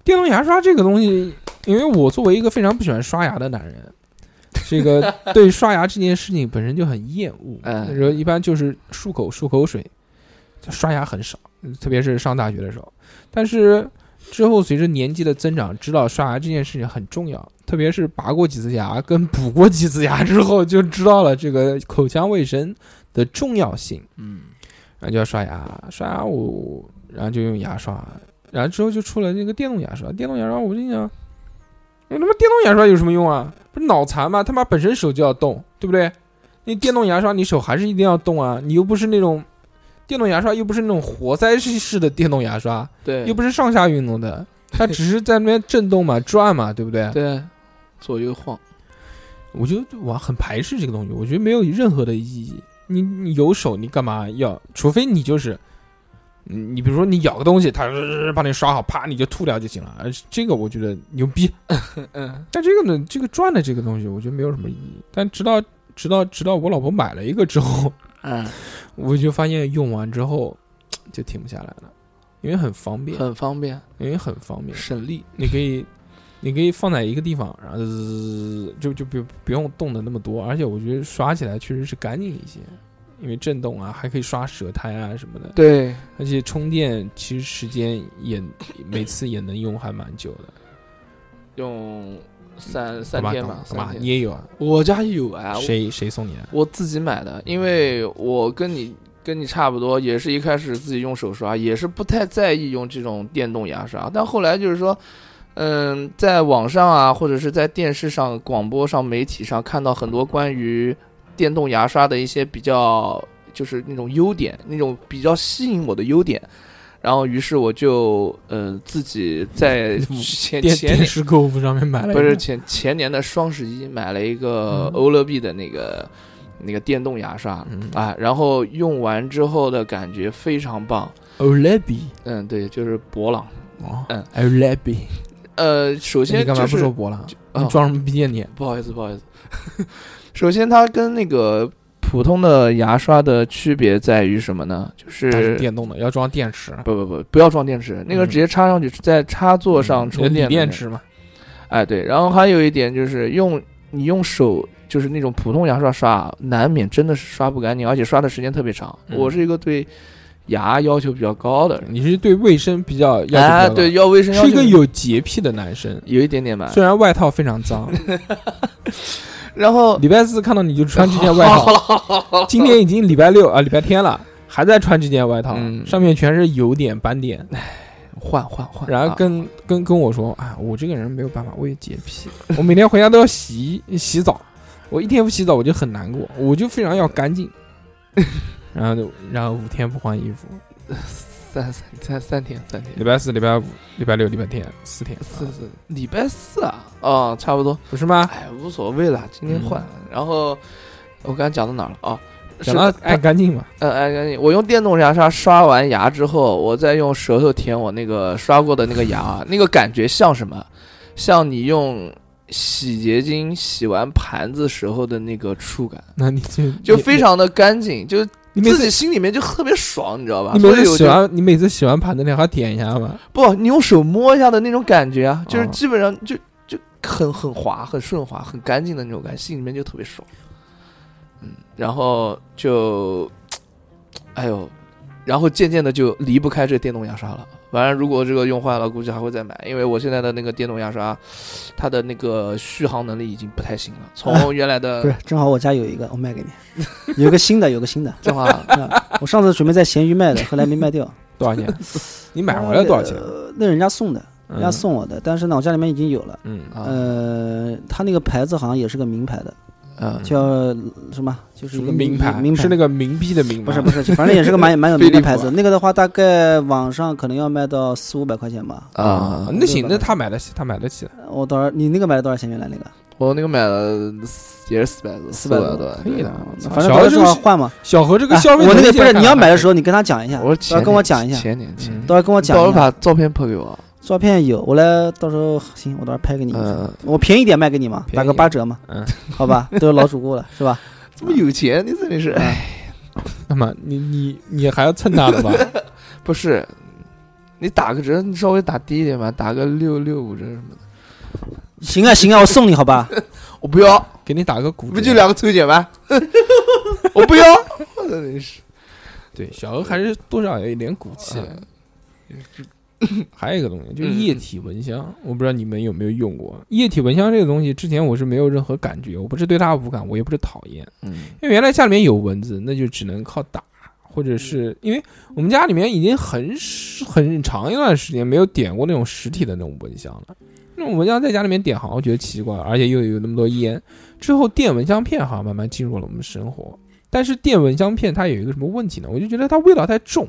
Speaker 2: 电动牙刷这个东西，因为我作为一个非常不喜欢刷牙的男人，这个对刷牙这件事情本身就很厌恶，
Speaker 5: 嗯
Speaker 2: 然后一般就是漱口漱口水，刷牙很少，特别是上大学的时候。但是之后随着年纪的增长，知道刷牙这件事情很重要，特别是拔过几次牙跟补过几次牙之后，就知道了这个口腔卫生的重要性。
Speaker 5: 嗯，
Speaker 2: 然后就要刷牙，刷牙我然后就用牙刷，然后之后就出了那个电动牙刷，电动牙刷我就想，哎他妈电动牙刷有什么用啊？不是脑残吗？他妈本身手就要动，对不对？那电动牙刷你手还是一定要动啊，你又不是那种电动牙刷，又不是那种活塞式的电动牙刷，
Speaker 5: 对，
Speaker 2: 又不是上下运动的，它只是在那边震动嘛、转嘛，对不对？
Speaker 5: 对，左右晃，
Speaker 2: 我就我很排斥这个东西，我觉得没有任何的意义。你你有手，你干嘛要？除非你就是，你你比如说你咬个东西，它呃帮你刷好，啪你就吐掉就行了。而这个我觉得牛逼，
Speaker 5: 嗯
Speaker 2: 但这个呢，这个转的这个东西，我觉得没有什么意义。但直到直到直到我老婆买了一个之后，
Speaker 5: 嗯，
Speaker 2: 我就发现用完之后就停不下来了，因为很方便，
Speaker 5: 很方便，
Speaker 2: 因为很方便。
Speaker 5: 省力。
Speaker 2: 你可以，你可以放在一个地方，然后滋就就不不用动的那么多，而且我觉得刷起来确实是干净一些，因为震动啊，还可以刷舌苔啊什么的，
Speaker 5: 对，
Speaker 2: 而且充电其实时间也每次也能用还蛮久的，
Speaker 5: 用三三
Speaker 2: 干嘛
Speaker 5: 天
Speaker 2: 干
Speaker 5: 吧
Speaker 2: 嘛，干嘛
Speaker 5: 三天
Speaker 2: 你也有啊？
Speaker 5: 我家有啊，我
Speaker 2: 谁谁送你的？
Speaker 5: 我自己买的，因为我跟你跟你差不多，也是一开始自己用手刷，也是不太在意用这种电动牙刷，但后来就是说。嗯，在网上啊，或者是在电视上、广播上、媒体上看到很多关于电动牙刷的一些比较，就是那种优点，那种比较吸引我的优点。然后，于是我就呃自己在
Speaker 2: <laughs>
Speaker 5: 前
Speaker 2: 电
Speaker 5: 前
Speaker 2: 电
Speaker 5: 年
Speaker 2: 视购物上面买了一个，
Speaker 5: 不是前前年的双十一买了一个
Speaker 2: 啊嗯
Speaker 5: 欧乐 B 的那个、那个电动牙刷、
Speaker 2: 嗯
Speaker 5: 啊，然后用完之后的感觉非常棒。
Speaker 2: Olay
Speaker 5: 嗯，对，就是博朗。
Speaker 2: Oh, 哦
Speaker 5: 嗯
Speaker 2: ，Olay，
Speaker 5: 呃，首
Speaker 2: 你
Speaker 5: 先
Speaker 2: 干嘛
Speaker 5: 就
Speaker 2: 不
Speaker 5: 是
Speaker 2: 说博朗？
Speaker 5: 哦
Speaker 2: 你装什么逼啊你？
Speaker 5: 不好意思，不好意思。 <laughs> 首先，它跟那个普通的牙刷的区别在于什么呢？就
Speaker 2: 它是
Speaker 5: 是
Speaker 2: 电动的，要装电池，
Speaker 5: 不不不，不要装电池，那个
Speaker 2: 嗯
Speaker 5: 直接插上去，在插座上
Speaker 2: 嗯
Speaker 5: 充电
Speaker 2: 锂
Speaker 5: 的那
Speaker 2: 电
Speaker 5: 个
Speaker 2: 池嘛。
Speaker 5: 哎，对，然后还有一点就是用你用手，就是那种普通牙刷刷啊，难免真的是刷不干净，而且刷的时间特别长。
Speaker 2: 嗯
Speaker 5: 我是一个对牙要求比较高的人，
Speaker 2: 你是对卫生比较要求比较
Speaker 5: 哎，
Speaker 2: 高
Speaker 5: 对，要卫生要求哎
Speaker 2: 是一个有洁癖的男生，
Speaker 5: 有一点点吧。
Speaker 2: 虽然外套非常
Speaker 5: <laughs>
Speaker 2: 脏，
Speaker 5: 然后
Speaker 2: 礼拜四看到你就穿这件外
Speaker 5: 好
Speaker 2: 套，
Speaker 5: 了好了好了 <laughs> 好了，
Speaker 2: 今天已经礼拜六啊，礼拜天了，还在穿这件外套，
Speaker 5: 嗯
Speaker 2: 上面全是油点斑
Speaker 5: <laughs>
Speaker 2: 点，
Speaker 5: 换换换，
Speaker 2: 然后
Speaker 5: 啊
Speaker 2: 跟、跟跟我说，哎，我这个人没有办法，我有洁癖，我每天回家都要洗洗澡，我一天不洗澡我就很难过，我就非常要干
Speaker 5: <laughs>
Speaker 2: 净，然后就然后五天不换衣服，
Speaker 5: 啊三三三三天三天
Speaker 2: 礼拜四、礼拜五、礼拜六、礼拜天四天，啊
Speaker 5: 四四礼拜四啊，哦，差不多，
Speaker 2: 不是
Speaker 4: 啊
Speaker 2: 吗？
Speaker 5: 哎，无所谓啦，今天换。然后我刚才讲到哪儿了啊？
Speaker 2: 嗯讲到
Speaker 5: 是哎
Speaker 2: 爱干净嘛，
Speaker 5: 呃，哎，赶紧！我用电动牙刷刷完牙之后，我再用舌头舔我那个刷过的那个牙，那个感觉像什么？像你用洗洁精洗完盘子时候的那个触感，
Speaker 2: 那你就
Speaker 5: 就
Speaker 2: 你
Speaker 5: 非常的干净，就
Speaker 2: 你每
Speaker 5: 自
Speaker 2: 次
Speaker 5: 己心里面就特别爽，你知道吧？
Speaker 2: 你每
Speaker 5: 所以
Speaker 2: 次
Speaker 5: 我
Speaker 2: 洗
Speaker 5: 就
Speaker 2: 完，你每次洗完盘子你还要点一下吗？
Speaker 5: 不，你用手摸一下的那种感觉啊，就是
Speaker 2: 哦
Speaker 5: 基本上就就很很滑、很顺滑、很干净的那种感觉，心里面就特别爽。嗯，然后就，哎呦，然后渐渐的就离不开这电动牙刷了。完了，如果这个用坏了，估计还会再买，因为我现在的那个电动牙刷，它的那个续航能力已经不太行了。从原
Speaker 2: <laughs>
Speaker 5: 来的
Speaker 4: 不是，正好我家有一个，我卖给你， <laughs> 有个新的，有个新的。
Speaker 5: 正好
Speaker 4: 啊我上次准备在闲鱼卖的，后来没卖掉。 <laughs>
Speaker 2: 多少钱？你买回来多少钱？
Speaker 4: 呃那人家送的，人家
Speaker 2: 嗯
Speaker 4: 送我的，但是呢，我家里面已经有了。
Speaker 2: <laughs> 嗯
Speaker 5: 啊
Speaker 4: 呃，他那个牌子好像也是个名牌的，
Speaker 5: 嗯
Speaker 4: 叫什么？就是一个
Speaker 2: 名牌，
Speaker 4: 名牌
Speaker 2: 是那个冥币的名吗？
Speaker 4: 不是不是，反正也是个蛮
Speaker 2: <laughs>
Speaker 4: 蛮有名
Speaker 5: 飞
Speaker 4: 的
Speaker 5: 利浦
Speaker 4: 牌
Speaker 2: 啊
Speaker 4: 子。那个的话，大概网上可能要卖到四五百块钱吧。呃
Speaker 5: 啊，
Speaker 2: 那行，那他买得起，他买得起的，
Speaker 4: 我多少？你那个买了多少钱？原来那
Speaker 2: 啊
Speaker 4: 个
Speaker 5: 我那个买了四也是四百多，
Speaker 4: 400多
Speaker 5: 多，
Speaker 2: 可以的我操
Speaker 5: 对。
Speaker 4: 反正
Speaker 2: 小何
Speaker 4: 多少
Speaker 2: 这
Speaker 4: 多
Speaker 2: 个
Speaker 4: 少
Speaker 2: 是
Speaker 4: 换嘛。
Speaker 2: 小何这个
Speaker 4: 哎
Speaker 2: 消费
Speaker 4: 我
Speaker 2: 能
Speaker 4: 那
Speaker 2: 力现在
Speaker 4: 个不是
Speaker 2: 看嗯
Speaker 4: 你
Speaker 2: 来
Speaker 4: 要买
Speaker 2: 还
Speaker 4: 的
Speaker 2: 可
Speaker 4: 时候，你跟他讲一下，
Speaker 5: 呃我是
Speaker 4: 到时
Speaker 5: 前
Speaker 4: 候跟我
Speaker 5: 年
Speaker 4: 讲一下，
Speaker 5: 前年前年，
Speaker 4: 到时候跟我
Speaker 5: 嗯我
Speaker 4: 讲
Speaker 5: 到时
Speaker 4: 一
Speaker 5: 候
Speaker 4: 下。
Speaker 5: 把照片抛给我。啊
Speaker 4: 照片有，我来到时候行，我到时候拍给你。
Speaker 5: 嗯，
Speaker 4: 我便宜点卖给你嘛，
Speaker 2: 便宜
Speaker 4: 打个八折嘛，
Speaker 2: 嗯，
Speaker 4: 好吧，都是老主顾了，是吧？
Speaker 5: 这么有钱，你真的是哎，
Speaker 2: 以那么你你你还要蹭他
Speaker 4: <laughs>
Speaker 2: 的吧？
Speaker 5: <laughs> 不是，你打个折，你稍微打低一点吧，打个六六五折什么的。
Speaker 4: 行啊行啊，我送你好
Speaker 5: <laughs>
Speaker 4: 吧？
Speaker 5: 我不要，
Speaker 2: 给你打个骨折，
Speaker 5: 不就两个抽奖吗？ <laughs> 我不要，我真的是
Speaker 2: 对，小何还是多少有一点骨气的。 <coughs> 还有一个东西，就是液体蚊香，我不知道你们有没有用过。液体蚊香这个东西，之前我是没有任何感觉，我不是对它无感，我也不是讨厌，
Speaker 5: 嗯
Speaker 2: 因为原来家里面有蚊子，那就只能靠打，或者是因为我们家里面已经很少很长一段时间没有点过那种实体的那种蚊香了。那种蚊香在家里面点，好像觉得奇怪，而且又有那么多烟。之后电蚊香片好像慢慢进入了我们生活，但是电蚊香片它有一个什么问题呢？我就觉得它味道太重，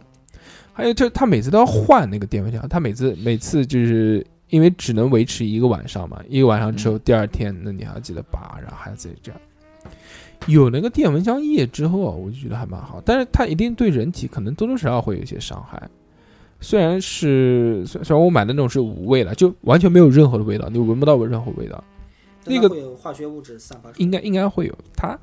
Speaker 2: 还有就是它每次都要换那个电蚊香，它每次每次就是因为只能维持一个晚上嘛，一个晚上之后第二天，那你还要记得拔，然后还要自己这样。有那个电蚊香液之后啊，我就觉得还蛮好，但是它一定对人体可能多多少少会有一些伤害。虽然是虽虽然我买的那种是无味的，就完全没有任何的味道，你闻不到任何味道。那个
Speaker 4: 有化学物质散发
Speaker 2: 应该应该会有它，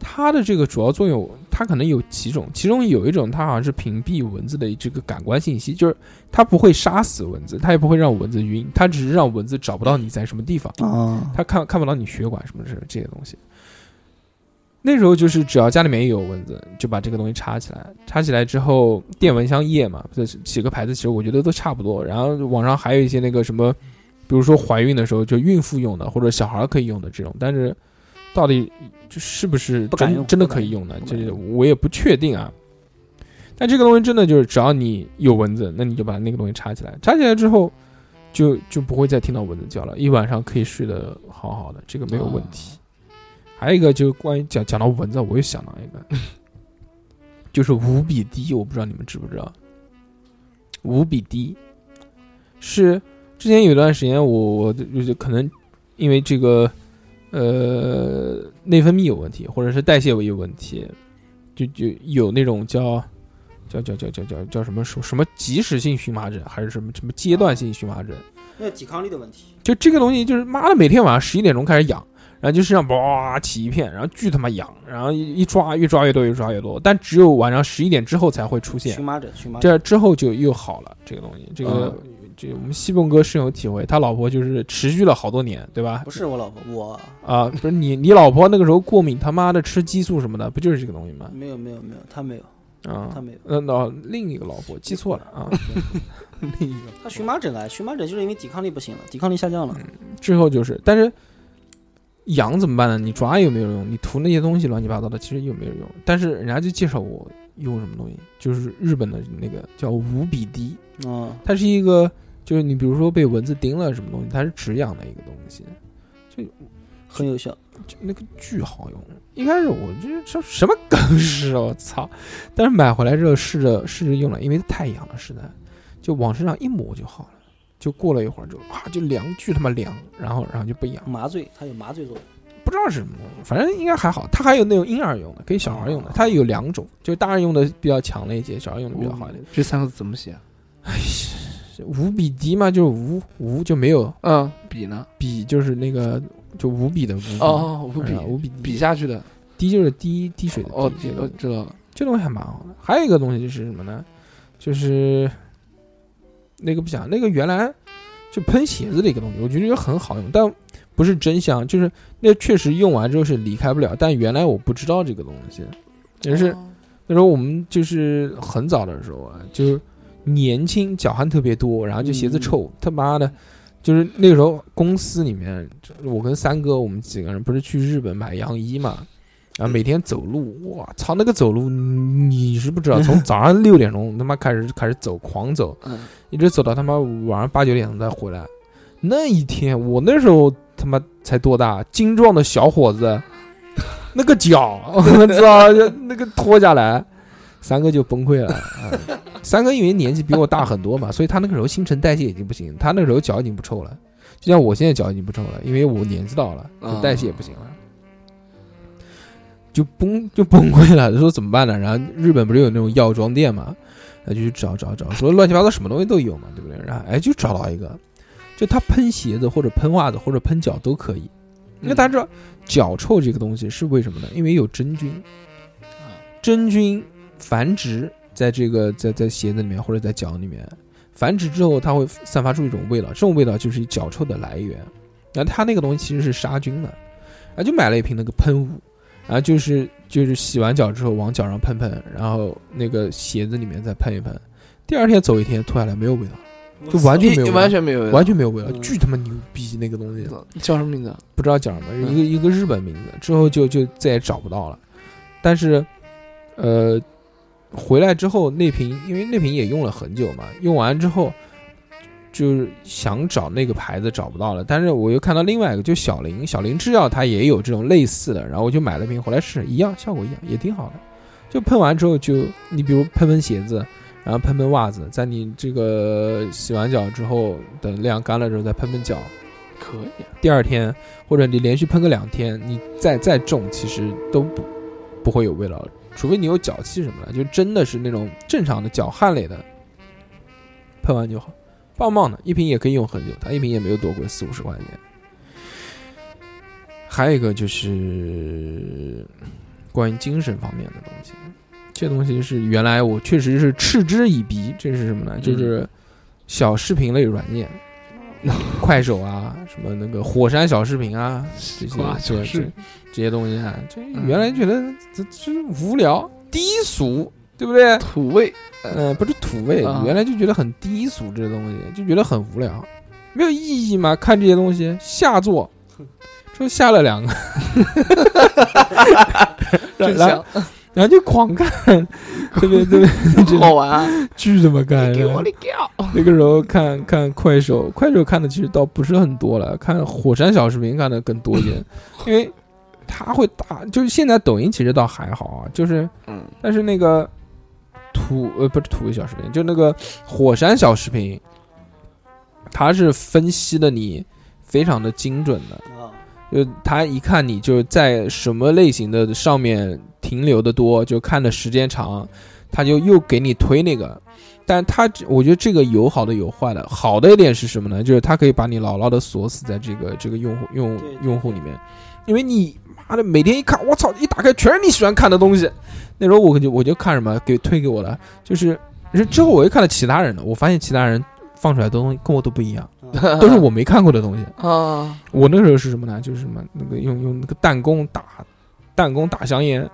Speaker 2: 它的这个主要作用，它可能有几种，其中有一种它好像是屏蔽蚊子的这个感官信息，就是它不会杀死蚊子，它也不会让蚊子晕，它只是让蚊子找不到你在什么地方，
Speaker 4: 哦，
Speaker 2: 它看看不到你血管什么之类这些东西。那时候就是只要家里面有蚊子，就把这个东西插起来，插起来之后电蚊香液嘛，这几个牌子其实我觉得都差不多。然后网上还有一些那个什么，比如说怀孕的时候就孕妇用的或者小孩可以用的这种，但是到底这是不是
Speaker 4: 不敢
Speaker 2: 真
Speaker 4: 用
Speaker 2: 真的
Speaker 4: 不
Speaker 2: 可
Speaker 4: 敢
Speaker 2: 以用呢？
Speaker 4: 不
Speaker 2: 就
Speaker 4: 敢
Speaker 2: 是我也不确定啊。但这个东西真的就是只要你有蚊子，那你就把那个东西插起来，插起来之后就就不会再听到蚊子叫了，一晚上可以睡得好好的，这个没有问题。还有一个就是关于讲讲到蚊子，我又想到一个，就是五比滴，我不知道你们知不知道，五比滴是之前有段时间我我就是可能因为这个呃内分泌有问题，或者是代谢有问题，就就有那种叫叫叫叫叫叫叫什么什么什么即时性荨麻疹，还是什么什么阶段性荨麻疹，
Speaker 4: 那抵抗力的问题。
Speaker 2: 就这个东西，就是妈的，每天晚上十一点钟开始痒，然后就身上哇起一片，然后巨他妈痒，然后一一抓越抓越多，越抓越多，但只有晚上十一点之后才会出现
Speaker 4: 荨，麻疹，荨麻疹，
Speaker 2: 这之后就又好了。这个东西，这个、这我们西蹦哥深有体会，他老婆就是持续了好多年，对吧
Speaker 4: 不？是我老婆，我
Speaker 2: 啊、不是你，你老婆那个时候过敏，他妈的吃激素什么的，不就是这个东西吗？
Speaker 4: 没有没有没有，她没有，
Speaker 2: 啊、
Speaker 4: 她
Speaker 5: 嗯
Speaker 4: 没有，
Speaker 2: 呃，那另一个老婆记错了啊， <laughs> 另一个
Speaker 4: 她荨麻疹啊，荨麻疹就是因为抵抗力不行了，抵抗力下降
Speaker 5: 嗯
Speaker 4: 了。
Speaker 2: 之后就是，但是痒怎么办呢？你抓有没有用？你涂那些东西乱七八糟的，其实有没有用？但是人家就介绍我用什么东西，就是日本的那个叫五比滴，
Speaker 4: 嗯，
Speaker 2: 它是一个就是你比如说被蚊子叮了什么东西，它是止痒的一个东西，
Speaker 4: 很有效。
Speaker 2: 就那个巨好用。一开始我就这什么狗屎，啊我操！但是买回来之后试着试着用了，因为太痒了，实在就往身上一抹就好了。就过了一会儿就啊，就凉，巨他妈凉，然后然后就不痒。
Speaker 4: 麻醉，它有麻醉作用。
Speaker 2: 不知道是什么东西，反正应该还好。它还有那种婴儿用的，给小孩用的，它有两种，就是大人用的比较强了一些，
Speaker 5: 嗯
Speaker 2: 小孩用的比较好一点。
Speaker 5: 这三个字怎么写？啊
Speaker 2: 五比滴嘛，就是无无就没有
Speaker 5: 嗯，笔呢？
Speaker 2: 比，就是那个就无比的无比，
Speaker 5: 哦，五笔
Speaker 2: 哎呀无比滴
Speaker 5: 笔下去的。
Speaker 2: 滴就是滴滴水的滴
Speaker 5: 哦，
Speaker 2: 这
Speaker 5: 这
Speaker 2: 个
Speaker 5: 我
Speaker 2: 东西
Speaker 5: 知道了。
Speaker 2: 这东西还蛮好的。还有一个东西就是什么呢？就是那个不讲，那个原来就喷鞋子的一个东西，我觉得很好用，但不是真香，就是那确实用完之后是离开不了，但原来我不知道这个东西，也是那时候我们就是很早的时候啊，就是年轻，脚汗特别多，然后就鞋子臭，他妈的，就是那个时候公司里面，我跟三哥我们几个人不是去日本买洋衣嘛，啊，每天走路，我操，那个走路你是不知道，从早上六点钟他妈开始开始走，狂走，
Speaker 5: 嗯
Speaker 2: 一直走到他妈晚上八九点钟才回来。那一天我那时候他妈才多大，精壮的小伙子， <laughs> 那个脚，我操，就那个拖下来，三哥就崩溃了。 <laughs> 啊三哥因为年纪比我大很多嘛，所以他那个时候新陈代谢已经不行，他那个时候脚已经不臭了，就像我现在脚已经不臭了，因为我年纪到了，就代谢不行了。就崩 <laughs> 就崩溃了，说怎么办呢？然后日本不是有那种药妆店嘛，他就去找找找，说乱七八糟什么东西都有嘛，对不对？然后哎，就找到一个，就他喷鞋子或者喷袜子或者喷脚都可以，因为大家知道脚臭这个东西是为什么呢？因为有真菌，真菌繁殖在这个在在鞋子里面或者在脚里面繁殖之后，它会散发出一种味道，这种味道就是脚臭的来源。然后它那个东西其实是杀菌的，然后就买了一瓶那个喷雾，然后就是就是洗完脚之后往脚上喷喷，然后那个鞋子里面再喷一喷，第二天走一天脱下来没有味道，就完全没有
Speaker 5: 你
Speaker 2: 味道
Speaker 5: 完全没有，
Speaker 2: 完全没有味道，
Speaker 4: 嗯
Speaker 2: 巨他妈牛逼那个东西。
Speaker 5: 叫什么名字？
Speaker 2: 不知道叫什么，一个一个日本名字，之后就就再也找不到了。但是，呃，回来之后那瓶，因为那瓶也用了很久嘛，用完之后就是想找那个牌子找不到了，但是我又看到另外一个，就小林，小林制药它也有这种类似的，然后我就买了瓶回来试，一样效果一样，也挺好的。就喷完之后就，你比如喷喷鞋子，然后喷喷袜子，在你这个洗完脚之后，等晾干了之后再喷喷脚，
Speaker 5: 可以，啊
Speaker 2: 第二天，或者你连续喷个两天，你再再种，其实都不不会有味道了，除非你有脚气什么的，就真的是那种正常的脚汗类的，喷完就好，棒棒的，一瓶也可以用很久，它一瓶也没有多贵，四五十块钱。还有一个就是关于精神方面的东西，这东西是原来我确实是嗤之以鼻，这是什么呢？这就是小视频类软件，快手啊，什么那个火山小视频啊，这些
Speaker 5: 哇
Speaker 2: 这
Speaker 5: 小视
Speaker 2: 这
Speaker 5: 频
Speaker 2: 这些东西啊，这
Speaker 5: 嗯
Speaker 2: 原来觉得这这无聊低俗，对不对？
Speaker 5: 土味，
Speaker 2: 嗯，不是土味
Speaker 5: 啊，
Speaker 2: 原来就觉得很低俗，这东西就觉得很无聊，没有意义嘛。看这些东西下作，就下了两个，
Speaker 5: 真
Speaker 2: 然后
Speaker 5: 香，
Speaker 2: 然后就狂看，对不对？对不对？这
Speaker 5: 好 <laughs> 玩，啊
Speaker 2: 巨这么干，
Speaker 5: 给我的屌，
Speaker 2: 那个时候看看快手，快手看的其实倒不是很多了，看火山小视频看的更多一点，因为它会打，就是现在抖音其实倒还好啊，就是
Speaker 5: 嗯，
Speaker 2: 但是那个土呃不是土味小视频，就那个火山小视频，它是分析的你非常的精准的，
Speaker 4: 啊，
Speaker 2: 就他一看你就是在什么类型的上面停留的多，就看的时间长，他就又给你推那个。但他这我觉得这个有好的有坏的，好的一点是什么呢？就是他可以把你牢牢的锁死在这个这个用户用
Speaker 4: 对对
Speaker 2: 用户里面，因为你妈的每天一看，我操，一打开全是你喜欢看的东西。那时候我就我就看什么给推给我的，就是是之后我又看了其他人的，我发现其他人放出来的东西跟我都不一样，都
Speaker 4: 嗯
Speaker 2: 是我没看过的东西。
Speaker 5: <laughs> 啊，
Speaker 2: 我那时候是什么呢？就是什么那个用用那个弹弓打弹弓打香烟，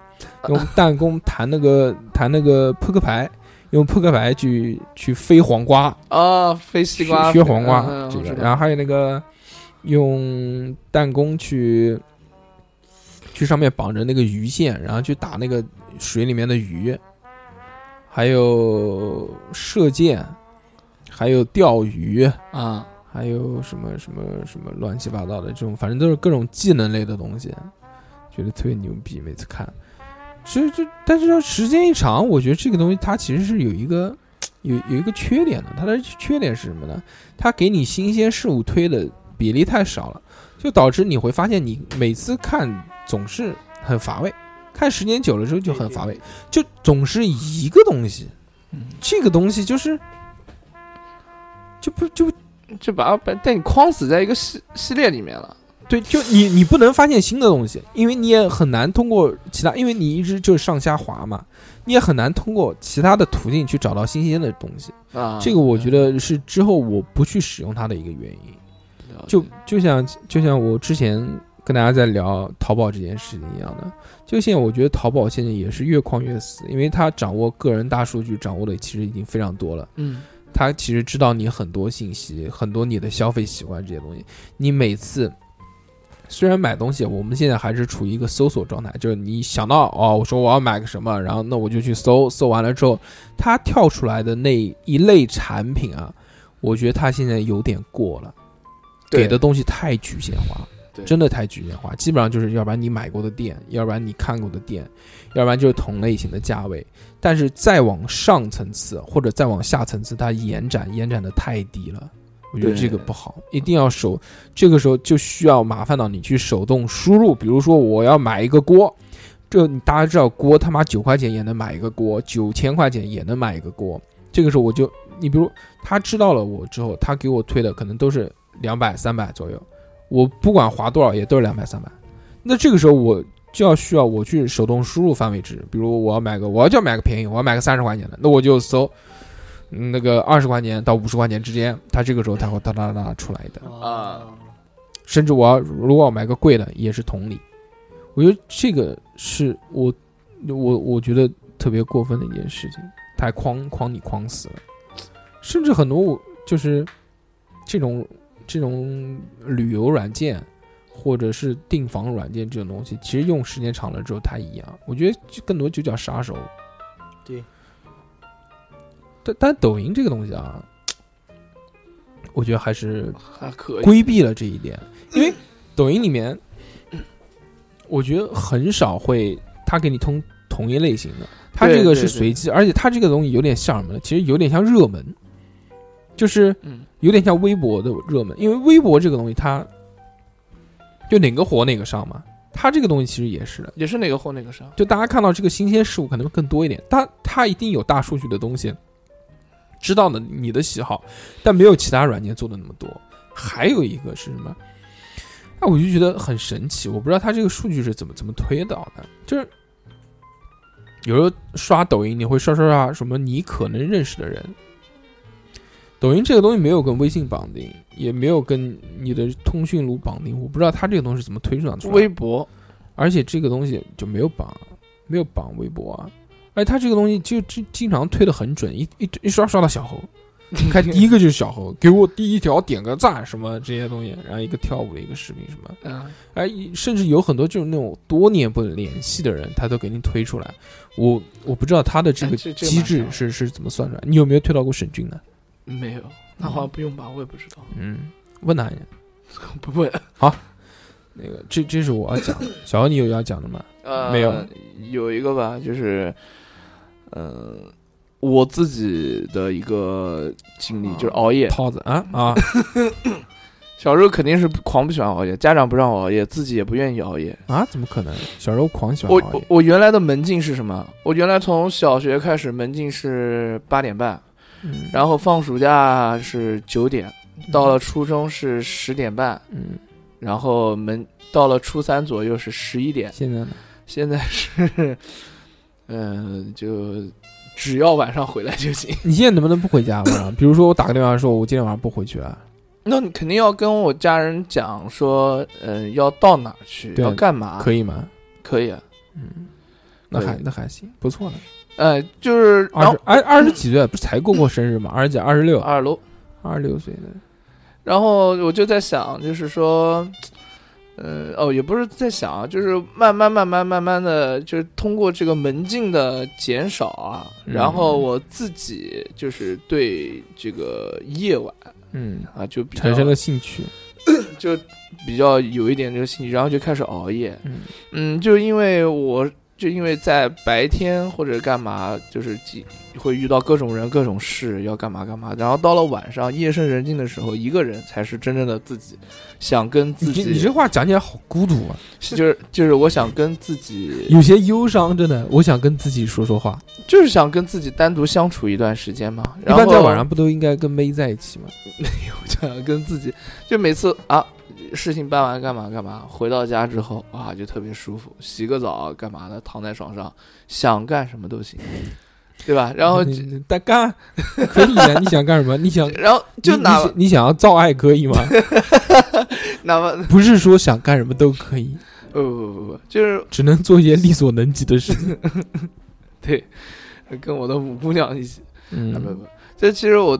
Speaker 2: 用弹弓弹那个弹那个扑克牌，用扑克牌去去飞黄瓜，
Speaker 5: 啊，飞西瓜，
Speaker 2: 削黄瓜
Speaker 5: 嗯
Speaker 2: 这个，
Speaker 5: 我知道
Speaker 2: 然后还有那个用弹弓去去上面绑着那个鱼线，然后去打那个水里面的鱼，还有射箭，还有钓鱼，
Speaker 5: 啊，
Speaker 2: 还有什么什么什么乱七八糟的这种，反正都是各种技能类的东西，觉得特别牛逼。每次看，其实就但是要时间一长，我觉得这个东西它其实是有一个有有一个缺点的。它的缺点是什么呢？它给你新鲜事物推的比例太少了，就导致你会发现你每次看总是很乏味，看时间久了之后就很乏味，就总是一个东西。这个东西就是就不就
Speaker 5: 就把把带你框死在一个系系列里面了，
Speaker 2: 对，就你你不能发现新的东西，因为你也很难通过其他，因为你一直就是上下滑嘛，你也很难通过其他的途径去找到新鲜的东西。
Speaker 5: 啊，
Speaker 2: 这个我觉得是之后我不去使用它的一个原因。
Speaker 5: 了解
Speaker 2: 就就像就像我之前跟大家在聊淘宝这件事情一样的，就现在我觉得淘宝现在也是越框越死，因为它掌握个人大数据掌握的其实已经非常多了。
Speaker 5: 嗯，
Speaker 2: 他其实知道你很多信息，很多你的消费习惯这些东西。你每次虽然买东西，我们现在还是处于一个搜索状态，就是你想到哦，我说我要买个什么，然后那我就去搜，搜完了之后，它跳出来的那一类产品啊，我觉得它现在有点过了，
Speaker 5: 对
Speaker 2: 给的东西太局限化了
Speaker 5: 对，
Speaker 2: 真的太局限化，基本上就是要不然你买过的店，要不然你看过的店，要不然就是同类型的价位。但是再往上层次或者再往下层次，它延展延展的太低了，我觉得
Speaker 5: 对
Speaker 2: 这个不好，一定要手这个时候就需要麻烦到你去手动输入，比如说我要买一个锅，这你大家知道锅他妈九块钱也能买一个锅，九千块钱也能买一个锅，这个时候我就你比如他知道了我之后，他给我推的可能都是两百三百左右，我不管划多少也都是两百三百，那这个时候我。就要需要我去手动输入范围值，比如我要买个，我要就要买个便宜，我要买个三十块钱的，那我就搜，嗯那个二十块钱到五十块钱之间，它这个时候它会哒哒哒哒出来的。
Speaker 5: 啊，
Speaker 2: 甚至我要如果我买个贵的也是同理。我觉得这个是我我我觉得特别过分的一件事情，太框框你框死了。甚至很多我就是这种这种旅游软件或者是订房软件这种东西，其实用时间长了之后它一样，我觉得就更多就叫杀手。
Speaker 4: 对。
Speaker 2: 但但抖音这个东西啊，我觉得还是
Speaker 5: 还可以。嗯
Speaker 2: 规避了这一点，因为抖音里面，我觉得很少会他给你通同一类型的，他
Speaker 5: 对
Speaker 2: 这个
Speaker 5: 对
Speaker 2: 是
Speaker 5: 对
Speaker 2: 随机，而且他这个东西有点像什么呢？其实有点像热门，就是
Speaker 5: 嗯，
Speaker 2: 有点像微博的热门，因为微博这个东西它就哪个火哪个上嘛，它这个东西其实也是的，
Speaker 5: 也是哪个货哪个上。
Speaker 2: 就大家看到这个新鲜事物可能更多一点，它它一定有大数据的东西，知道了你的喜好，但没有其他软件做的那么多。还有一个是什么？那我就觉得很神奇，我不知道它这个数据是怎么怎么推导的，就是有时候刷抖音，你会刷刷刷什么你可能认识的人。抖音这个东西没有跟微信绑定，也没有跟你的通讯录绑定，我不知道它这个东西怎么推算出来的。
Speaker 5: 微博，
Speaker 2: 而且这个东西就没有绑，没有绑微博啊。而且它这个东西就经经常推的很准，一一一刷刷到小猴，看第一个就是小猴，给我第一条点个赞什么这些东西，然后一个跳舞的一个视频什么，
Speaker 5: 嗯，
Speaker 2: 哎，甚至有很多就是那种多年不联系的人，他都给你推出来。我我不知道他的这个
Speaker 5: 哎这这个
Speaker 2: 机
Speaker 5: 蛮
Speaker 2: 制
Speaker 5: 强
Speaker 2: 是是怎么算出来。你有没有推到过沈俊呢？
Speaker 5: 没有，嗯那好像不用吧，我也不知道， <laughs>
Speaker 2: 嗯，问他一下。
Speaker 5: 不问。
Speaker 2: 那个，这这是我要讲的。小何，你有要讲的吗？
Speaker 5: 呃，
Speaker 2: 没有，
Speaker 5: 有一个吧，就是，呃，我自己的一个经历
Speaker 2: 啊
Speaker 5: 就是熬夜。
Speaker 2: 涛子啊啊，
Speaker 5: 小时候肯定是狂不喜欢熬夜，家长不让我熬夜，自己也不愿意熬夜。
Speaker 2: 啊，怎么可能？小时候狂喜欢
Speaker 5: 我
Speaker 2: 熬
Speaker 5: 我
Speaker 2: 夜，
Speaker 5: 我原来的门禁是什么？我原来从小学开始门禁是八点半，
Speaker 2: 嗯
Speaker 5: 然后放暑假是九点，到了初中是十点半，
Speaker 2: 嗯，
Speaker 5: 然后门到了初三左右是十一点，
Speaker 2: 现在呢？
Speaker 5: 现在是，嗯、就只要晚上回来就行。
Speaker 2: 你现在能不能不回家
Speaker 5: <coughs>
Speaker 2: 了？比如说我打个电话说，我今天晚上不回去啊了，
Speaker 5: 那你肯定要跟我家人讲说，嗯、要到哪儿去，
Speaker 2: 对
Speaker 5: 要干嘛，
Speaker 2: 可以吗？
Speaker 5: 可以啊。
Speaker 2: 嗯，那还
Speaker 5: 对
Speaker 2: 那还行，不错了。
Speaker 5: 呃，就是然
Speaker 2: 二
Speaker 5: 后啊
Speaker 2: 十二二十几岁不是才过过生日吗？二十几、二十六、
Speaker 5: 二楼，
Speaker 2: 二十六岁的，
Speaker 5: 然后我就在想，就是说，呃，哦，也不是在想啊，就是慢慢慢慢慢慢的，就是通过这个门禁的减少啊，
Speaker 2: 嗯
Speaker 5: 然后我自己就是对这个夜晚
Speaker 2: 嗯，
Speaker 5: 啊，就比较
Speaker 2: 产生了兴趣。
Speaker 5: 就比较有一点这个兴趣，然后就开始熬夜。
Speaker 2: 嗯
Speaker 5: 嗯，就因为我就因为在白天或者干嘛，就是几会遇到各种人、各种事，要干嘛干嘛。然后到了晚上夜深人静的时候，一个人才是真正的自己，想跟自
Speaker 2: 你这 <laughs> 你
Speaker 5: 己
Speaker 2: 这，话讲起来好孤独啊，
Speaker 5: 就是就是我想跟自己，
Speaker 2: 有些忧伤，真的。我想跟自己说说话。
Speaker 5: 就是想跟自己单独相处一段时间嘛。
Speaker 2: 一
Speaker 5: 然后
Speaker 2: 般在晚上不都应该跟妹在一起吗？
Speaker 5: 想跟自己，就每次啊，事情办完干嘛干嘛，回到家之后啊，就特别舒服，洗个澡干嘛的，躺在床上想干什么都行，对吧？然后
Speaker 2: <laughs>
Speaker 5: 就，
Speaker 2: 你你大
Speaker 5: <laughs>
Speaker 2: 干可以啊，你想干什么？你想
Speaker 5: 然后 <laughs> 就
Speaker 2: 你
Speaker 5: 哪
Speaker 2: 你你想要造爱可
Speaker 5: <laughs>
Speaker 2: 以吗？
Speaker 5: 哪怕
Speaker 2: 不是说想干什么都可以，
Speaker 5: 不不不不，就是
Speaker 2: 只能做一些力所能及的事情。
Speaker 5: 对，跟我的五姑娘一起，啊不
Speaker 2: 嗯
Speaker 5: 不，就其实我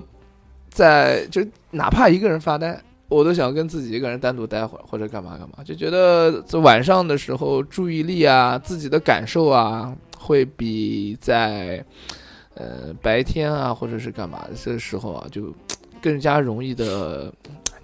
Speaker 5: 在就哪怕一个人发呆，我都想跟自己一个人单独待会儿，或者干嘛干嘛，就觉得这晚上的时候注意力啊，自己的感受啊，会比在呃白天啊，或者是干嘛这时候啊，就更加容易的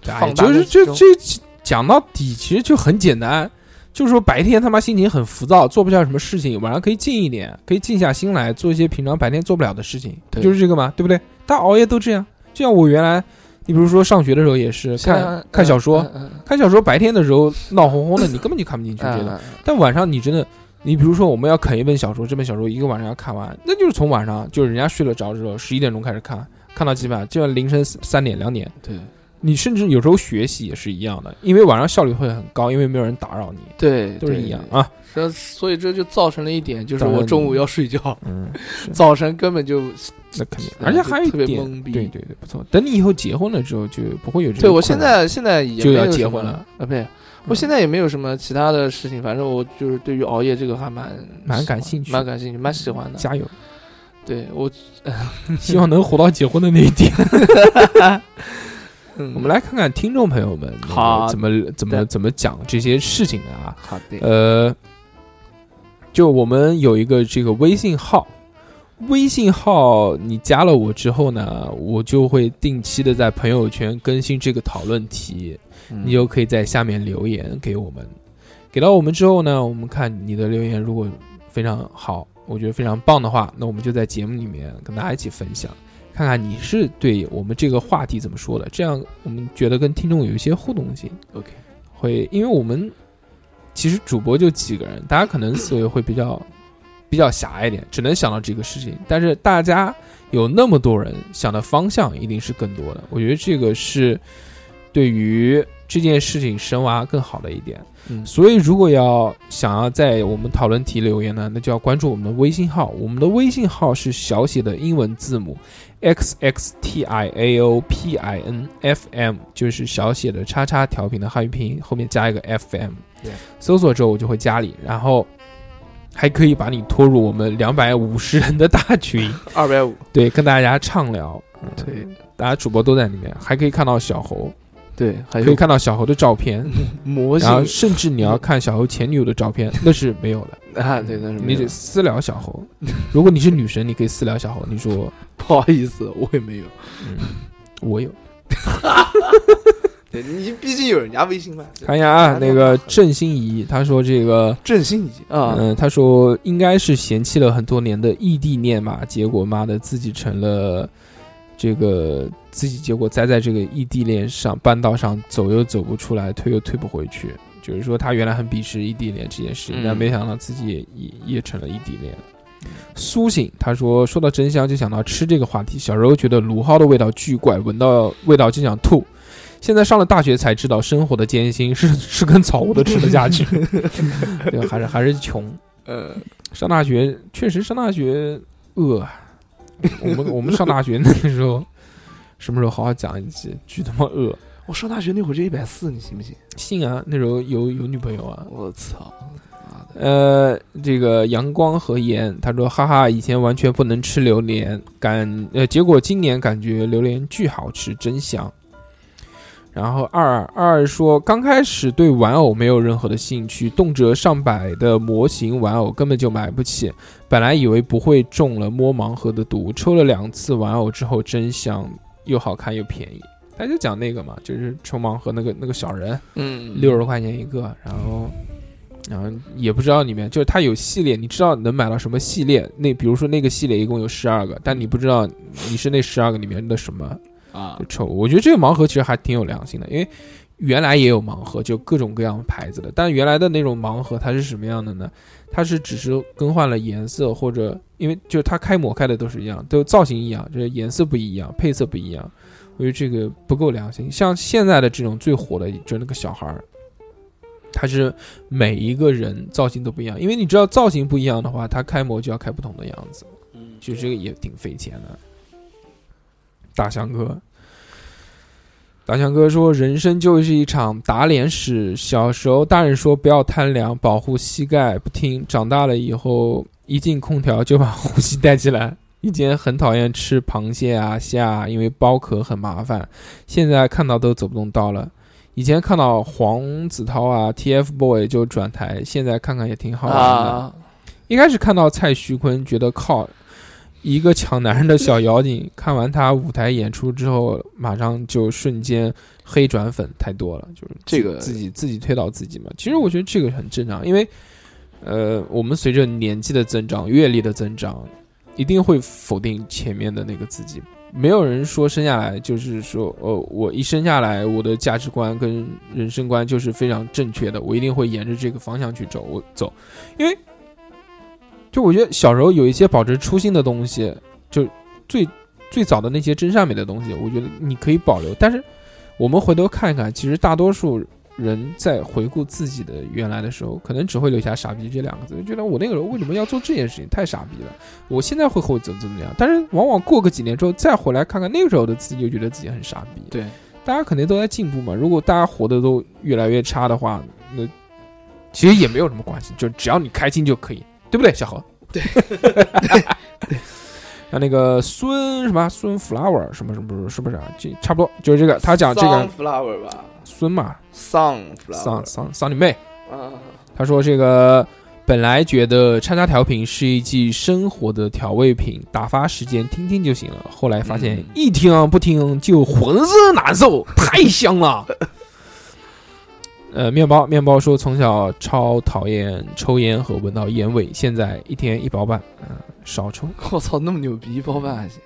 Speaker 2: 哎，
Speaker 5: 放大
Speaker 2: 就
Speaker 5: 那
Speaker 2: 是
Speaker 5: 种
Speaker 2: 这这讲到底，其实就很简单，就是说白天他妈心情很浮躁，做不下什么事情，晚上可以静一点，可以静下心来做一些平常白天做不了的事情，
Speaker 5: 对
Speaker 2: 就是这个嘛，对不对？大家熬夜都这样，就像我原来，你比如说上学的时候也是
Speaker 5: 像
Speaker 2: 看看小说，
Speaker 5: 嗯嗯
Speaker 2: 看小说白天的时候闹哄哄的，你根本就看不进去这
Speaker 5: 嗯
Speaker 2: 个，
Speaker 5: 嗯
Speaker 2: 但晚上你真的，你比如说我们要啃一本小说，这本小说一个晚上要看完，那就是从晚上就是人家睡了着之后，十一点钟开始看，看到几晚，就像凌晨三点两点。
Speaker 5: 对
Speaker 2: 你甚至有时候学习也是一样的，因为晚上效率会很高，因为没有人打扰你，
Speaker 5: 对，
Speaker 2: 都是
Speaker 5: 对
Speaker 2: 一样。啊。
Speaker 5: 这所以这就造成了一点，就是
Speaker 2: 造成
Speaker 5: 我
Speaker 2: 你
Speaker 5: 中午要睡觉，
Speaker 2: 嗯，
Speaker 5: 早晨根本就
Speaker 2: 那肯定。
Speaker 5: 嗯
Speaker 2: 而且还有
Speaker 5: 就特别
Speaker 2: 一点
Speaker 5: 懵，逼
Speaker 2: 对对对，不错。等你以后结婚了之后，就不会有这个困扰。
Speaker 5: 对我现在现在也
Speaker 2: 就
Speaker 5: 没
Speaker 2: 要
Speaker 5: 有
Speaker 2: 结
Speaker 5: 什
Speaker 2: 婚
Speaker 5: 么
Speaker 2: 了
Speaker 5: 啊，呸！
Speaker 2: 嗯
Speaker 5: 我现在也没有什么其他的事情，反正我就是对于熬夜这个还蛮
Speaker 2: 蛮
Speaker 5: 喜
Speaker 2: 感
Speaker 5: 欢
Speaker 2: 兴趣
Speaker 5: 蛮感兴趣，蛮喜欢的。
Speaker 2: 加油，
Speaker 5: 对
Speaker 2: <laughs>
Speaker 5: 我，
Speaker 2: 希望能活到结婚的那一天。 <laughs>
Speaker 5: 嗯
Speaker 2: 我们来看看听众朋友们那个
Speaker 5: 好
Speaker 2: 怎么怎么
Speaker 5: 的
Speaker 2: 怎么讲这些事情的啊。
Speaker 5: 好的，
Speaker 2: 呃，就我们有一个这个微信号，微信号你加了我之后呢，我就会定期的在朋友圈更新这个讨论题，
Speaker 5: 嗯
Speaker 2: 你就可以在下面留言给我们。给到我们之后呢，我们看你的留言，如果非常好，我觉得非常棒的话，那我们就在节目里面跟大家一起分享，看看你是对我们这个话题怎么说的。这样我们觉得跟听众有一些互动性。
Speaker 5: OK
Speaker 2: 会因为我们其实主播就几个人，大家可能思维会比较比较狭隘一点，只能想到这个事情。但是大家有那么多人想的方向一定是更多的，我觉得这个是对于这件事情深挖更好的一点。
Speaker 5: 嗯
Speaker 2: 所以如果要想要在我们讨论题留言呢，那就要关注我们的微信号，我们的微信号是小写的英文字母 x x t i a o p i n f m，就是小写的叉叉调频的汉语拼音，后面加一个 f m，
Speaker 5: Yeah
Speaker 2: 搜索之后我就会加你，然后。还可以把你拖入我们两百五十人的大群，
Speaker 5: 二百五，
Speaker 2: 对，跟大家畅聊，
Speaker 5: 对
Speaker 2: 大家主播都在里面，还可以看到小猴，
Speaker 5: 对，
Speaker 2: 可
Speaker 5: 还
Speaker 2: 以
Speaker 5: 有
Speaker 2: 看到小猴的照片，
Speaker 5: 模型
Speaker 2: 然后甚至你要看小猴前女友的照 <laughs> 片，那是没有的，
Speaker 5: 啊，对，那是没
Speaker 2: 你
Speaker 5: 有
Speaker 2: 得私聊小猴。如果你是女神，你可以私聊小猴，你说
Speaker 5: 不好意思，我也没有。
Speaker 2: 我有。
Speaker 5: <laughs> 对你毕竟有人家微信嘛，
Speaker 2: 看一下啊，那个郑欣怡，她说这个，
Speaker 5: 振兴已经啊，
Speaker 2: 嗯，她说应该是嫌弃了很多年的异地恋吧，结果妈的自己成了这个自己，结果栽在这个异地恋上半道上，走又走不出来，退又退不回去。就是说，她原来很鄙视异地恋这件事情，
Speaker 5: 嗯
Speaker 2: 但没想到自己也也也成了异地恋。苏醒，他说：“说到真香，就想到吃这个话题。小时候觉得卤蒿的味道巨怪，闻到味道就想吐。现在上了大学才知道生活的艰辛，是是根草我都吃得下去。对，还是还是穷。嗯
Speaker 5: 呃，
Speaker 2: 上大学确实上大学饿啊。 <laughs> 我们我们上大 <laughs> 学那个时候，什么时候好好讲一期？巨他妈饿。
Speaker 5: 我上大学那会儿就一百四，你信不信？
Speaker 2: 信啊，那时候有有女朋友啊。
Speaker 5: 我操，妈的，
Speaker 2: 呃，这个阳光和盐，他说哈哈，以前完全不能吃榴莲，感呃，结果今年感觉榴莲巨好吃，真香。然后二二说，刚开始对玩偶没有任何的兴趣，动辄上百的模型玩偶根本就买不起。本来以为不会中了摸盲盒的毒，抽了两次玩偶之后真香，又好看又便宜。他就讲那个嘛，就是抽盲盒那个那个小人，
Speaker 5: 嗯
Speaker 2: 六十块钱一个，然后，然后也不知道里面就是它有系列，你知道能买到什么系列？那比如说那个系列一共有十二个，但你不知道你是那十二个里面的什么
Speaker 5: 啊
Speaker 2: 就，抽。我觉得这个盲盒其实还挺有良心的，因为原来也有盲盒，就各种各样牌子的，但原来的那种盲盒它是什么样的呢？它是只是更换了颜色，或者因为就是它开模开的都是一样，都造型一样，就是颜色不一样，配色不一样。我觉得这个不够良心。像现在的这种最火的，就是那个小孩儿，他是每一个人造型都不一样，因为你知道造型不一样的话，他开模就要开不同的样子，
Speaker 4: 嗯，
Speaker 2: 就这个也挺费钱的。大象哥，大象哥说：“人生就是一场打脸史。小时候大人说不要贪凉， <laughs> 保护膝盖，不听；长大了以后一进空调就把呼吸带起来。以前很讨厌吃螃蟹啊、虾啊，因为剥壳很麻烦，现在看到都走不动道了。以前看到黄子韬啊、TFBOY 就转台，现在看看也挺好玩的。
Speaker 5: 啊，
Speaker 2: 一开始看到蔡徐坤，觉得靠，一个抢男人的小妖精。 <laughs> 看完他舞台演出之后，马上就瞬间黑转粉太多了，就是
Speaker 5: 这个
Speaker 2: 自己自己推倒自己嘛。其实我觉得这个很正常，因为呃，我们随着年纪的增长、阅历的增长，一定会否定前面的那个自己。没有人说生下来就是说，呃，我一生下来我的价值观跟人生观就是非常正确的，我一定会沿着这个方向去走，我走，因为就我觉得小时候有一些保持初心的东西，就最最早的那些真善美的东西，我觉得你可以保留。但是我们回头看一看，其实大多数人在回顾自己的原来的时候，可能只会留下“傻逼”这两个字，就觉得我那个时候为什么要做这件事情，太傻逼了。我现在会后悔怎么怎么样，但是往往过个几年之后再回来看看那个时候的自己，就觉得自己很傻逼。
Speaker 5: 对，
Speaker 2: 大家肯定都在进步嘛。如果大家活得都越来越差的话，那其实也没有什么关系，就只要你开心就可以，对不对，小何？ <laughs> 对。那那个孙什么孙 flower 什么什么是不是啊？就差不多就是这个，他讲这个
Speaker 5: sunflower 吧
Speaker 2: 孙嘛，
Speaker 5: ，sunflower
Speaker 2: 桑桑桑你妹！
Speaker 5: 啊，
Speaker 2: 他说这个本来觉得叉叉调频是一剂生活的调味品，打发时间听听就行了。后来发现
Speaker 5: 嗯
Speaker 2: 一听啊不听就浑身难受，太香了。呃，面包面包说从小超讨厌抽烟和闻到烟味，现在一天一包半，嗯、少抽。
Speaker 5: 我操，那么牛逼，包办 <laughs> 还行，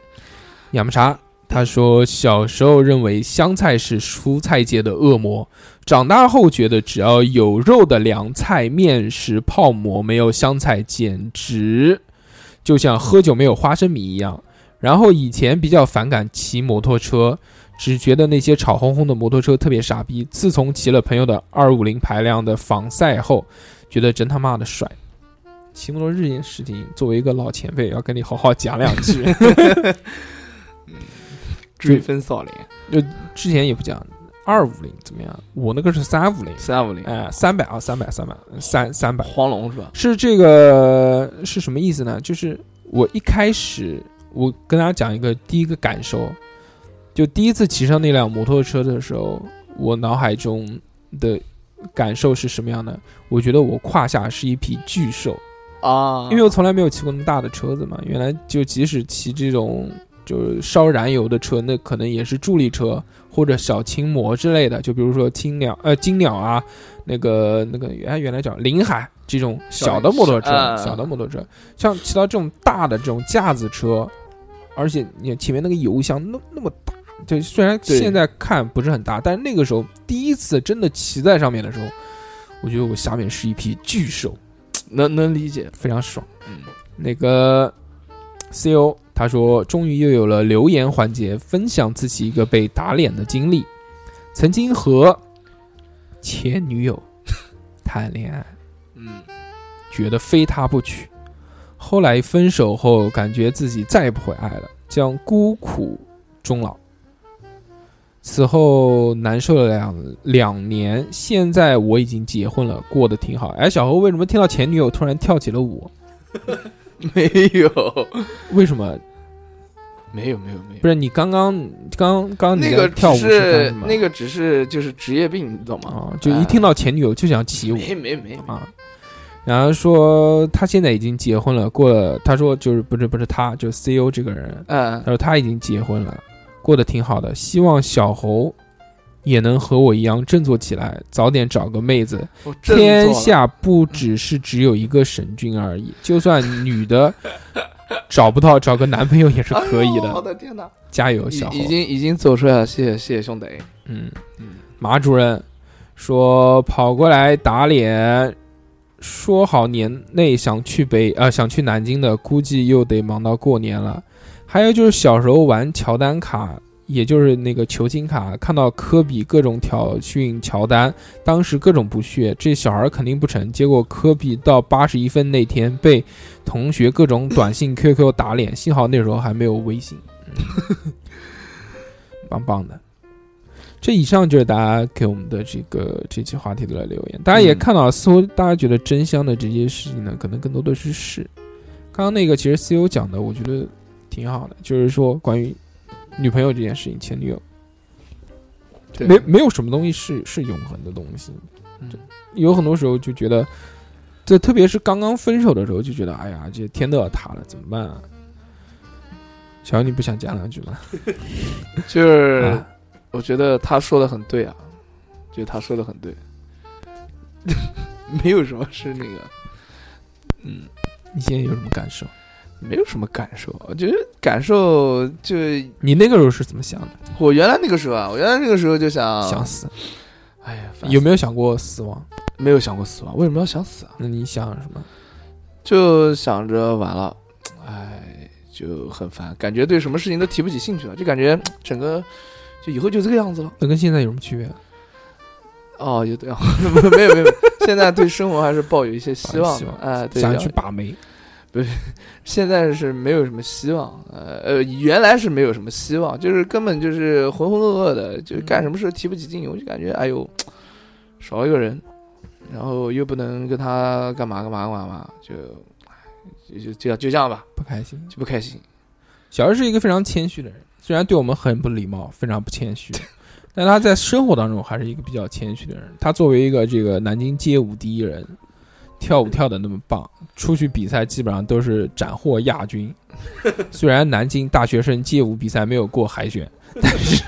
Speaker 2: 亚木茶，他说小时候认为香菜是蔬菜界的恶魔，长大后觉得只要有肉的凉菜、面食、泡馍，没有香菜简直就像喝酒没有花生米一样。然后以前比较反感骑摩托车，只觉得那些吵哄哄的摩托车特别傻逼。自从骑了朋友的二五零排量的仿赛后，觉得真他妈的帅。骑摩托这件事情，作为一个老前辈，要跟你好好讲两句。
Speaker 5: 嗯 <laughs> 追风扫脸，
Speaker 2: 之前也不讲二五零怎么样，我那个是三五零，
Speaker 5: 三五零，
Speaker 2: 哎，三百啊，三百，三百，三三百
Speaker 5: 黄龙是吧？
Speaker 2: 是这个是什么意思呢？就是我一开始我跟大家讲一个第一个感受，就第一次骑上那辆摩托车的时候，我脑海中的感受是什么样的？我觉得我胯下是一匹巨兽，
Speaker 5: 啊，
Speaker 2: 因为我从来没有骑过那么大的车子嘛，原来就即使骑这种就是烧燃油的车，那可能也是助力车或者小青模之类的，就比如说青鸟呃金鸟啊，那个那个原原来叫林海这种小的摩托车，
Speaker 5: 小啊
Speaker 2: 小的摩托车，像骑到这种大的这种架子车，而且你前面那个油箱那那么大，就虽然
Speaker 5: 对
Speaker 2: 现在看不是很大，但是那个时候第一次真的骑在上面的时候，我觉得我下面是一匹巨兽，
Speaker 5: 能能理解，
Speaker 2: 非常爽。
Speaker 5: 嗯，
Speaker 2: 那个 C E O 他说，终于又有了留言环节，分享自己一个被打脸的经历。曾经和前女友 <laughs> 谈恋爱，
Speaker 5: 嗯，
Speaker 2: 觉得非她不娶。后来分手后，感觉自己再也不会爱了，将孤苦终老。此后难受了两两年，现在我已经结婚了，过得挺好。哎，小侯为什么听到前女友突然跳起了舞？
Speaker 5: 没有，
Speaker 2: 为什么？
Speaker 5: 没有，没有，没有
Speaker 2: 不。是你刚刚刚刚刚你
Speaker 5: 那
Speaker 2: 在
Speaker 5: 个
Speaker 2: 跳舞
Speaker 5: 只是
Speaker 2: 干什么
Speaker 5: 那个只是就是职业病，你懂吗？
Speaker 2: 啊，就一听到前女友就想起舞
Speaker 5: 没没没，
Speaker 2: 啊。然后说他现在已经结婚了，过了他说就是不是不是他就是 C E O 这个人，
Speaker 5: 嗯
Speaker 2: 他，说他已经结婚了，过得挺好的，希望小猴也能和我一样振作起来，早点找个妹子。
Speaker 5: 我振作了
Speaker 2: 天下不只是只有一个神君而已，就算女
Speaker 5: <laughs>
Speaker 2: 的找不到，找个男朋友也是可以
Speaker 5: 哎呦我
Speaker 2: 的。
Speaker 5: 的天哪，
Speaker 2: 加油，
Speaker 5: 已
Speaker 2: 小猴！
Speaker 5: 已经已经走出来了，谢谢谢谢兄弟。
Speaker 2: 嗯
Speaker 5: 嗯，
Speaker 2: 马主任说跑过来打脸，说好年内想去北呃想去南京的，估计又得忙到过年了。还有就是小时候玩乔丹卡，也就是那个球星卡，看到科比各种挑衅乔丹，当时各种不屑，这小孩肯定不成。结果科比到八十一分那天被同学各种短信、QQ 打脸，幸好那时候还没有微信，嗯 <laughs> 棒棒的。这以上就是大家给我们的这个这期话题的留言。大家也看到了，似乎大家觉得真香的这些事情呢，可能更多的是事。刚刚那个其实 C O E 讲的，我觉得挺好的，就是说关于女朋友这件事情，前女友
Speaker 5: 对嗯
Speaker 2: 没没有什么东西是是永恒的东西，
Speaker 5: 对
Speaker 2: 有很多时候就觉得，这特别是刚刚分手的时候，就觉得哎呀，这天都要塌了，怎么办啊？小杨，你不想讲两句吗？ <laughs>
Speaker 5: 就是
Speaker 2: 啊
Speaker 5: 我觉得他说的很对啊，就是他说的很对， <laughs> 没有什么是那个，嗯，
Speaker 2: 你现在有什么感受？
Speaker 5: 没有什么感受，我觉得感受就
Speaker 2: 你那个时候是怎么想的？
Speaker 5: 我原来那个时候啊，我原来那个时候就想
Speaker 2: 想，死？
Speaker 5: 哎呀，烦死
Speaker 2: 有没有想过死亡？
Speaker 5: 没有想过死亡？为什么要想死啊？
Speaker 2: 那你想什么？
Speaker 5: 就想着完了，哎，就很烦，感觉对什么事情都提不起兴趣了，就感觉整个就以后就这个样子了。
Speaker 2: 那跟现在有什么区别？
Speaker 5: 哦，有 <laughs> 对，没有没有，现在对生活还是抱有一些希望
Speaker 2: 希
Speaker 5: 的
Speaker 2: 望，
Speaker 5: 哎，对，
Speaker 2: 想
Speaker 5: 要
Speaker 2: 去把妹，
Speaker 5: 现在是没有什么希望，呃呃，原来是没有什么希望，就是根本就是浑浑噩噩的，就是干什么事提不起劲，我就感觉哎呦，少一个人，然后又不能跟他干嘛干嘛干嘛，就唉就就这样就这样吧，
Speaker 2: 不开心。
Speaker 5: 就不开心。
Speaker 2: 小二是一个非常谦虚的人，虽然对我们很不礼貌，非常不谦 <laughs> 虚，但他在生活当中还是一个比较谦虚的人。他作为一个这个南京街舞第一人，跳舞跳的那么棒，出去比赛基本上都是斩获亚 <laughs> 军。虽然南京大学生街舞比赛没有过海选，但 <laughs> 是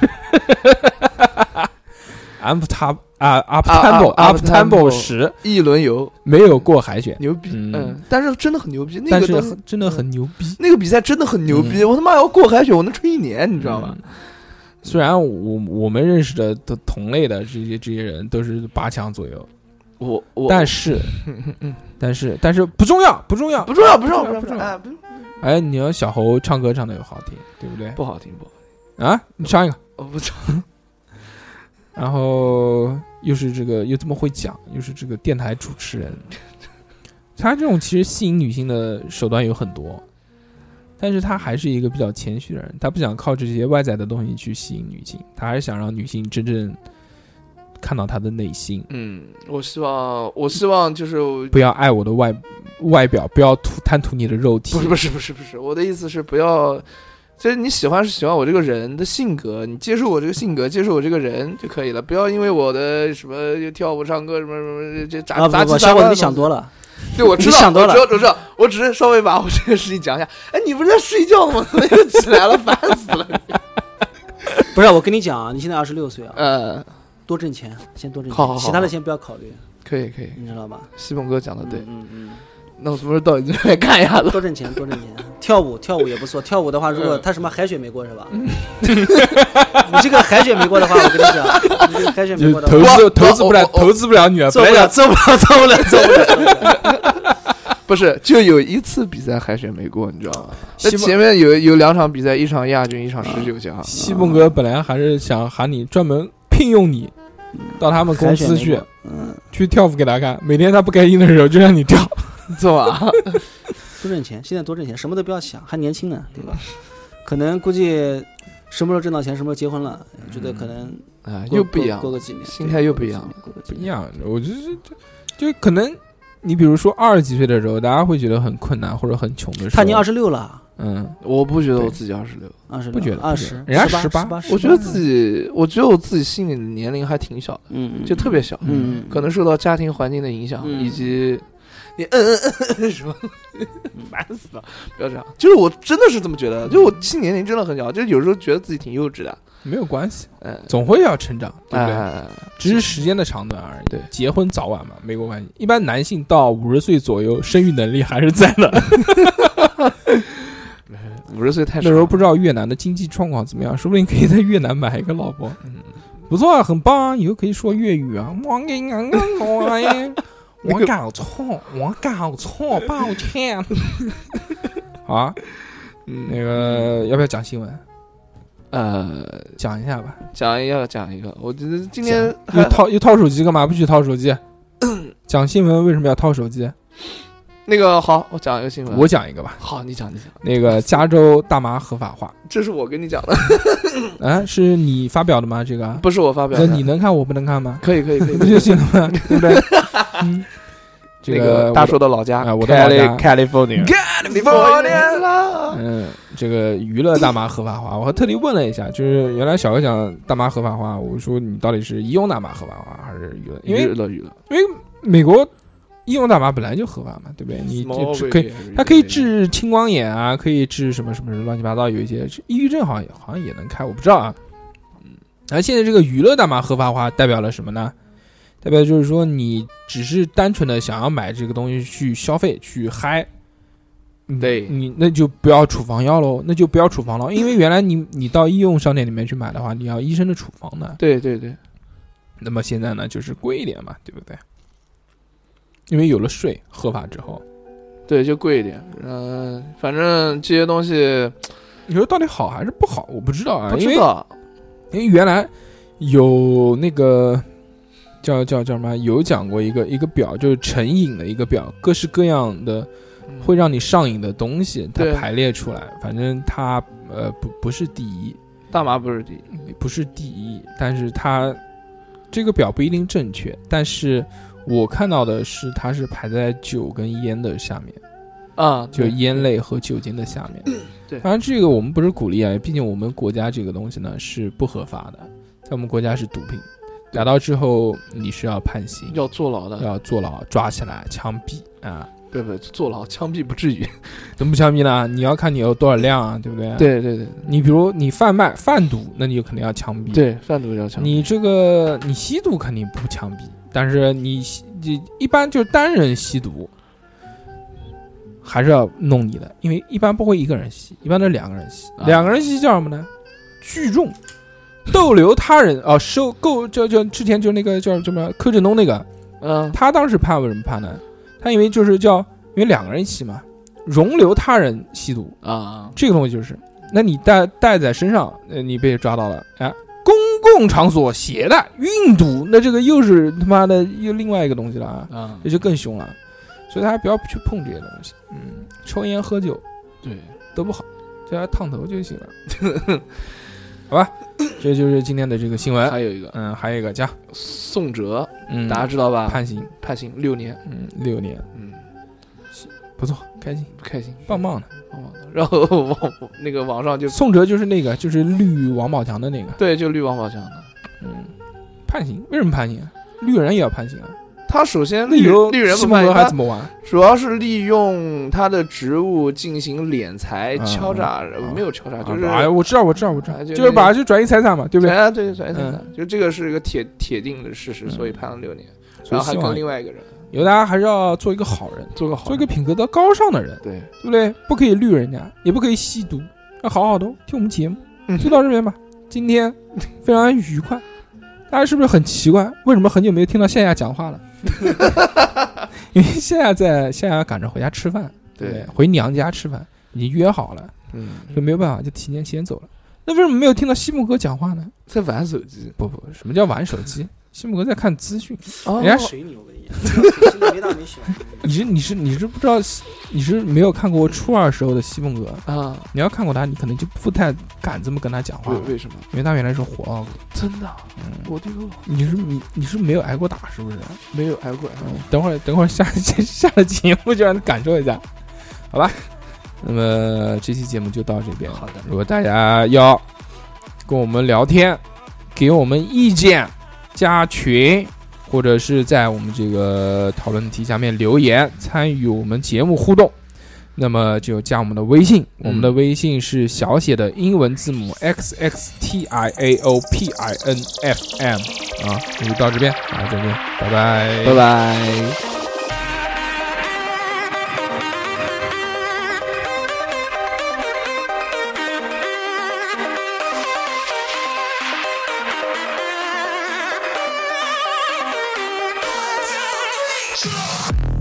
Speaker 2: ，up tempo 啊 up tempo
Speaker 5: up
Speaker 2: up tempo
Speaker 5: tempo
Speaker 2: 十
Speaker 5: 一轮游
Speaker 2: 没有过海选，
Speaker 5: 牛逼，
Speaker 2: 嗯
Speaker 5: 嗯但是真的很牛逼，那
Speaker 2: 但
Speaker 5: 个
Speaker 2: 是
Speaker 5: 东西
Speaker 2: 很真的很牛逼。
Speaker 5: 那个比赛真的很牛逼，我他妈要过海选，我能吹一年，你知道吗？
Speaker 2: 嗯虽然我我们认识的的同类的这些这些人都是八强左右，
Speaker 5: 我我
Speaker 2: 但
Speaker 5: <laughs>
Speaker 2: 是但是但是不重要不重要
Speaker 5: 不。重要不重要
Speaker 2: 不重要
Speaker 5: 哎不
Speaker 2: 哎，你要小猴唱歌唱的又好听，对不对？
Speaker 5: 不好听不好听，
Speaker 2: 啊，你唱一个，
Speaker 5: 我不唱，
Speaker 2: 然后又是这个又这么会讲，又是这个电台主持人，他这种其实吸引女性的手段有很多，但是他还是一个比较谦虚的人，他不想靠这些外在的东西去吸引女性，他还是想让女性真正看到他的内心。
Speaker 5: 嗯，我希望我希望就是我
Speaker 2: 不要爱我的外外表，不要图贪图你的肉体。
Speaker 5: 不是不是不是不是，我的意思是不要，就是你喜欢是喜欢我这个人的性格，你接受我这个性格，接受我这个人就可以了，不要因为我的什么跳舞、唱歌什么什么这杂
Speaker 4: 啊，
Speaker 5: 杂
Speaker 4: 不
Speaker 5: 七
Speaker 4: 不，
Speaker 5: 杂
Speaker 4: 小
Speaker 5: 八
Speaker 4: 伙子
Speaker 5: 的东
Speaker 4: 你
Speaker 5: 西
Speaker 4: 想多了。
Speaker 5: 对，我知道，
Speaker 4: 你想多了
Speaker 5: 我知道，我知道，我只哎是稍微把我这个事情讲一下。哎，你不是在睡觉吗？怎么又起来了？烦死了！
Speaker 4: 不是，我跟你讲啊，你现在二十六岁啊，
Speaker 5: 呃，
Speaker 4: 多挣钱，先多挣钱，
Speaker 5: 好好好
Speaker 4: 其他的先不要考虑，
Speaker 5: 可以可以，
Speaker 4: 你知道吧？
Speaker 5: 西蒙哥讲啊的对。
Speaker 4: 嗯嗯
Speaker 5: 那我什么时候到你这边来看一下
Speaker 4: 嗯，
Speaker 5: 子？
Speaker 4: 多挣钱，多挣钱。跳舞，跳舞也不错。跳舞的话，如果
Speaker 5: 嗯
Speaker 4: 他什么海选没过是吧？ <laughs> 你这个海选没过的话，我跟你讲，你这个海选没
Speaker 2: 就
Speaker 4: 过
Speaker 2: 是
Speaker 4: 的
Speaker 2: 投
Speaker 4: 话，
Speaker 2: 资
Speaker 5: 我
Speaker 2: 投资不了，
Speaker 5: 我我
Speaker 2: 投资不了你啊！
Speaker 4: 做
Speaker 2: 本
Speaker 4: 不
Speaker 2: 来
Speaker 4: 了，
Speaker 2: 想
Speaker 4: 做不了，做不了，做不了做不了。
Speaker 5: 不是，就有一次比赛海选没过，你知道吗？那
Speaker 2: 西
Speaker 5: 前面有有两场比赛，一场亚军，一场十九强。
Speaker 2: 西蒙哥本来还是想喊你专门聘用你
Speaker 5: 嗯
Speaker 2: 到他们公司去，
Speaker 4: 嗯，
Speaker 2: 去跳舞给他看，每天他不开心的时候就让你
Speaker 5: <laughs>
Speaker 2: 跳。
Speaker 5: 做啊， <laughs>
Speaker 4: 多挣钱，现在多挣钱，什么都不要想，还年轻呢，对吧？可能估计什么时候挣到钱，什么时候结婚了，觉得可能
Speaker 5: 啊，
Speaker 4: 过
Speaker 5: 又不一样
Speaker 4: 过，过个几年，
Speaker 5: 心态又不一样
Speaker 4: 对，过个几
Speaker 2: 不
Speaker 4: 年
Speaker 2: 一样，我就是就就可能你比如说二十几岁的时候，大家会觉得很困难或者很穷的时候，
Speaker 4: 他已经二十六了，
Speaker 2: 嗯，
Speaker 5: <laughs> 我不觉得我自己二十六，
Speaker 4: 二十
Speaker 2: 不觉得
Speaker 4: 二
Speaker 2: 不
Speaker 4: 十
Speaker 2: 觉得，人家
Speaker 4: 十
Speaker 2: 18
Speaker 4: 八，
Speaker 5: 我觉得自己，我觉得我自己心里的年龄还挺小的，
Speaker 4: 嗯
Speaker 5: 就特别小，
Speaker 4: 嗯，嗯
Speaker 5: 可能受到家庭环境的影响，
Speaker 4: 嗯
Speaker 5: 以及你嗯嗯嗯嗯什么， <laughs> 烦死了！不要这样，就是我真的是这么觉得，就我心年龄真的很小，就是有时候觉得自己挺幼稚的，
Speaker 2: 没有关系，
Speaker 5: 嗯，
Speaker 2: 总会要成长，对不对？
Speaker 5: 哎，
Speaker 2: 只是时间的长短而已。
Speaker 5: 对
Speaker 2: 结婚早晚嘛，没过关系。一般男性到五十岁左右，生育能力还是在的。
Speaker 5: 五十岁太
Speaker 2: 那
Speaker 5: 少
Speaker 2: 时
Speaker 5: 了，
Speaker 2: 候不知道越南的经济状况怎么样，说不定可以在越南买一个老婆，
Speaker 5: 嗯
Speaker 2: 不错啊，很棒啊，以后可以说粤语啊。我给我我
Speaker 5: <laughs>
Speaker 2: 哎，我搞错，我搞错，抱
Speaker 5: <laughs>
Speaker 2: 歉。好啊，
Speaker 5: 嗯
Speaker 2: 那个要不要讲新闻？
Speaker 5: 呃，
Speaker 2: 讲一下吧。
Speaker 5: 讲一个讲一个，我觉得今天
Speaker 2: 又
Speaker 5: 还
Speaker 2: 掏又掏手机，干嘛不许掏手
Speaker 5: <coughs>
Speaker 2: 机？讲新闻为什么要掏手机？
Speaker 5: 那个好，我讲一个新闻，
Speaker 2: 我讲一个吧。
Speaker 5: 好，你讲你讲，
Speaker 2: 那个加州大麻合法化，
Speaker 5: 这是我跟你讲的，
Speaker 2: 啊，是你发表的吗？这个
Speaker 5: 嗯不是我发表
Speaker 2: 那
Speaker 5: 的，
Speaker 2: 你能看我不能看吗？
Speaker 5: 可以可以可以
Speaker 2: 不，就行了吗？对不
Speaker 5: <laughs>
Speaker 2: 对？嗯， <laughs> 这
Speaker 5: 那
Speaker 2: 个
Speaker 5: 大叔的老家
Speaker 2: 啊我的老家
Speaker 5: Cali- California，
Speaker 2: 嗯，这个娱乐大麻合法化，我还特地问了一下，就是原来小何讲大麻合法化，我说你到底是医用大麻合法化还是娱乐？因为
Speaker 5: 娱乐娱乐，
Speaker 2: 美国医用大麻本来就合法嘛，对不对？你就只可以，它可以治青光眼啊，可以治什么什么乱七八糟，有一些抑郁症好像也好像也能开，我不知道啊。
Speaker 5: 嗯
Speaker 2: 然后现在这个娱乐大麻合法化代表了什么呢？代表就是说你只是单纯的想要买这个东西去消费去嗨，你
Speaker 5: 对
Speaker 2: 你那就不要处方药喽，那就不要处方了，因为原来你你到医用商店里面去买的话，你要医生的处方的。
Speaker 5: 对对对，
Speaker 2: 那么现在呢，就是贵一点嘛，对不对？因为有了税合法之后，
Speaker 5: 对，就贵一点。嗯、反正这些东西
Speaker 2: 你说到底好还是不好，我不知道啊，
Speaker 5: 不
Speaker 2: 因为
Speaker 5: 知道。
Speaker 2: 因为原来有那个叫叫叫什么，有讲过一个一个表，就是成瘾的一个表，各式各样的会让你上瘾的东西，它
Speaker 5: 对
Speaker 2: 排列出来。反正它呃不不是第一，
Speaker 5: 大麻不是第一，
Speaker 2: 不是第一，但是它这个表不一定正确。但是我看到的是，它是排在酒跟烟的下面，
Speaker 5: 啊，
Speaker 2: 就
Speaker 5: 对
Speaker 2: 烟类和酒精的下面。
Speaker 5: 嗯对
Speaker 2: 当然这个我们不是鼓励啊，毕竟我们国家这个东西呢是不合法的，在我们国家是毒品，打到之后你是要判刑，
Speaker 5: 要坐牢的，
Speaker 2: 要坐牢、抓起来、枪毙啊。
Speaker 5: 不不坐牢，枪毙不至于。
Speaker 2: 怎么不枪毙呢？你要看你有多少量啊，对不对？，
Speaker 5: 对对对
Speaker 2: 你比如你贩卖贩毒，那你就肯定要枪毙。，
Speaker 5: 对，贩毒要枪毙。
Speaker 2: 你这个你吸毒肯定不枪毙，但是你吸你一般就是单人吸毒，还是要弄你的，因为一般不会一个人吸，一般都是两个人吸。
Speaker 5: 啊
Speaker 2: 两个人吸叫什么呢？聚众，逗留他人哦，收购就就之前就那个叫什么柯震东那个，
Speaker 5: 嗯，
Speaker 2: 他当时判为什么判呢？他因为就是叫因为两个人吸嘛，容留他人吸毒，
Speaker 5: 啊，
Speaker 2: 这个东西就是，那你带带在身上，呃，你被抓到了，哎，公共场所携带运毒，那这个又是他妈的又另外一个东西了啊，
Speaker 5: 啊，
Speaker 2: 这就更凶了。所以大家不要去碰这些东西，嗯，抽烟喝酒
Speaker 5: 对，
Speaker 2: 都不好，就要烫头就行了， <laughs> 好吧？这就是今天的这个新闻。
Speaker 5: 还有一个
Speaker 2: 嗯，还有一个加，
Speaker 5: 宋哲，
Speaker 2: 嗯，
Speaker 5: 大家知道吧？
Speaker 2: 判刑，
Speaker 5: 判刑六年，
Speaker 2: 嗯，六年，
Speaker 5: 嗯，
Speaker 2: 不错，开心，
Speaker 5: 不开心，
Speaker 2: 棒棒的。
Speaker 5: 棒棒的。然后网那个
Speaker 2: <laughs>
Speaker 5: 网上就
Speaker 2: 宋哲就是那个，就是绿王宝强的那个，
Speaker 5: 对，就绿王宝强的。
Speaker 2: 嗯，判刑，为什么判刑啊？绿人也要判刑啊？
Speaker 5: 他首先
Speaker 2: 那
Speaker 5: 绿
Speaker 2: 以后
Speaker 5: 绿人
Speaker 2: 西
Speaker 5: 不
Speaker 2: 蒙
Speaker 5: 判
Speaker 2: 德
Speaker 5: 啊刑，
Speaker 2: 还
Speaker 5: 他
Speaker 2: 怎么玩？
Speaker 5: 主要是利用他的职务进行敛财、
Speaker 2: 嗯
Speaker 5: 敲诈，呃
Speaker 2: 嗯
Speaker 5: 没有敲诈，就是
Speaker 2: 哎，我知道，我知道，我知道，
Speaker 5: 啊就
Speaker 2: 就是
Speaker 5: 那
Speaker 2: 把它就转移财产嘛，对不对？
Speaker 5: 哎对对对对
Speaker 2: 嗯
Speaker 5: 对，就这个是一个铁铁定的事实，
Speaker 2: 嗯
Speaker 5: 所以判了六年，
Speaker 2: 所以
Speaker 5: 然后还
Speaker 2: 希
Speaker 5: 跟
Speaker 2: 望
Speaker 5: 另外一个人
Speaker 2: 以后大家还是要做一个好人，
Speaker 5: 做个好
Speaker 2: 做一
Speaker 5: 人，
Speaker 2: 个品格的高尚的人，
Speaker 5: 对，
Speaker 2: 对不对？不可以绿人家，也不可以吸毒，要好好的哦听我们节目，
Speaker 5: 嗯
Speaker 2: 就到这边吧。今 <laughs> 天非常愉快，大家是不是很奇怪？为什么很久没有听到夏夏讲话了？ <laughs> 因为夏夏在夏夏赶着回家吃饭，对不对，
Speaker 5: 对，
Speaker 2: 回娘家吃饭已经约好了，
Speaker 5: 嗯，
Speaker 2: 就没有办法，就提前先走了。那为什么没有听到西木哥讲话呢？
Speaker 5: 在玩手机，
Speaker 2: 不不，什么叫玩手机？哦西木哥在看资讯。
Speaker 5: 人
Speaker 2: 人家
Speaker 4: 水你，我跟你讲，真的没大没小。
Speaker 2: 你是你是你是不知道，你是没有看过初二时候的西蒙哥。
Speaker 5: 啊，
Speaker 2: 你要看过他，你可能就不太敢这么跟他讲话
Speaker 5: 为
Speaker 2: 了，
Speaker 5: 为什么？
Speaker 2: 因为他原来是火傲。
Speaker 5: 真的，啊
Speaker 2: 嗯，
Speaker 5: 我对我
Speaker 2: 你是你你是没有挨过打是不是？
Speaker 5: 没有挨过挨
Speaker 2: 嗯，等会儿等会儿下下下了节目就让你感受一下，好吧？那么这期节目就到这边。
Speaker 5: 好的
Speaker 2: 如果大家要跟我们聊天，给我们意见，加群，或者是在我们这个讨论题下面留言，参与我们节目互动。那么就加我们的微信，我们的微信是小写的英文字母
Speaker 5: 嗯
Speaker 2: x x t i a o p i n f m 啊，那就到这边啊，再见，拜拜，
Speaker 5: 拜拜。
Speaker 1: Go!